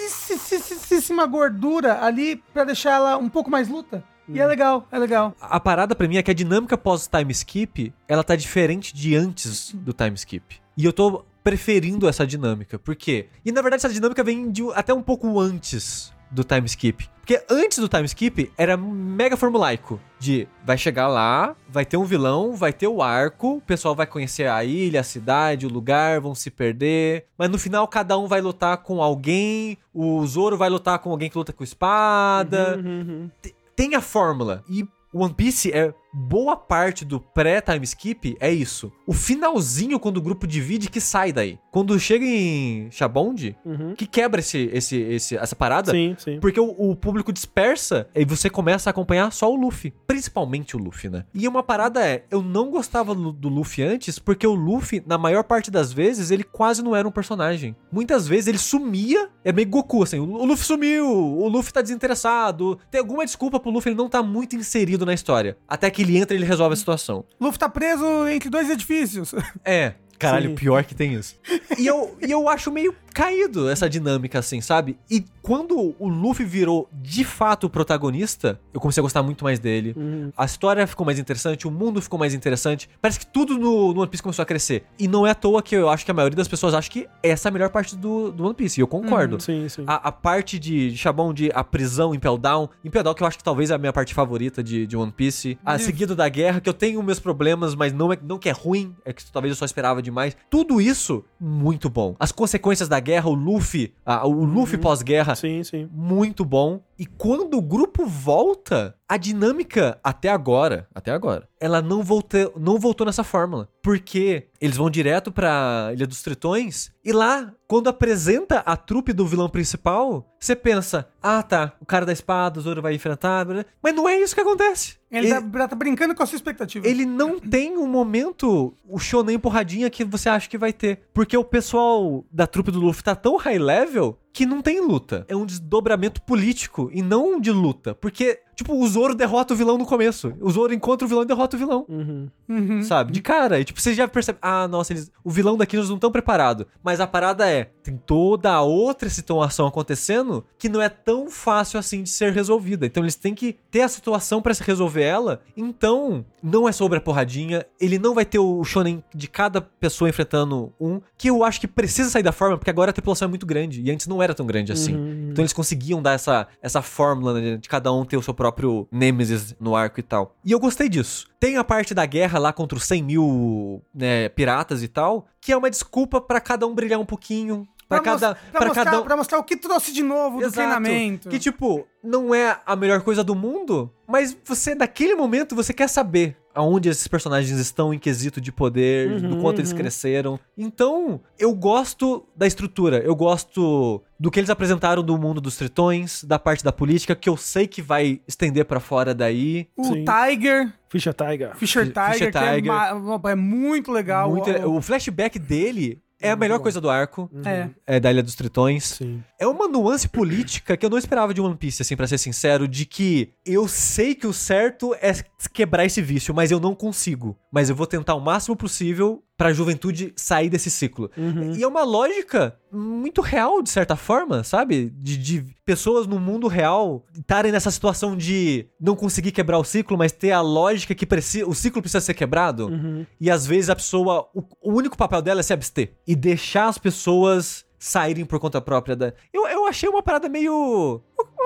pequeníssima gordura ali pra deixar ela um pouco mais luta. E é legal, é legal. A parada pra mim é que a dinâmica pós time skip, ela tá diferente de antes do time skip. E eu tô preferindo essa dinâmica. Por quê? E na verdade essa dinâmica vem de um- até um pouco antes do time skip. Porque antes do time skip era mega formulaico de vai chegar lá, vai ter um vilão, vai ter o arco, o pessoal vai conhecer a ilha, a cidade, o lugar, vão se perder, mas no final cada um vai lutar com alguém, o Zoro vai lutar com alguém que luta com espada, Uhum, uhum. tem a fórmula. E One Piece é boa parte do pré-time skip é isso. O finalzinho, quando o grupo divide, que sai daí. Quando chega em Shabond, Uhum. que quebra esse, esse, esse, essa parada. Sim, sim. Porque o, o público dispersa e você começa a acompanhar só o Luffy. Principalmente o Luffy, né? E uma parada é, eu não gostava do, do Luffy antes, porque o Luffy, na maior parte das vezes, ele quase não era um personagem. Muitas vezes ele sumia, é meio Goku, assim, o, o Luffy sumiu, o Luffy tá desinteressado. Tem alguma desculpa pro Luffy ele não tá muito inserido na história. Até que ele entra e ele resolve a situação. Luffy tá preso entre dois edifícios. (laughs) É. Caralho, Sim. pior que tem isso. E eu, e eu acho meio caído essa dinâmica, assim, sabe? E quando o Luffy virou de fato o protagonista, eu comecei a gostar muito mais dele. Uhum. A história ficou mais interessante, o mundo ficou mais interessante. Parece que tudo no, no One Piece começou a crescer. E não é à toa que eu acho que a maioria das pessoas acha que essa é a melhor parte do, do One Piece. E eu concordo. Sim, sim. A, a parte de Shabon de a prisão em Impel Down, Impel Down que eu acho que talvez é a minha parte favorita de, de One Piece, a seguido da guerra que eu tenho meus problemas, mas não é não que é ruim, é que talvez eu só esperava demais. Tudo isso muito bom. As consequências da guerra, o Luffy, a- o Luffy pós-guerra, Sim, sim. muito bom. E quando o grupo volta, a dinâmica até agora, até agora, ela não voltou, não voltou nessa fórmula, porque eles vão direto pra Ilha dos Tritões e lá, quando apresenta a trupe do vilão principal, você pensa: "Ah, tá, o cara da espada, o Zoro vai enfrentar", blá, blá. mas não é isso que acontece. Ele, Tá, tá brincando com a sua expectativa. Ele não tem um momento, o shonen empurradinha que você acha que vai ter. Porque o pessoal da trupe do Luffy tá tão high level que não tem luta. É um desdobramento político e não de luta. Porque, tipo, o Zoro derrota o vilão no começo. O Zoro encontra o vilão e derrota o vilão. Uhum. Uhum. Sabe? De cara. E, tipo, você já percebe. Ah, nossa, eles, o vilão daqui eles não estão preparado. Mas a parada é: tem toda a outra situação acontecendo que não é tão fácil assim de ser resolvida. Então eles têm que ter a situação pra se resolver ela. Então, não é sobre a porradinha. Ele não vai ter o shonen de cada pessoa enfrentando um. Que eu acho que precisa sair da forma, porque agora a tripulação é muito grande. E antes não era tão grande assim. Então eles conseguiam dar essa, essa fórmula né, de cada um ter o seu próprio Nemesis no arco e tal. E eu gostei disso. Tem a parte da guerra lá contra os 100 mil né, piratas e tal, que é uma desculpa pra cada um brilhar um pouquinho. Pra, mos- cada, pra, pra mostrar, cada um. pra mostrar o que trouxe de novo do Exato. treinamento. Que, tipo, não é a melhor coisa do mundo, mas você, naquele momento, você quer saber aonde esses personagens estão em quesito de poder, do quanto eles cresceram. Então, eu gosto da estrutura, eu gosto do que eles apresentaram do mundo dos tritões, da parte da política, que eu sei que vai estender pra fora daí. o Sim. Tiger, Fischer Tiger. Fisher Tiger, Fisher que é Tiger. ma- opa, é, muito legal. Muito- O- o flashback dele é a melhor coisa do arco, É. é da Ilha dos Tritões. Sim. É uma nuance política que eu não esperava de One Piece, assim, pra ser sincero, de que eu sei que o certo é quebrar esse vício, mas eu não consigo. Mas eu vou tentar o máximo possível pra juventude sair desse ciclo. Uhum, E é uma lógica muito real, de certa forma, sabe? De, de pessoas no mundo real estarem nessa situação de não conseguir quebrar o ciclo, mas ter a lógica que preci- o ciclo precisa ser quebrado. uhum. E às vezes a pessoa. O, o único papel dela é se abster e deixar as pessoas saírem por conta própria da. Eu, eu achei uma parada meio.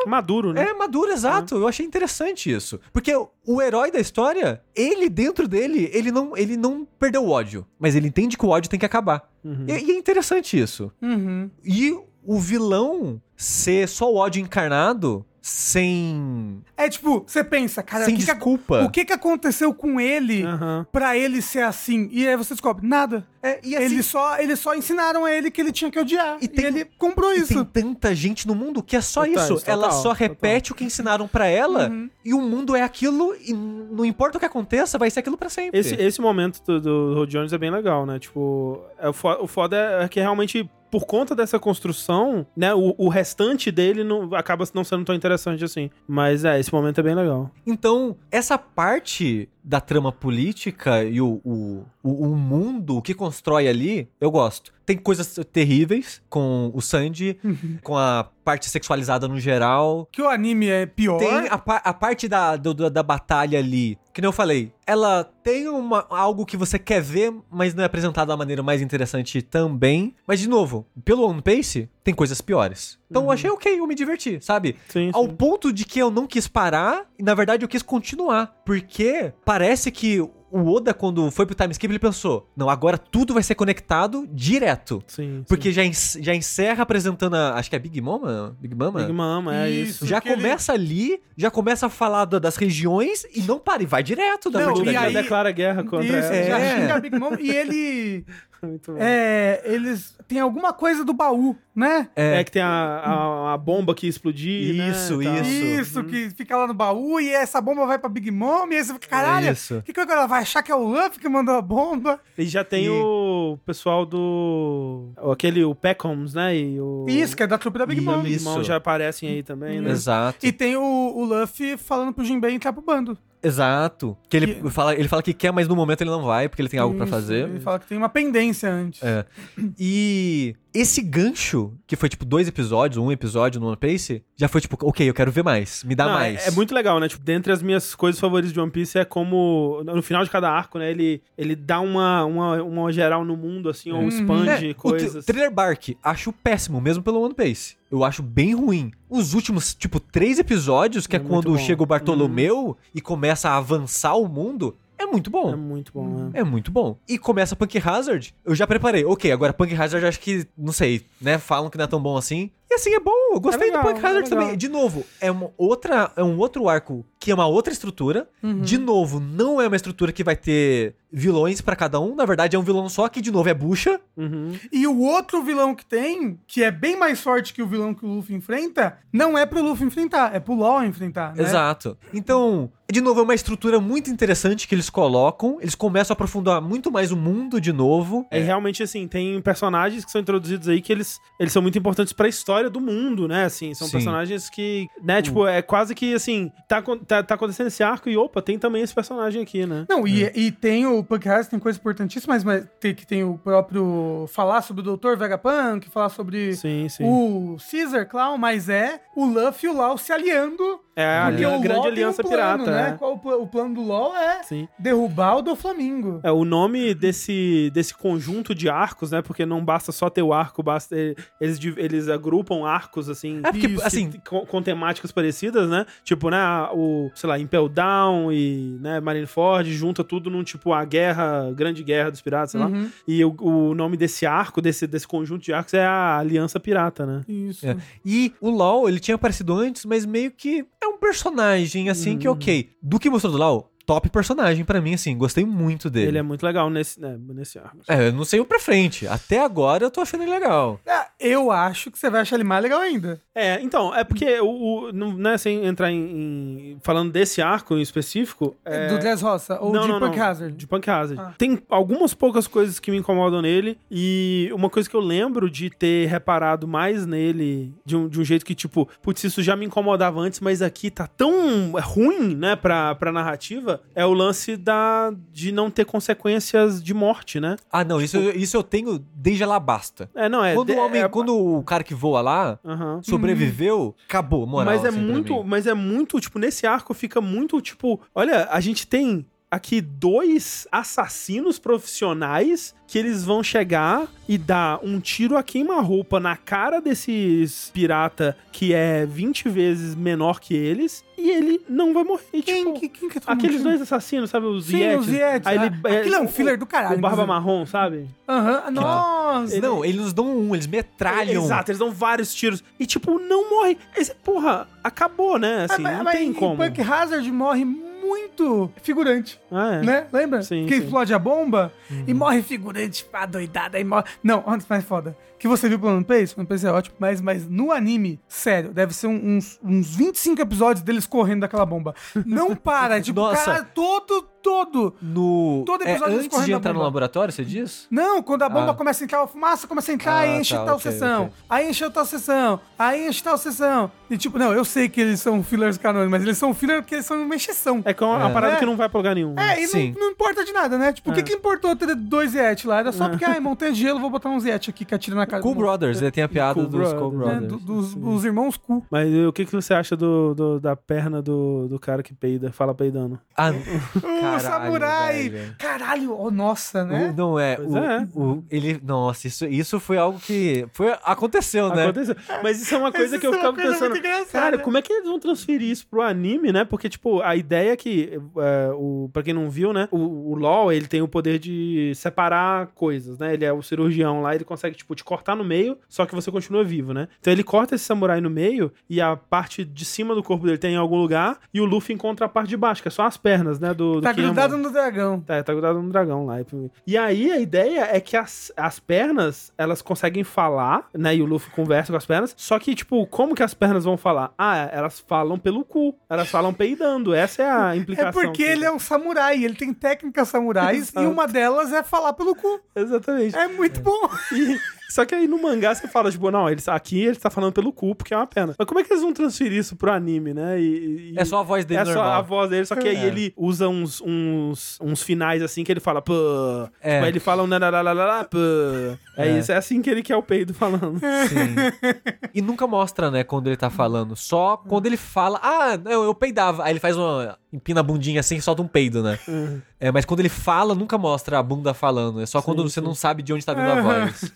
Maduro, né? É, madura, exato. Eu achei interessante isso. Porque o- o herói da história, ele dentro dele, ele não, ele não perdeu o ódio. Mas ele entende que o ódio tem que acabar. Uhum. E, e é interessante isso. Uhum. E o vilão ser só o ódio encarnado sem. É tipo, você pensa, cara, sem o, que que, desculpa. Ah. o que que aconteceu com ele Aham. pra ele ser assim? E aí você descobre, nada. É, e Eles só, eles só ensinaram a ele que ele tinha que odiar. E E, tem- um- ele comprou E isso. tem tanta gente no mundo que é só Total, isso. total, ela só total. repete o que ensinaram pra ela e o mundo é aquilo e não importa o que aconteça, vai ser aquilo pra sempre. Esse, esse momento do, do Rod Jones é bem legal, né? Tipo, é o, fo- o foda é, é que realmente, por conta dessa construção, né? O, o restante dele não, acaba não sendo tão interessante assim. Mas é, esse momento é bem legal. Então, essa parte da trama política e o, o, o, o mundo, o que constrói ali, eu gosto. Tem coisas terríveis com o Sandy, com a parte sexualizada no geral. Que o anime é pior. Tem a, pa- a parte da, do- do- da batalha ali, que nem eu falei, ela tem uma, algo que você quer ver, mas não é apresentado da maneira mais interessante também. Mas, de novo, pelo One Piece, tem coisas piores. Então eu achei ok, eu me diverti, sabe? Uhum. Sim, Ao sim. ponto de que eu não quis parar, e na verdade eu quis continuar. Porque parece que o Oda, quando foi pro time skip, ele pensou: não, agora tudo vai ser conectado direto. Sim. Porque já, ens- já encerra apresentando a. Acho que é Big Mama? Big Mama? Big Mama, é Isso. isso. Já que ele- começa ali, já começa a falar da- das regiões e não para, e vai direto da Não, multidão. e Já aí- Tipo, declara guerra contra Isso, ela. já É. xinga a Big Mom. E (laughs) ele. Muito bom. É. É, eles. Tem alguma coisa do baú, né? É É que tem a, a, a bomba que explodir. né, Isso, e tal. isso. Uhum. Isso, que fica lá no baú e essa bomba vai pra Big Mom e aí você fica, caralho, É Isso. o que, que ela vai achar que é o Luffy que mandou a bomba? E já tem E- o pessoal do. Aquele, o Peckhams, né? E o. Isso, que é da trupe da Big e Mom. o Big Mom Isso. já aparecem aí também, né? Exato. E tem o, o Luffy falando pro Jinbei entrar pro bando. Exato. Que ele, fala, ele fala que quer, mas no momento ele não vai, porque ele tem algo pra Isso, fazer. Ele fala que tem uma pendência antes. É. E esse gancho, que foi tipo dois episódios, um episódio no One Piece, já foi tipo, ok, eu quero ver mais, me dá Não, é- mais. É, muito legal, né? Tipo, dentre as minhas coisas favoritas de One Piece é como, no final de cada arco, né? Ele, ele dá uma, uma, uma geral no mundo, assim, ou expande É, O coisas. tr- Thriller Bark, acho péssimo, mesmo pelo One Piece. Eu acho bem ruim. Os últimos, tipo, três episódios, que é, É muito quando bom. chega o Bartolomeu e começa a avançar o mundo, é muito bom. É muito bom, né? É muito bom. E começa Punk Hazard. Eu já preparei. Ok, agora Punk Hazard acho que, não sei, né? Falam que não é tão bom assim. E assim é bom. Eu gostei legal, do Punk é Hazard legal. também. De novo, é uma outra, é um outro arco que é uma outra estrutura. Uhum. De novo, não é uma estrutura que vai ter vilões pra cada um. Na verdade, é um vilão só que de novo é bucha. Uhum. E o outro vilão que tem, que é bem mais forte que o vilão que o Luffy enfrenta, não é pro Luffy enfrentar, é pro LOL enfrentar. Né? Exato. Então, de novo, é uma estrutura muito interessante que eles colocam. Eles começam a aprofundar muito mais o mundo de novo. É. realmente assim, tem personagens que são introduzidos aí que eles, eles são muito importantes pra história do mundo, né? Assim, são Sim. personagens que, né, tipo, é quase que assim, tá, acon- tá, tá acontecendo esse arco e opa, tem também esse personagem aqui, né? Não, e, e tem o Punk Hazard, tem coisas importantíssimas, mas tem que tem o próprio falar sobre o Dr. Vegapunk, falar sobre Sim, sim. o Caesar Clown, mas é o Luffy e o Law se aliando. é a, porque a o grande LOL tem um aliança plano, pirata, né? né? Qual o, pla- o plano do LOL é Sim. derrubar o do Flamingo. É, o nome desse, desse conjunto de arcos, né? Porque não basta só ter o arco, basta eh, eles, div- eles agrupam arcos, assim, É, porque, que- assim- com, com temáticas parecidas, né? Tipo, né, o, sei lá, Impel Down e né, Marineford junta tudo num, tipo, a guerra, grande guerra dos piratas, sei Uhum. lá. Uhum. E o, o nome desse arco, desse, desse conjunto de arcos é a Aliança Pirata, né? Isso. É. E o LoL, ele tinha aparecido antes, mas meio que é um personagem, assim, que ok. Do que mostrou do LoL, top personagem pra mim, assim, gostei muito dele. Ele é muito legal nesse, né, nesse arco. É, eu não sei o pra frente. Até agora eu tô achando ele legal. Ah, Eu acho que você vai achar ele mais legal ainda. É, então, é porque o, o- não, né, sem entrar em, em- falando desse arco em específico, é, Do Dress Roça ou Não, de não, Punk não. Hazard. De Punk Hazard. Ah. Tem algumas poucas coisas que me incomodam nele. E uma coisa que eu lembro de ter reparado mais nele, de um, de um jeito que, tipo, putz, isso já me incomodava antes, mas aqui tá tão ruim, né, pra, pra narrativa, é o lance da, de não ter consequências de morte, né? Ah, não, isso, isso eu tenho desde Alabasta. É, não, é. quando de- o homem, é- quando o cara que voa lá Aham. sobreviveu, acabou, moral. mas é assim, pra muito, mim. mas é muito, tipo, nesse arco fica muito, tipo, olha, a gente tem aqui dois assassinos profissionais que eles vão chegar e dar um tiro a queima-roupa na cara desses pirata que é 20 vezes menor que eles e ele não vai morrer, E, Quem, tipo, que- quem que é todo mundo? aqueles dois assassinos, sabe, os Sim, Yetis. os Yetis. Aí ele- Ah, Aquilo é um o- filler do caralho. o Barba inclusive. Marrom, sabe? Aham, nossa. Não, eles nos dão um, eles metralham. Exato, eles dão vários tiros. E, tipo, não morre. Esse- porra, acabou, Ah, né? Assim, não tem em como. Punk Hazard morre muito figurante, Ah, é. né? Lembra? Sim, que sim. Uhum. explode a bomba e morre figurante, pá, doidada, e morre... Não, antes mais foda. Que você viu pelo One Piece, One Piece é ótimo, mas, mas no anime, sério, deve ser um- uns, uns 25 episódios deles correndo daquela bomba. (laughs) Não para, é tipo, Nossa. cara, todo, todo... No. Todo é, episódio eles antes correndo de na entrar no bomba. laboratório, você diz? Não, quando a bomba Ah. começa a entrar, a fumaça começa a entrar Ah, e enche tá, tal ok, sessão. ok. Aí enche tal sessão. Aí enche tal sessão. E tipo, não, eu sei que eles são fillers canônicos, mas eles são fillers porque eles são uma exceção. É que é uma É. parada É. que não vai pra lugar nenhum. né? É, e Sim. não, não importa de nada, né? Tipo, o que, É. que importou ter dois Yeti lá? É. Era só porque, ai, montei gelo, vou botar uns Yeti aqui que atira na cara Cool do- Brothers, ele tem a piada Cool dos Cool Brothers, né, Brothers. do- dos, dos irmãos cu. Mas e o que, que você acha do, do- da perna do, do cara que peida, fala peidando? Ah, Caralho, Uh, samurai! velho. Caralho, oh, nossa, O- né? não é, Pois o, é. o- ele, nossa, isso, isso foi algo que foi, aconteceu, né? Aconteceu. Mas isso é uma coisa Isso que eu é uma ficava coisa pensando. muito engraçada. Cara, como é que eles vão transferir isso pro anime, né? Porque, tipo, a ideia é que, é, o, pra quem não viu, né? O, o LOL, ele tem o poder de separar coisas, né? Ele é o cirurgião lá, ele consegue, tipo, te cortar no meio, só que você continua vivo, né? Então ele corta esse samurai no meio e a parte de cima do corpo dele tem em algum lugar e o Luffy encontra a parte de baixo, que é só as pernas, né? Do, do Tá Kinemon. grudado no dragão. Tá, tá grudado no dragão lá. E aí a ideia é que as, as pernas, elas conseguem falar, né? E o Luffy conversa com as pernas. Só que, tipo, como que as pernas vão falar? Ah, elas falam pelo cu. Elas falam peidando. Essa é a (laughs) É implicação. porque ele é um samurai, ele tem (laughs) técnicas samurais e Exato. uma delas é falar pelo cu. Exatamente. É muito bom. E- só que aí no mangá você fala, tipo, não, eles, aqui ele tá falando pelo cu, porque é uma pena. Mas como é que eles vão transferir isso pro anime, né? E- e- É só a voz dele é só normal. a voz dele, só que aí É. ele usa uns, uns, uns finais assim que ele fala, pô. É. Tipo, aí ele fala um nananana, pô. É, É. isso, é assim que ele quer o peido (laughs) falando. Sim. E nunca mostra, né, quando ele tá falando. Só quando ele fala, ah, não, eu peidava. Aí ele faz uma. empina a bundinha assim e solta um peido, né? Uhum. É, mas quando ele fala, nunca mostra a bunda falando. É só quando você não sabe de onde tá Uhum. vindo (laughs) a voz.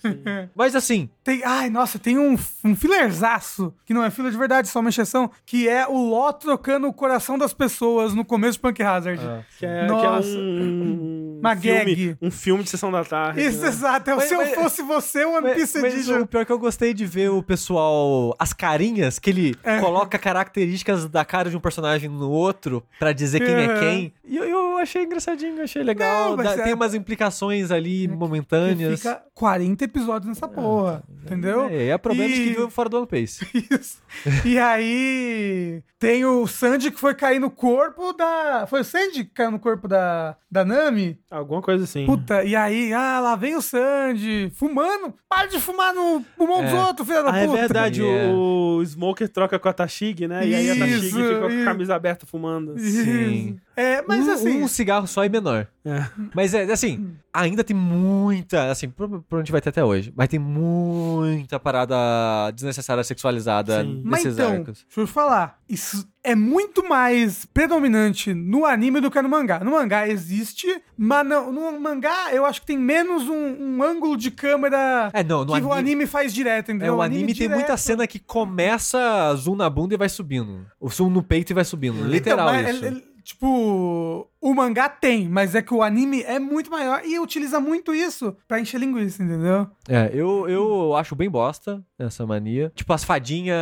Mas assim, Tem, ai, nossa, tem um, um fillerzaço, que não é filler de verdade, só uma exceção, que é o Ló trocando o coração das pessoas no começo de Punk Hazard. Ah. Que é, Nossa. que é um. Uma filme, gag. um filme de sessão da tarde. Isso, né? exato. É o Mas- Se Eu mas- Fosse Você, One Mas- Piece mas Edition. o pior é que eu gostei de ver o pessoal, as carinhas, que ele É. coloca características da cara de um personagem no outro pra dizer quem é Uhum. quem. E eu, eu achei engraçadinho, achei legal. Não, mas Dá- é- Tem umas implicações ali Que momentâneas. fica 40 episódios nessa porra, entendeu? Ah, É, é problemas que (laughs) E- viu fora do One Piece. (laughs) Isso. E aí tem o Sandy que foi cair no corpo da... Foi o Sandy que caiu no corpo da, da Nami? Alguma coisa assim. Puta, e aí, ah, lá vem o Sandy, fumando. Para de fumar no pulmão É. dos outros, filha da Ah, é puta. É. verdade, o- Yeah. o Smoker troca com a Tashig, né? e aí a Tashig Isso, fica com a isso. camisa aberta fumando. Sim. (laughs) É, mas um, assim. um cigarro só e menor. É. Mas é assim, ainda tem muita. Assim, por, por onde vai ter até hoje. Mas tem muita parada desnecessária sexualizada Sim. Mas nesses então, arcos. deixa eu te falar, isso é muito mais predominante no anime do que no mangá. No mangá existe, mas não- no mangá eu acho que tem menos um, um ângulo de câmera É, não, no que o anime faz direto, entendeu? É, o anime, tem direto. muita cena que começa zoom na bunda e vai subindo. O zoom no peito e vai subindo. Então, Literal mas isso. ele- ele- Tipo, o mangá tem, mas é que o anime é muito maior e utiliza muito isso pra encher linguiça, entendeu? É, eu, eu acho bem bosta essa mania. Tipo, as fadinhas.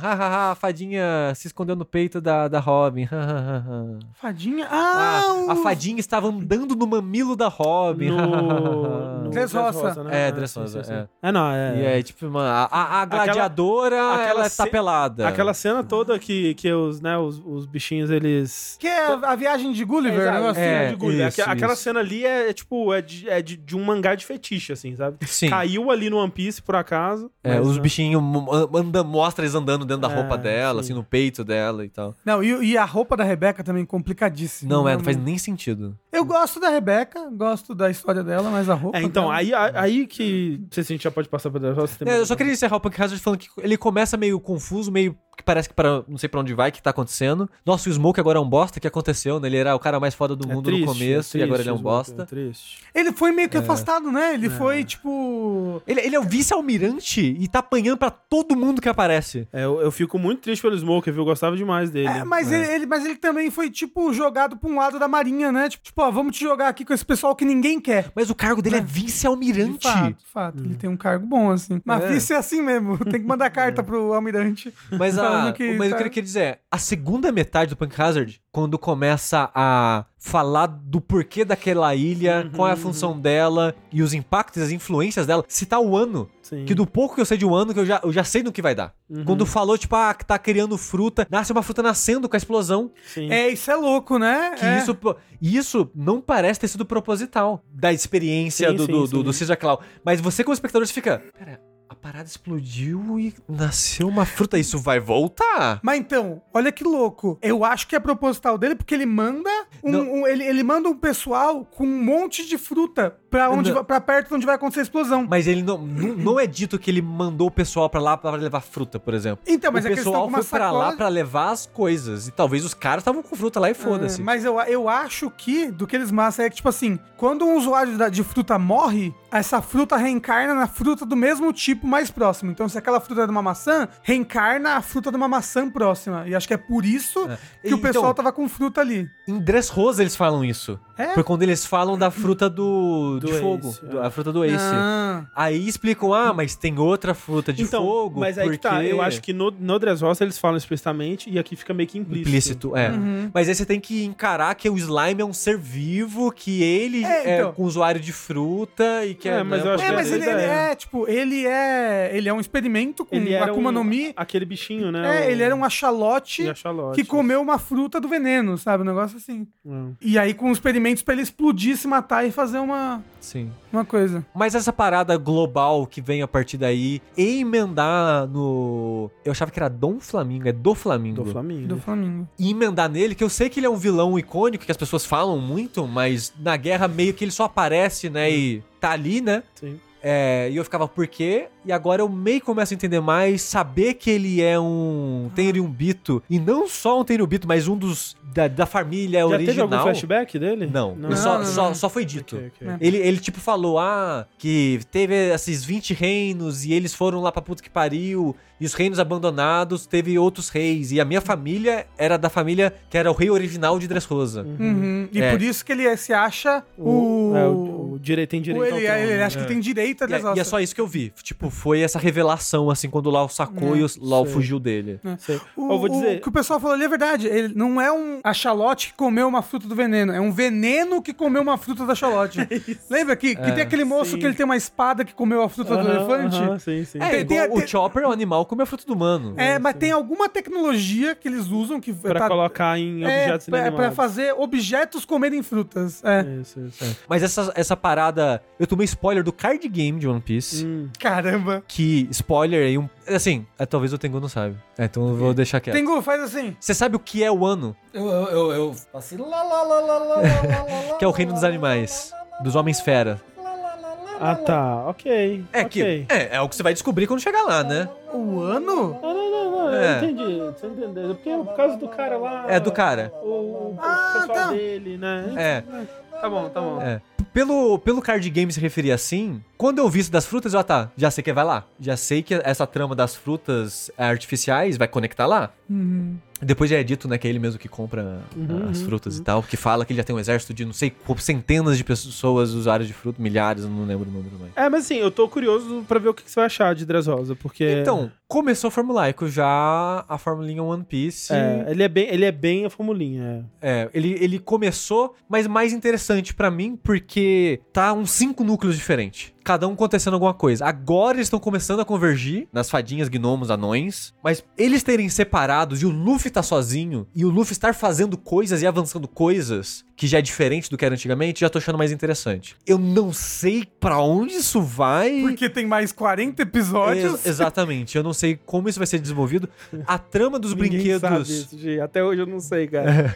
Hahaha, a fadinha se escondeu no peito da, da Robin. ha, ha, ha, ha. Fadinha. Ah, Ah! a o- fadinha estava andando no mamilo da Robin. ha, ha, ha, No. (laughs) ha, no ha. Dress Rosa. Dressrosa, É, Ah, sim, Dressrosa, sim, sim. É, não, é. E aí, tipo, mano, a, a- a Aquela- gladiadora, aquela ela ce- tá pelada. Aquela cena toda que, que os, né, os, os bichinhos, eles... Que é a viagem de Gulliver, Exato, o negócio. cena É, de Gulliver. isso, Aque- Aquela isso. cena ali é, é tipo, é, de, é de, de um mangá de fetiche, assim, sabe? Sim. Caiu ali no One Piece, por acaso. É, mas, os né, bichinhos an- andam, mostra eles andando dentro da É, roupa dela, sim. assim, no peito dela e tal. Não, e, e a roupa da Rebeca também, complicadíssima. Não, é, né, não faz nem sentido. Eu gosto da Rebeca, gosto da história dela, mas a roupa. É, então, dela... aí, a- aí que. Não sei se a gente já pode passar pra Dressrosa. É, eu só queria encerrar o Punk Hazard falando que ele começa meio confuso, meio que parece que para não sei pra onde vai, que tá acontecendo. Nossa, o Smoke agora é um bosta, que aconteceu, né? Ele era o cara mais foda É É do mundo no começo e agora ele é um bosta. triste. Ele foi meio que afastado, né? Ele foi, tipo. Ele, ele é o vice-almirante e tá apanhando pra todo mundo que aparece. É, eu, eu fico muito triste pelo Smoker, viu? Eu gostava demais dele. É, mas, Ele, ele- mas ele também foi, tipo, jogado pra um lado da marinha, né? Tipo, tipo, ó, vamos te jogar aqui com esse pessoal que ninguém quer. Mas o cargo dele é, Né? De vice-almirante. fato, fato. Ele tem um cargo bom, assim. Mas É. isso é assim mesmo. (laughs) Tem que mandar carta pro almirante. Mas, a, (laughs) falando que mas tá- o que ele quer dizer é, a segunda metade do Punk Hazard, quando começa a falar do porquê daquela ilha, qual Uhum. é a função dela e os impactos, as influências dela, citar o ano. Sim. Uhum, Que do pouco que eu sei de um ano, que eu já, eu já sei no que vai dar. Uhum. Quando falou, tipo, ah, que tá criando fruta, nasce uma fruta nascendo com a explosão. Sim. É, isso é louco, né? Que é. isso, pô, isso não parece ter sido proposital da experiência Sim, do, sim, do, sim. do, do César Clau. Mas você, como espectador, você fica. Pera, a parada explodiu e nasceu uma fruta. Isso vai voltar? Mas então, olha que louco. Eu acho que é proposital dele, porque ele manda um, Não. um- ele, ele manda um pessoal com um monte de fruta pra, onde, Não. va- pra perto de onde vai acontecer a explosão. Mas ele não, não, não é dito que ele mandou o pessoal pra lá pra levar fruta, por exemplo. Então, mas o é que eles estão pessoal com uma foi pra lá sacola... pra levar as coisas. E talvez os caras estavam com fruta lá e foda-se. É, mas eu, eu acho que do que eles massa é que, tipo assim, quando um usuário da- de fruta morre, essa fruta reencarna na fruta do mesmo tipo mais próximo. Então, se aquela fruta é de uma maçã, reencarna a fruta de uma maçã próxima. E acho que é por isso que o Então- pessoal tava com fruta ali. Em Dressrosa eles falam isso. É? Foi quando eles falam da fruta do, Do de fogo. Ace, do- é. A fruta do Ace. Ah, Aí explicam, ah, mas tem outra fruta de fogo. Então, mas aí que tá. porque- Eu acho que no, no Dressrosa eles falam explicitamente e aqui fica meio que implícito. Uhum. Implícito, é. Mas aí você tem que encarar que o slime é um ser vivo, que ele É, é, então. um usuário de fruta e que É, mas né, eu acho é, que mas essa ele, ideia. ele é, tipo, ele é. Ele é um experimento com Ele era Akuma um- é no Mi. Aquele bichinho, né? É, ele era um E achalote a Charlotte. que comeu uma fruta do veneno, sabe? Um negócio assim. Hum. E aí, com experimentos pra ele explodir, se matar e fazer uma, Sim. uma coisa. Mas essa parada global que vem a partir daí, emendar no. Eu achava que era Dom Flamingo, é do Flamingo. Do Flamengo. Do Flamengo. E emendar nele, que eu sei que ele é um vilão icônico, que as pessoas falam muito, mas na guerra meio que ele só aparece, né? E tá ali, né? Sim. É, e eu ficava, por quê? E agora eu meio que começo a entender mais, saber que ele é um Ah. Tenryubito, e não só um Tenryubito, mas um dos da, da família Já original. teve algum flashback dele? Não, não. eu só, não, só, não. só foi dito. Ok, ok. Não. Ele, ele, tipo, falou, ah, que teve esses 20 reinos e eles foram lá pra puta que pariu, e os reinos abandonados teve outros reis, e a minha família era da família que era o rei original de Dressrosa. Uhum. E É. por isso que ele se acha o. O, é, o, o direito tem direito o- ao ele, é, trono, ele né? acha que tem direito a E é, e é só isso que eu vi. Tipo, foi essa revelação, assim, quando o Lau sacou e o Lau sei. fugiu dele. Sei. O, Eu vou dizer- o que o pessoal falou ali é verdade. Ele não é um achalote que comeu uma fruta do veneno. É um veneno que comeu uma fruta (laughs) da achalote. É Lembra que, É, que tem aquele moço Sim. que ele tem uma espada que comeu a fruta do Aham, elefante? aham, sim, sim. É, Tem- igual tem- o tem- Chopper é um animal como é fruto do humano. É, mas tem alguma tecnologia que eles usam que Pra tá- colocar em é, objetos pra, inanimados. pra fazer objetos comerem frutas. É. Isso, isso. é. Mas essa, essa parada. Eu tomei spoiler do card game de One Piece. Hum. Caramba. Que, spoiler aí, um. Assim, é, talvez o Tengu não saiba. É, então eu vou deixar quieto. Tengu, faz assim. Você sabe o que é o ano? Eu, eu, eu, eu passei lá, lá, lá, lá, lá, lá, lá, lá, (laughs) Que é o reino dos animais. Dos homens fera. lá, lá, lá, lá, lá. Ah, tá. Ok. É ok. que. É, é o que você vai descobrir quando chegar lá, né? O Um ano? Ah, não, não, não. É. Eu entendi. Você entendeu? Porque é por causa do cara lá. É do cara. O, o Ah, pessoal tá. dele, né? É. Tá bom, tá bom. É. Pelo, pelo card game se referir assim, quando eu vi isso das frutas, eu, ah tá, já sei que vai lá. Já sei que essa trama das frutas artificiais vai conectar lá. Uhum. Depois já é dito, né, que é ele mesmo que compra ah, as frutas e tal, que fala que ele já tem um exército de não sei qu- centenas de pessoas usuárias de fruta, milhares, eu não lembro o número mais. É, mas assim, eu tô curioso pra ver o que que você vai achar de Dressrosa, porque... Então, começou formulaico já a formulinha One Piece. É, ele, é bem, ele é bem a formulinha. É, ele, ele começou, mas mais interessante pra mim, porque tá uns cinco núcleos diferentes. Cada um acontecendo alguma coisa. Agora eles estão começando a convergir nas fadinhas, gnomos, anões. Mas eles terem separados e o Luffy tá sozinho, e o Luffy estar fazendo coisas e avançando coisas, que já é diferente do que era antigamente, já tô achando mais interessante. Eu não sei pra onde isso vai. Porque tem mais 40 episódios. Ex- exatamente, eu não sei como isso vai ser desenvolvido. A trama dos Ninguém sabe brinquedos. isso, Gi. Até hoje eu não sei, cara.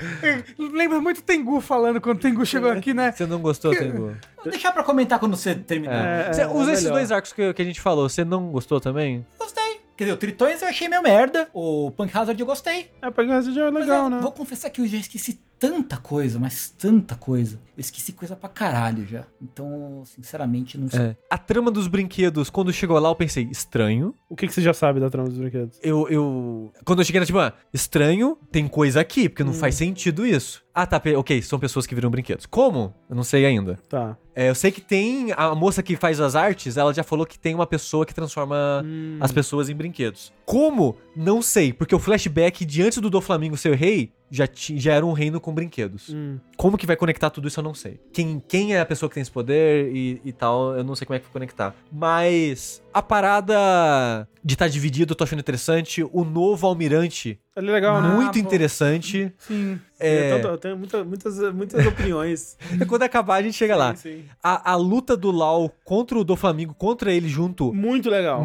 Lembra muito o Tengu falando quando o Tengu chegou É. aqui, né? Você (laughs) não gostou, Tengu? É. Vou deixar pra comentar quando você terminar. É, Cê- é usa esses melhor. dois arcos que, que a gente falou. Você não gostou também? É. Gostei. Quer dizer, o Tritões eu achei meio merda. O Punk Hazard eu gostei. É, porque o Resident é Mas legal, eu né? Vou confessar que eu já esqueci tanta coisa, mas tanta coisa. Eu esqueci coisa pra caralho já. Então, sinceramente, não sei. É. A trama dos brinquedos, quando chegou lá, eu pensei, estranho. O que, que você já sabe da trama dos brinquedos? Eu. eu... Quando eu cheguei na tipo, ah, estranho, tem coisa aqui, porque não faz Hum. sentido isso. Ah, tá, pe- ok, são pessoas que viram brinquedos. Como? Eu não sei ainda. Tá. É, eu sei que tem. A moça que faz as artes, ela já falou que tem uma pessoa que transforma as pessoas em brinquedos. Como? Não sei, porque o flashback de antes do Doflamingo ser rei já, ti- já era um reino com brinquedos. Hum. Como que vai conectar tudo isso, eu não sei. Quem, quem é a pessoa que tem esse poder e, e tal, eu não sei como é que vai conectar. tá Mas a parada de estar dividido eu tô achando interessante. O novo almirante Ele é legal, né? Muito Ah, pô. interessante. Sim. É, É, tanto- eu tenho muita- muitas, (laughs) muitas opiniões. quando acabar, a gente chega lá. Sim, sim. A, a luta do Lau contra o do Flamengo, contra ele junto. Muito legal.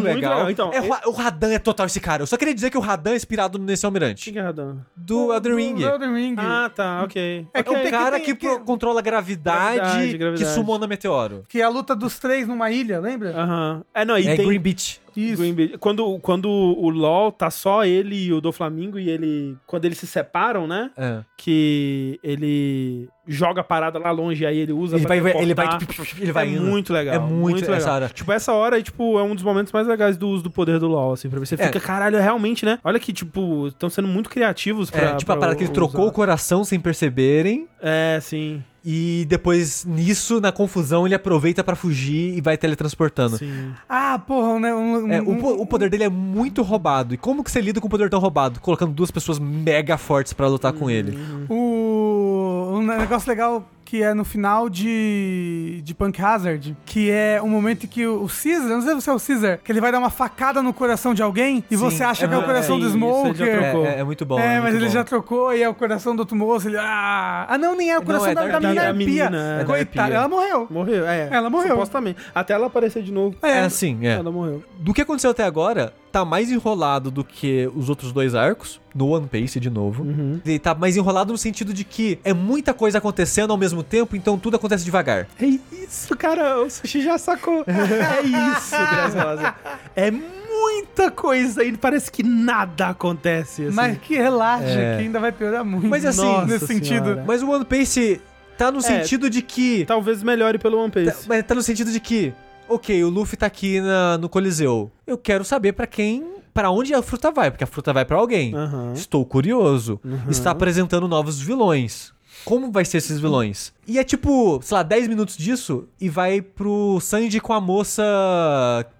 Muito legal. legal. Então, É, o Ra- O Radan é total esse cara. Eu só queria dizer que o Radan é inspirado nesse almirante. Quem que é Radan? Do Elden Ring. Do Elden Ring. Ah, tá, ok. É É o Ok. que cara tem- que, que- pro- controla a gravidade, Gravidade, gravidade. que sumou na meteoro. Que é a luta dos três numa ilha, lembra? Aham. É, não, e é tem... Green Beach. Isso. Green Bay. Quando, quando o LoL tá só ele e o do Flamengo e ele. Quando eles se separam, né? É. Que ele joga a parada lá longe, aí ele usa. Ele, pra vai, ele vai. teleportar. Ele vai é indo. muito legal. É muito, essa área. Tipo, essa hora aí, tipo, é um dos momentos mais legais do uso do poder do LoL, assim, pra ver. Você É. fica, caralho, realmente, né? Olha que, tipo, estão sendo muito criativos pra. É, tipo a pra parada que ele trocou o usar. coração sem perceberem. É, sim. E depois, nisso, na confusão, ele aproveita pra fugir e vai teletransportando. Sim. Ah, porra, né? Um, um- É, o, um- po- o poder dele é muito roubado. E como que você lida com um poder tão roubado? Colocando duas pessoas mega fortes pra lutar com ele. O, um negócio legal que é no final de, de Punk Hazard, que é um momento em que o o Caesar, não sei se é o Caesar, que ele vai dar uma facada no coração de alguém e Sim. você acha que é Ah, o coração é, do isso, ele já Smoker. trocou. É, é- é muito bom. é, mas muito ele bom. já trocou e é o coração do outro moço. Ele, ah, ah, não, nem é o coração é da, da- da, da- menina, da é pia. menina, é, Coitada, da pia. ela morreu. Morreu, é. Ela morreu. Supostamente. Até ela aparecer de novo. tá- É assim, é. Ela morreu. Do que aconteceu até agora, tá mais enrolado do que os outros dois arcos, no One Piece de novo. Uhum. Ele tá mais enrolado no sentido de que é muita coisa acontecendo ao mesmo tempo, então tudo acontece devagar. É isso, cara. O sushi já sacou. (laughs) É isso, Graciosa. É muita coisa e parece que nada acontece. Assim. Mas que relaxa, É. que ainda vai piorar muito. Mas assim, nesse sentido. Mas o One Piece tá É. no sentido de que. Tá, Talvez melhore pelo One Piece. mas tá no sentido de que. Ok, o Luffy tá aqui na- no Coliseu. Eu quero saber pra quem. Pra onde a fruta vai, porque a fruta vai pra alguém. Aham. Estou curioso. Está apresentando novos vilões. Como vai ser esses vilões? E é tipo, sei lá, 10 minutos disso e vai pro Sanji com a moça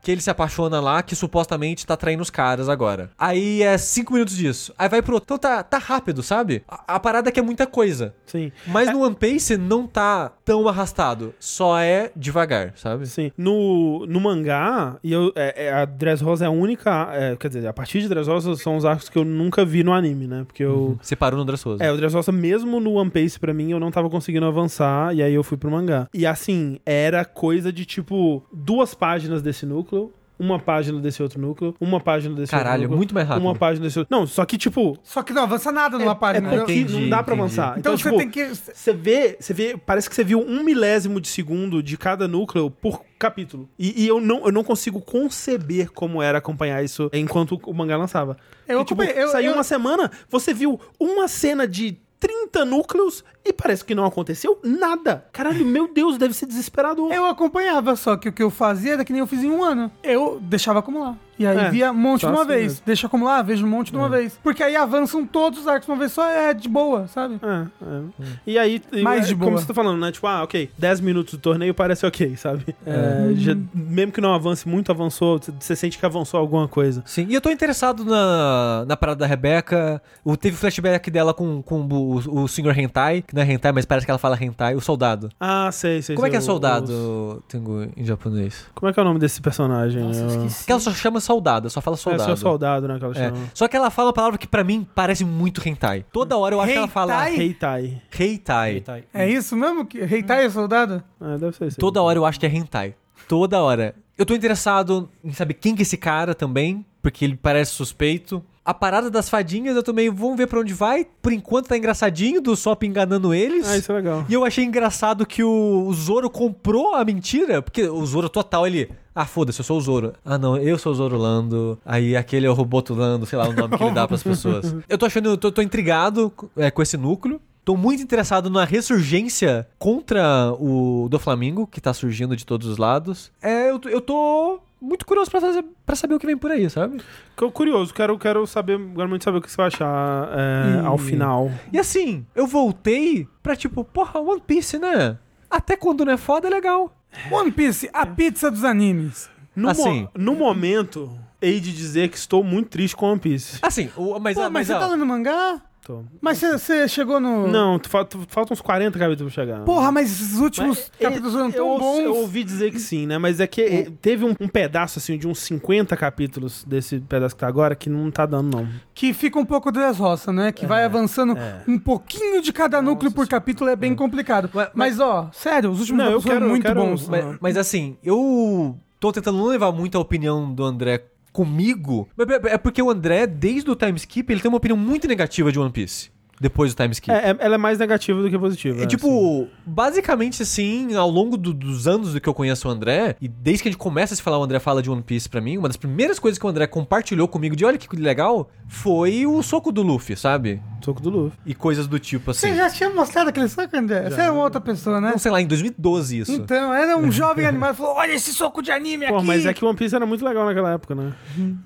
que ele se apaixona lá, que supostamente tá traindo os caras agora. Aí é 5 minutos disso. Aí vai pro outro. Então tá, tá rápido, sabe? A, a parada é que é muita coisa. Sim. Mas no One Piece não tá tão arrastado. Só é devagar, sabe? Sim. Assim, No, no mangá, e eu, é, é, a Dressrosa é a única. é, quer dizer, a partir de Dressrosa são os arcos que eu nunca vi no anime, né? Porque eu. Você parou no Dressrosa. É, o Dressrosa, mesmo no One Piece, pra mim, eu não tava conseguindo avançar, e aí eu fui pro mangá. E assim, era coisa de tipo duas páginas desse núcleo, uma página desse outro núcleo, uma página desse Caralho, outro núcleo. muito mais rápido. Ah, Uma página desse outro. Não, só que, tipo, Só que não avança nada numa é página. pouquinho, não entendi, dá pra entendi. avançar. Então, você tipo, tem que. Você vê, você vê, parece que você viu um milésimo de segundo de cada núcleo por capítulo. E, e eu, não, eu não consigo conceber como era acompanhar isso enquanto o mangá lançava. Eu Porque, tipo, acompanhei- eu- saiu eu- uma semana, você viu uma cena de 30 núcleos e parece que não aconteceu nada. Caralho, meu Deus, deve ser desesperador. Eu acompanhava, só que o que eu fazia era que nem eu fiz em um ano. Eu deixava acumular. E aí É, via um monte de só uma assim vez. mesmo. É. Deixa acumular, vejo um monte de uma vez. Porque aí avançam todos os arcos de uma vez só, é de boa, sabe? É, é. E aí, e- Mais é de como boa. você tá falando, né? Tipo, ah, ok, 10 minutos do torneio parece ok, sabe? É, já- mesmo que não avance muito, avançou, você sente que avançou alguma coisa. Sim, e eu tô interessado na, na parada da Rebeca. O, teve flashback dela com, com o, o senhor Hentai, que não é Hentai, mas parece que ela fala Hentai, o soldado. Ah, sei, sei. Como é sei, que é o- soldado, Tengu, em japonês? Como é que é o nome desse personagem? Nossa, Que ela só chama soldado, só fala É soldado. seu soldado, né? Que ela É, chama. Só que ela fala uma palavra que pra mim parece muito Hentai. Toda hora eu acho que ela fala Hentai? Heitai. Heitai. Eita, aí. É isso mesmo? Que Heitai é soldado? É, deve ser isso. Toda hora eu acho que é Hentai. Toda hora. Eu tô interessado em saber quem que é esse cara também, porque ele parece suspeito. A parada das fadinhas eu também, vamos ver pra onde vai. Por enquanto tá engraçadinho do Sop enganando eles. Ah, isso é legal. E eu achei engraçado que o, o Zoro comprou a mentira, porque o Zoro total, ele. Ah, foda-se, eu sou o Zoro. Ah, não, eu sou o Zoro Lando. Aí aquele é o Roboto Lando, sei lá o nome que ele dá pras (laughs) pessoas. Eu tô achando, tô, tô intrigado é, com esse núcleo. Tô muito interessado na ressurgência contra o do Flamengo, que tá surgindo de todos os lados. É, eu, tô- eu tô muito curioso pra, fazer, pra saber o que vem por aí, sabe? Tô curioso, quero, quero saber, quero muito saber o que você vai achar é, Ih. ao final. E assim, eu voltei pra tipo, porra, One Piece, né? Até quando não é foda, é legal. One Piece, a pizza dos animes. No, Assim. mo- no momento, hei de dizer que estou muito triste com One Piece. Assim, o- mas, Pô, ah, mas, mas, você ó, tá lendo mangá? Certo. Mas você- você chegou no. Não, tu falta, faltam uns 40 capítulos pra chegar. Porra, mas os últimos Mas é, capítulos eu- eram tão eu, bons. eu ouvi dizer que sim, né? Mas é que eh, teve um, um pedaço, assim, de uns 50 capítulos desse pedaço que tá agora que não tá dando, não. Que fica um pouco desroça, né? Que vai avançando um pouquinho de cada núcleo por capítulo é bem complicado. Mas, ó, sério, os últimos Não, eu capítulos quero- são eu muito quero- bons. mas- Mas assim, eu tô tentando não levar muito a opinião do André comigo. mas é- É porque o André, desde o time skip, ele tem uma opinião muito negativa de One Piece. Depois do time skip. É, é- ela é mais negativa do que positiva. assim. É tipo, basicamente assim, ao longo do- dos anos do que eu conheço o André, e desde que a gente começa a se falar, o André fala de One Piece pra mim, uma das primeiras coisas que o André compartilhou comigo de olha que legal, foi o soco do Luffy, sabe? assim, soco do Luffy. E coisas do tipo assim. Você já tinha mostrado aquele soco, André? Você era uma outra pessoa, né? Não sei lá, em 2012 isso. Então, era um jovem animado falou: olha esse soco de anime Pô, aqui. mas é que One Piece era muito legal naquela época, né?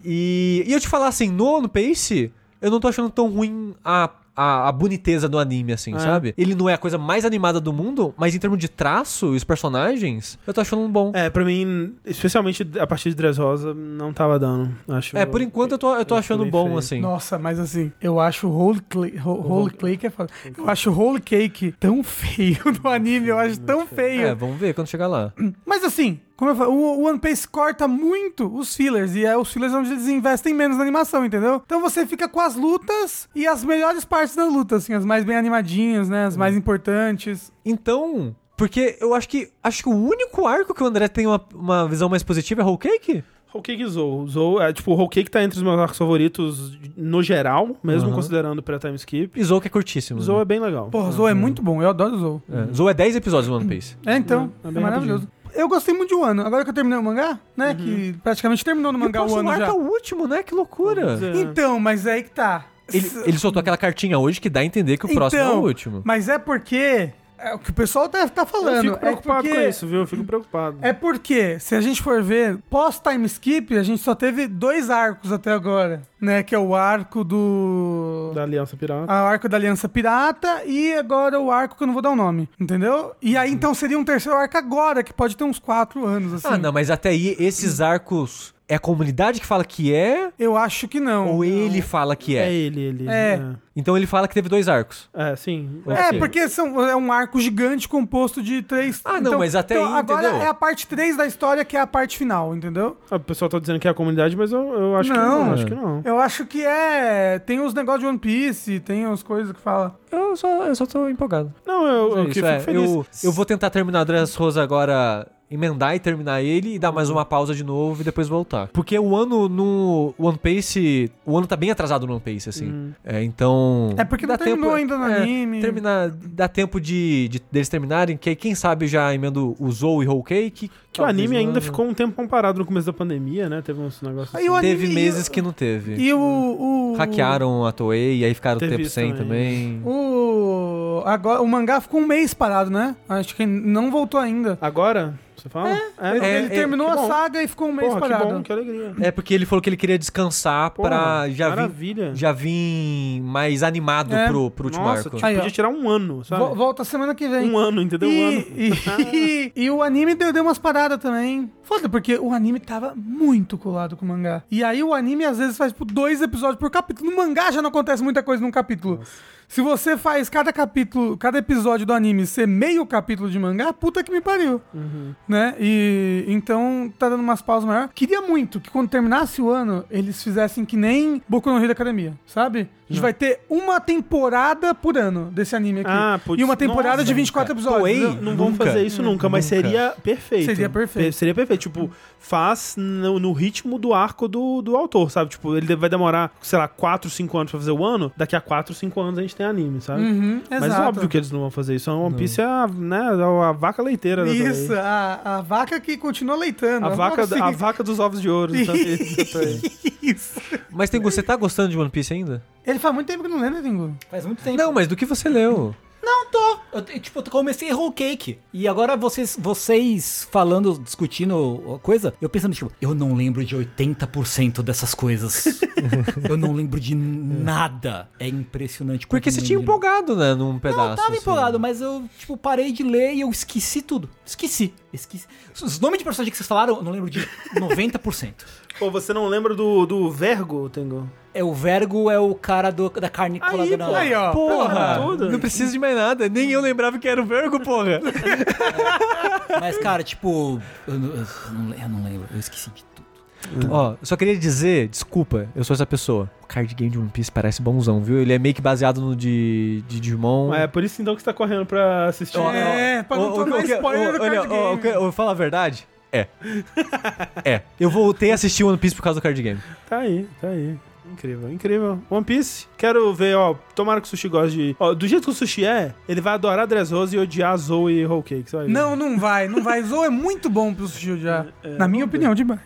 E, e eu te falar assim, no One Piece, eu não tô achando tão ruim a, a, a boniteza do anime, assim, É. sabe? Ele não é a coisa mais animada do mundo, mas em termos de traço e os personagens, eu tô achando um bom. É, pra mim, especialmente a partir de Dressrosa, não tava dando. Acho. É, por enquanto eu tô, eu tô eu achando também bom, feio. assim. Nossa, mas assim, eu acho o Whole, cli- ho- whole Cake é foda. Eu acho o Whole Cake tão feio no anime, eu acho tão feio. É, vamos ver quando chegar lá. Mas assim, como eu falei, o o One Piece corta muito os fillers, e é os fillers onde eles investem menos na animação, entendeu? Então você fica com as lutas e as melhores partes das lutas, assim, as mais bem animadinhas, né? As mais importantes. Então, porque eu acho que acho que o único arco que o André tem uma, uma visão mais positiva é Whole Cake? Whole Cake e Zou. Zou é, tipo, o Whole Cake tá entre os meus arcos favoritos no geral, mesmo Aham. considerando o pré-time skip. E Zou que é curtíssimo. Zou né? é bem legal. Porra, Zou é muito bom, eu adoro Zou. é. Zou é 10 episódios do One Piece. É, então, É, é, é bem maravilhoso. Eu gostei muito de Wano, agora que eu terminei o mangá, né? Que praticamente terminou no E o mangá o próximo Wano arco já. é o último, né? Que loucura. É. Então, mas é aí que tá. Ele, S- ele soltou aquela cartinha hoje que dá a entender que o próximo é o Então, último. Mas é porque. É o que o pessoal tá, tá falando. eu fico é preocupado porque- com isso, viu? Eu fico preocupado. É porque, se a gente for ver, pós-time skip, a gente só teve dois arcos até agora, né? Que é o arco do. Da Aliança Pirata. a- O arco da Aliança Pirata e agora o arco que eu não vou dar o nome, entendeu? E aí então seria um terceiro arco agora, que pode ter uns quatro anos, assim. Uhum. Ah, não, mas até aí esses arcos é a comunidade que fala que é Eu acho que não. ou ele fala que É é? ele, ele. É. Então ele fala que teve dois arcos. É, sim. É, É, Sim. porque são, é um arco gigante composto de três. então, Ah, não, mas até aí, Agora entendeu? é a parte 3 da história que é a parte final, entendeu? O pessoal tá dizendo que é a comunidade, mas eu, eu acho que Não. não. Acho que Uhum. não. Eu acho que é. Tem os negócios de One Piece, tem as coisas que fala. Eu só, eu só tô empolgado. Não, eu, eu Isso, que fico é. feliz. Eu, eu vou tentar terminar o Dress Rosa agora, emendar e terminar ele, e dar mais uma pausa de novo e depois voltar. Porque o ano no One Piece. O ano tá bem atrasado no One Pice, assim. É, então. É porque dá não terminou ainda no É, anime. Terminar, dá tempo de, de- deles terminarem, que aí quem sabe já emendo o Zou e Whole Cake. Que o anime ainda ficou. ficou um tempo parado no começo da pandemia, né? Teve uns negócios Aí o anime- Teve meses que não teve. E o. o Hackearam a Toei e aí ficaram Teve tempo isso sem também. também. O. Agora, o mangá ficou um mês parado, né? Acho que não voltou ainda. Agora, você fala? É, ele não. ele é, terminou que a bom. saga e ficou um mês Porra, que parado. bom, que alegria. É porque ele falou que ele queria descansar Porra, pra já vir, maravilha. já vir mais animado É. pro, pro último Nossa, arco. tipo, Aí, ó. podia tirar um ano, sabe? Vo- volta semana que vem. Um ano, entendeu? Um ano. (laughs) E, e- e o anime deu, deu umas paradas também. Foda, porque o anime tava muito colado com o mangá. E aí o anime às vezes faz tipo, dois episódios por capítulo. No mangá já não acontece muita coisa num capítulo. Se você faz cada capítulo, cada episódio do anime ser meio capítulo de mangá, puta que me pariu. Uhum. Né? E então tá dando umas pausas maior. Queria muito que quando terminasse o ano, eles fizessem que nem Boku no Hero Academia, sabe? A gente vai ter uma temporada por ano desse anime aqui. Ah, putz, e uma temporada nossa, de 24 episódios. Toei, entendeu? Não vão Nunca. fazer isso nunca, mas Nunca. seria perfeito. Seria perfeito. Pe- Seria perfeito. Tipo, faz no, no ritmo do arco do, do autor, sabe? Tipo, ele vai demorar, sei lá, 4, 5 anos pra fazer o ano. Daqui a 4, 5 anos a gente tem anime, sabe? Uhum, Mas exato. óbvio que eles não vão fazer isso. A One Piece é a, né, a vaca leiteira da Isso, Toei. a, a vaca que continua leitando. A Eu vaca, não a consigo- vaca dos ovos de (laughs) ouro. sabe? Da Toei. Isso. Mas tem, você tá gostando de One Piece ainda? Ele faz muito tempo que não lê, né, Tengu? Faz muito tempo. Não, mas do que você leu? Não tô. Eu, te- tipo, eu comecei Whole Cake. E agora vocês, vocês falando, discutindo a coisa, eu pensando, tipo, eu não lembro de 80% dessas coisas. (laughs) eu não lembro de nada. É impressionante. Porque quanto você tinha lembro. empolgado, né? Num pedaço. Não, eu tava assim. empolgado, mas eu, tipo, parei de ler e eu esqueci tudo. Esqueci. Esqueci. Os nomes de personagem que vocês falaram, eu não lembro de 90%. Pô, você não lembra do, do Vergo, Tengu? É o Vergo, é o cara do, da carne Aí, colada pô. na... Aí, ó. Porra! Tá tudo. Não precisa de mais nada. Nem eu lembrava que era o Vergo, porra. (laughs) Mas, cara, tipo, eu, não- eu não, le- eu não lembro. Eu esqueci de tudo. Ó, só queria dizer, desculpa, eu sou essa pessoa. O card game de One Piece parece bonzão, viu? Ele é meio que baseado no de, de Digimon. É por isso então que você tá correndo pra assistir. Ó, ó, É, pra não ó, tomar ó, que- spoiler ó, do olha, ó, card game. o que- Eu vou falar a verdade? É. é. Eu voltei a assistir One Piece por causa do card game. Tá aí, tá aí. Incrível, incrível. One Piece, quero ver, ó. Tomara que o sushi goste de. Ó, do jeito que o sushi é, ele vai adorar Dressrosa e odiar Zoe e Whole Cake. Você vai ver. Não, não vai, não vai. Zou é muito bom pro sushi já. (laughs) É, Na minha vamos ver. opinião, demais.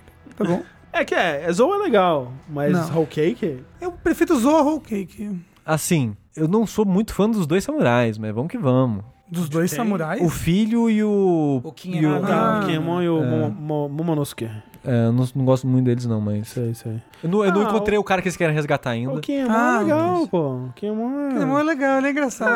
(laughs) Tá bom? É que é, é- Zoe é legal, mas Não. Whole Cake. Eu prefiro Zou a Whole Cake. Assim, eu não sou muito fã dos dois samurais, mas vamos que vamos. Dos dois Tem samurais. O filho e o. O e Kinemon. Ah, Tá, o Pokémon e o É. Mo- Mo- Momonosuke. é, eu não, não gosto muito deles, não, mas. é. Isso aí, isso aí. Eu não, eu não Ah, encontrei o cara que eles querem resgatar O ainda. Pokémon Ah, é legal, pô. Pokémon é. Pokémon é legal, ele é engraçado.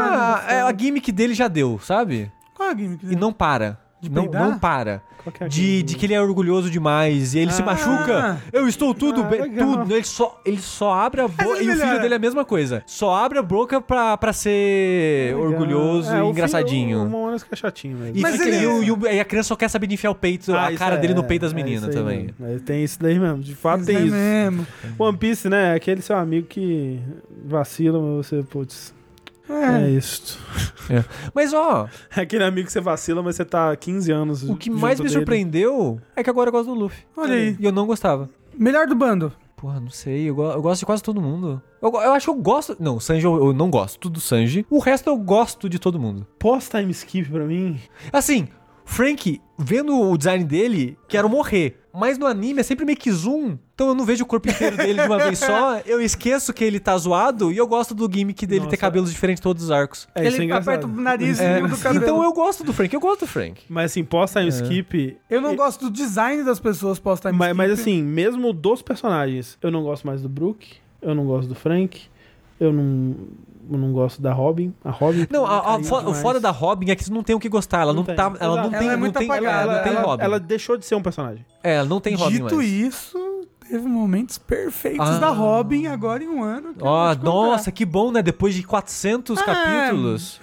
Ah, é, a gimmick dele já deu, sabe? Qual é a gimmick? E não para. De não, peidar? não para. Qual que é De, aquele? de que ele é orgulhoso demais e ele se Ah. machuca. Eu estou tudo Ah, bem, legal. tudo. Ele só, ele só abre a boca. ele E o filho melhora. dele é a mesma coisa. Só abre a boca pra, pra ser Legal. orgulhoso É, o e filho- engraçadinho. O Momonosuke é chatinho mesmo. E, Mas fica- ele é- e o- e o- e a criança só quer saber de enfiar o peito, Ah, a isso cara é, dele no peito das é meninas isso aí também. mesmo. É, Tem isso daí mesmo. De fato, tem isso. é mesmo. One Piece, né? é Aquele seu amigo que vacila, mas você, putz, é, É. isso. (laughs) Mas ó, É aquele amigo que você vacila, mas você tá há 15 anos. o que junto mais me dele. surpreendeu é que agora eu gosto do Luffy. Olha aí. E eu não gostava. Melhor do bando. Porra, não sei, eu, go- eu gosto de quase todo mundo. Eu, go- eu acho que eu gosto. Não, o Sanji eu, eu não gosto tudo do Sanji. O resto eu gosto de todo mundo. Pós-time skip pra mim. Assim, Frank, vendo o design dele, quero morrer. Mas no anime é sempre meio que zoom. Então eu não vejo o corpo inteiro dele de uma vez (laughs) só. Eu esqueço que ele tá zoado e eu gosto do gimmick dele ter Nossa. cabelos diferentes em todos os arcos. É, isso é ele engraçado. aperta o nariz É, e do cabelo. então eu gosto do Frank, eu gosto do Frank. Mas assim, É. pós-time skip. Eu não gosto do design das pessoas pós-time Mas, mas skip. assim, mesmo dos personagens, eu não gosto mais do Brook, eu não gosto do Frank, eu não, eu não gosto da Robin. A Robin. Não, a, a caiu fo- o demais. foda da Robin é que vocês não tem o que gostar. Ela não, Não tem. tá. Ela não Exato. tem. Ela é não muito tem- apagada, Ela, não tem ela, Robin. ela deixou de ser um personagem. É, ela não tem Robin. Dito mais. isso, teve momentos perfeitos Ah. da Robin agora em um ano. que eu Ó, vou te contar. nossa, que bom, né? Depois de 400 Ah, capítulos.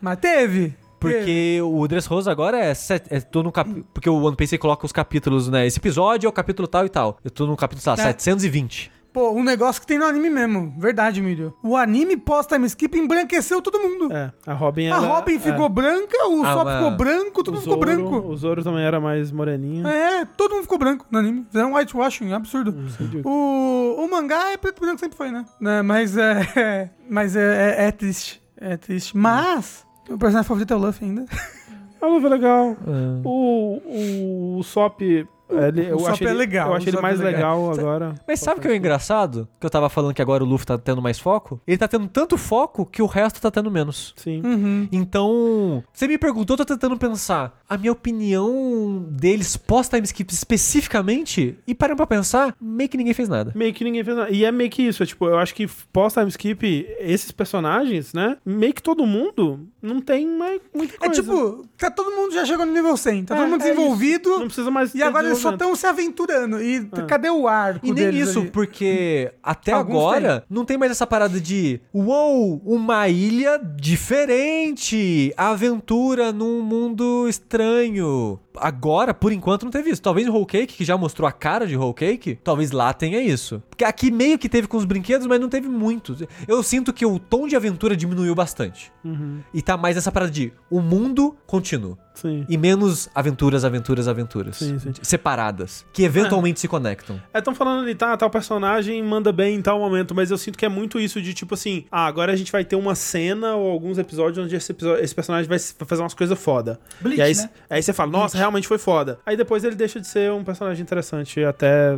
Mas teve. Teve. Porque o Dressrosa agora é, set, é tô no cap, porque o One Piece ele coloca os capítulos, né? Esse episódio é o capítulo tal e tal. Eu tô no capítulo, sei lá, É. 720. Pô, um negócio que tem no anime mesmo. Verdade, Emílio. O anime pós-time skip embranqueceu todo mundo. É, a Robin a ela- Robin é. ficou branca, o Ah, Sop mas- ficou branco, todo O mundo ficou Zoro- branco. O Zoro também era mais moreninho. É, todo mundo ficou branco no anime. Fizeram whitewashing, absurdo. O, o mangá é preto e branco, sempre foi, né? Né, Mas é. (laughs) Mas é, é- é triste. É triste. Mas. O personagem favorito é o Luffy ainda. É um luva legal. Ah. O, o, o Sop. Ele, eu o Sop achei é ele- legal, Eu o achei ele Sop mais é legal, legal. agora. Mas sabe o que é o engraçado? Que eu tava falando que agora o Luffy tá tendo mais foco? Ele tá tendo tanto foco que o resto tá tendo menos. Sim. Uhum. Então, você me perguntou, eu tô tentando pensar. A minha opinião deles pós-time skip especificamente, e parando pra pensar, meio que ninguém fez nada. Meio que ninguém fez nada. E é meio que isso. É, tipo, eu acho que pós-time skip, esses personagens, né? Meio que todo mundo não tem mais muita É coisa. tipo, tá todo mundo já chegou no nível 100, tá É, todo mundo é isso. desenvolvido. Não precisa mais. E ter agora eles só desenvolvimento. É. estão se aventurando. E t- cadê o arco? E nem deles isso, ali? porque até Alguns agora não tem mais essa parada de uou, uma ilha diferente, aventura num mundo estranho. Agora, por enquanto, não teve isso. Talvez o Whole Cake, que já mostrou a cara de Whole Cake, talvez lá tenha isso. Porque aqui meio que teve com os brinquedos, mas não teve muito. Eu sinto que o tom de aventura diminuiu bastante. Uhum, E tá mais essa parada de o mundo contínuo. sim. E menos aventuras, aventuras, aventuras. Sim, sim. Separadas. Que eventualmente se conectam. É, tão falando ali, tá, tal personagem manda bem em tal momento, mas eu sinto que é muito isso de tipo assim, ah, agora a gente vai ter uma cena ou alguns episódios onde esse, episo- esse personagem vai se- vai fazer umas coisas foda. Bleach, e aí, né? aí você fala, nossa, realmente foi foda. Aí depois ele deixa de ser um personagem interessante até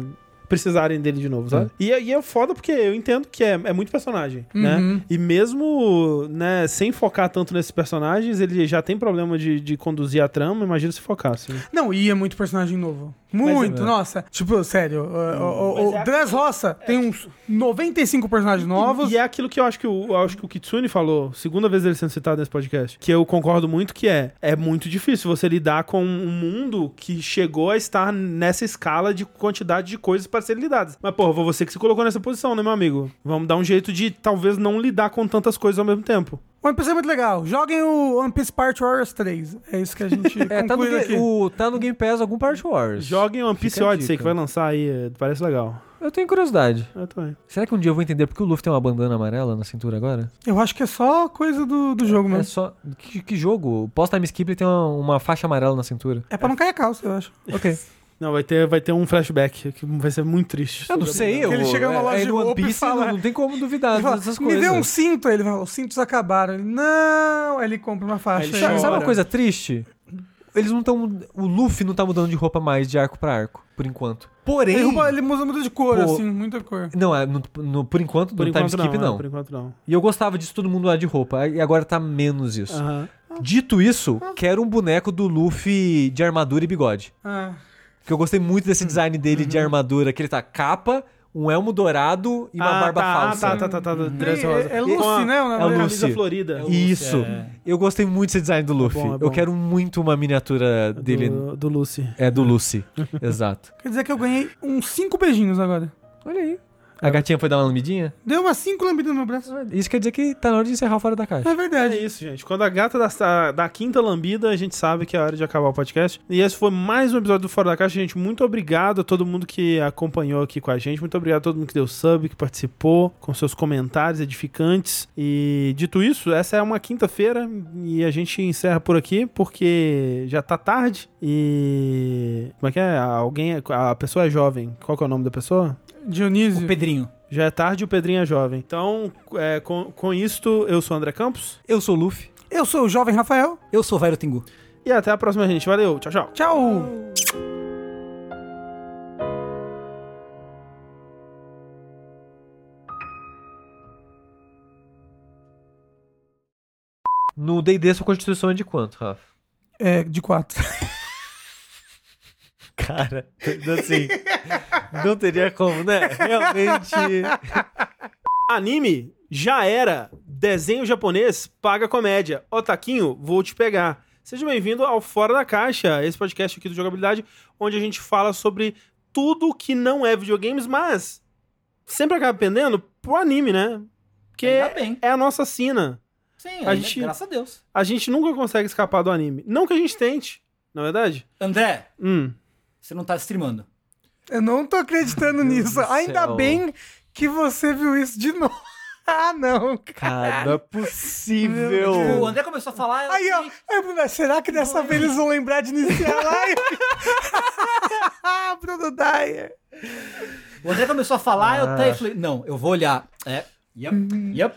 precisarem dele de novo, sabe? Hum. E, aí é foda porque eu entendo que é, é muito personagem, Uhum. né? E mesmo, né, sem focar tanto nesses personagens, ele já tem problema de, de conduzir a trama, imagina se focasse. né? Não, e é muito personagem novo. Muito, nossa. Tipo, sério, o, o, o, é Mas é- Dress Roça tem uns 95 personagens novos. E é aquilo que eu acho que o, eu acho que o Kitsune falou, segunda vez ele sendo citado nesse podcast, que eu concordo muito que é, é muito difícil você lidar com um mundo que chegou a estar nessa escala de quantidade de coisas para serem lidadas. Mas, porra, foi você que se colocou nessa posição, né, meu amigo? Vamos dar um jeito de talvez não lidar com tantas coisas ao mesmo tempo. One Piece é muito legal. Joguem o One Piece Part Warriors 3. É isso que (laughs) a gente É, tá no, conclui Ga- aqui. o, tá no Game Pass algum Part Wars. Joguem One Piece Fica a Odyssey, dica. que vai lançar aí, é, parece legal. Eu tenho curiosidade. Eu também. Será que um dia eu vou entender porque o Luffy tem uma bandana amarela na cintura agora? Eu acho que é só coisa do, do jogo É mesmo. só. Que, que jogo? O pós-time skip ele tem uma, uma faixa amarela na cintura. É pra não cair a calça, (laughs) eu acho. Ok. Não, vai ter, vai ter um flashback, que vai ser muito triste. Eu não sei, eu. Ele chega numa é- loja é de do roupa e fala- não, não tem como duvidar Ele fala, dessas me coisas. dê um cinto. Aí ele fala, os cintos acabaram. Ele, não. Aí ele compra uma faixa. Aí ele Sabe, chora. sabe uma coisa triste? Eles não estão. O Luffy não tá mudando de roupa mais de arco pra arco, por enquanto. Porém. Ele, rouba, ele muda, muda de cor, Pô. assim, muita cor. Não, é no- no- por enquanto, Por no time enquanto skip né? não, não. é, por enquanto não. E eu gostava disso todo mundo lá de roupa. E agora tá menos isso. Aham. Dito isso, quero um boneco do Luffy de armadura e bigode. Ah. Porque eu gostei muito Hum. desse design dele Uhum. de armadura, que ele tá capa, um elmo dourado e uma Ah, barba tá, falsa. Ah, tá, tá, tá, tá. Dress É- rosa. Com é a- Lucy, né? o nome é dela? Camisa Lucy. florida. Isso. Eu gostei muito desse design do Luffy. bom, é Eu bom. quero muito uma miniatura dele. Do, do Lucy. É (laughs) do Lucy. Exato. Quer dizer que eu ganhei uns 5 beijinhos agora. Olha aí. A gatinha foi dar uma lambidinha? Deu umas 5 lambidas no meu braço. Isso quer dizer que tá na hora de encerrar o Fora da Caixa. É É verdade. isso, gente. Quando a gata dá, dá a quinta lambida, a gente sabe que é a hora de acabar o podcast. E esse foi mais um episódio do Fora da Caixa. Gente, muito obrigado a todo mundo que acompanhou aqui com a gente. Muito obrigado a todo mundo que deu sub, que participou, com seus comentários edificantes. E dito isso, essa é uma quinta-feira e a gente encerra por aqui porque já tá tarde e. Como é que é? Alguém. é- A pessoa é jovem. Qual que é o nome da pessoa? Dionísio. O Pedrinho. Já é tarde e o Pedrinho é jovem. Então, é, com, com isto, eu sou o André Campos. Eu sou o Luffy. Eu sou o jovem Rafael. Eu sou o Vairo Tengu. E até a próxima, gente. Valeu. Tchau, tchau. Tchau. No D&D sua constituição é de quanto, Rafa? É, de 4. Cara, (laughs) assim, não teria como, né? Realmente... Anime já era. Desenho japonês paga comédia. Otaquinho, vou te pegar. Seja bem-vindo ao Fora da Caixa, esse podcast aqui do Jogabilidade, onde a gente fala sobre tudo que não é videogames, mas sempre acaba pendendo pro anime, né? Porque Ainda bem. é a nossa sina. Sim, A a gente- graças a Deus. A gente nunca consegue escapar do anime. Não que a gente tente, na verdade. André, Hum. você não tá streamando. (laughs) Eu não tô acreditando nisso. do Ainda céu. bem que você viu isso de novo. (laughs) Ah, não. Cara, não é possível. Tipo, o André começou a falar. eu Aí, ó. fiquei- Aí, Bruno, será que dessa vez eles vão lembrar de iniciar a live? (laughs) Ah, Bruno Dyer. O André começou a falar, eu Ah. Hum. (laughs) até falei, não, eu vou olhar. É. Yep, yep.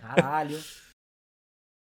Caralho.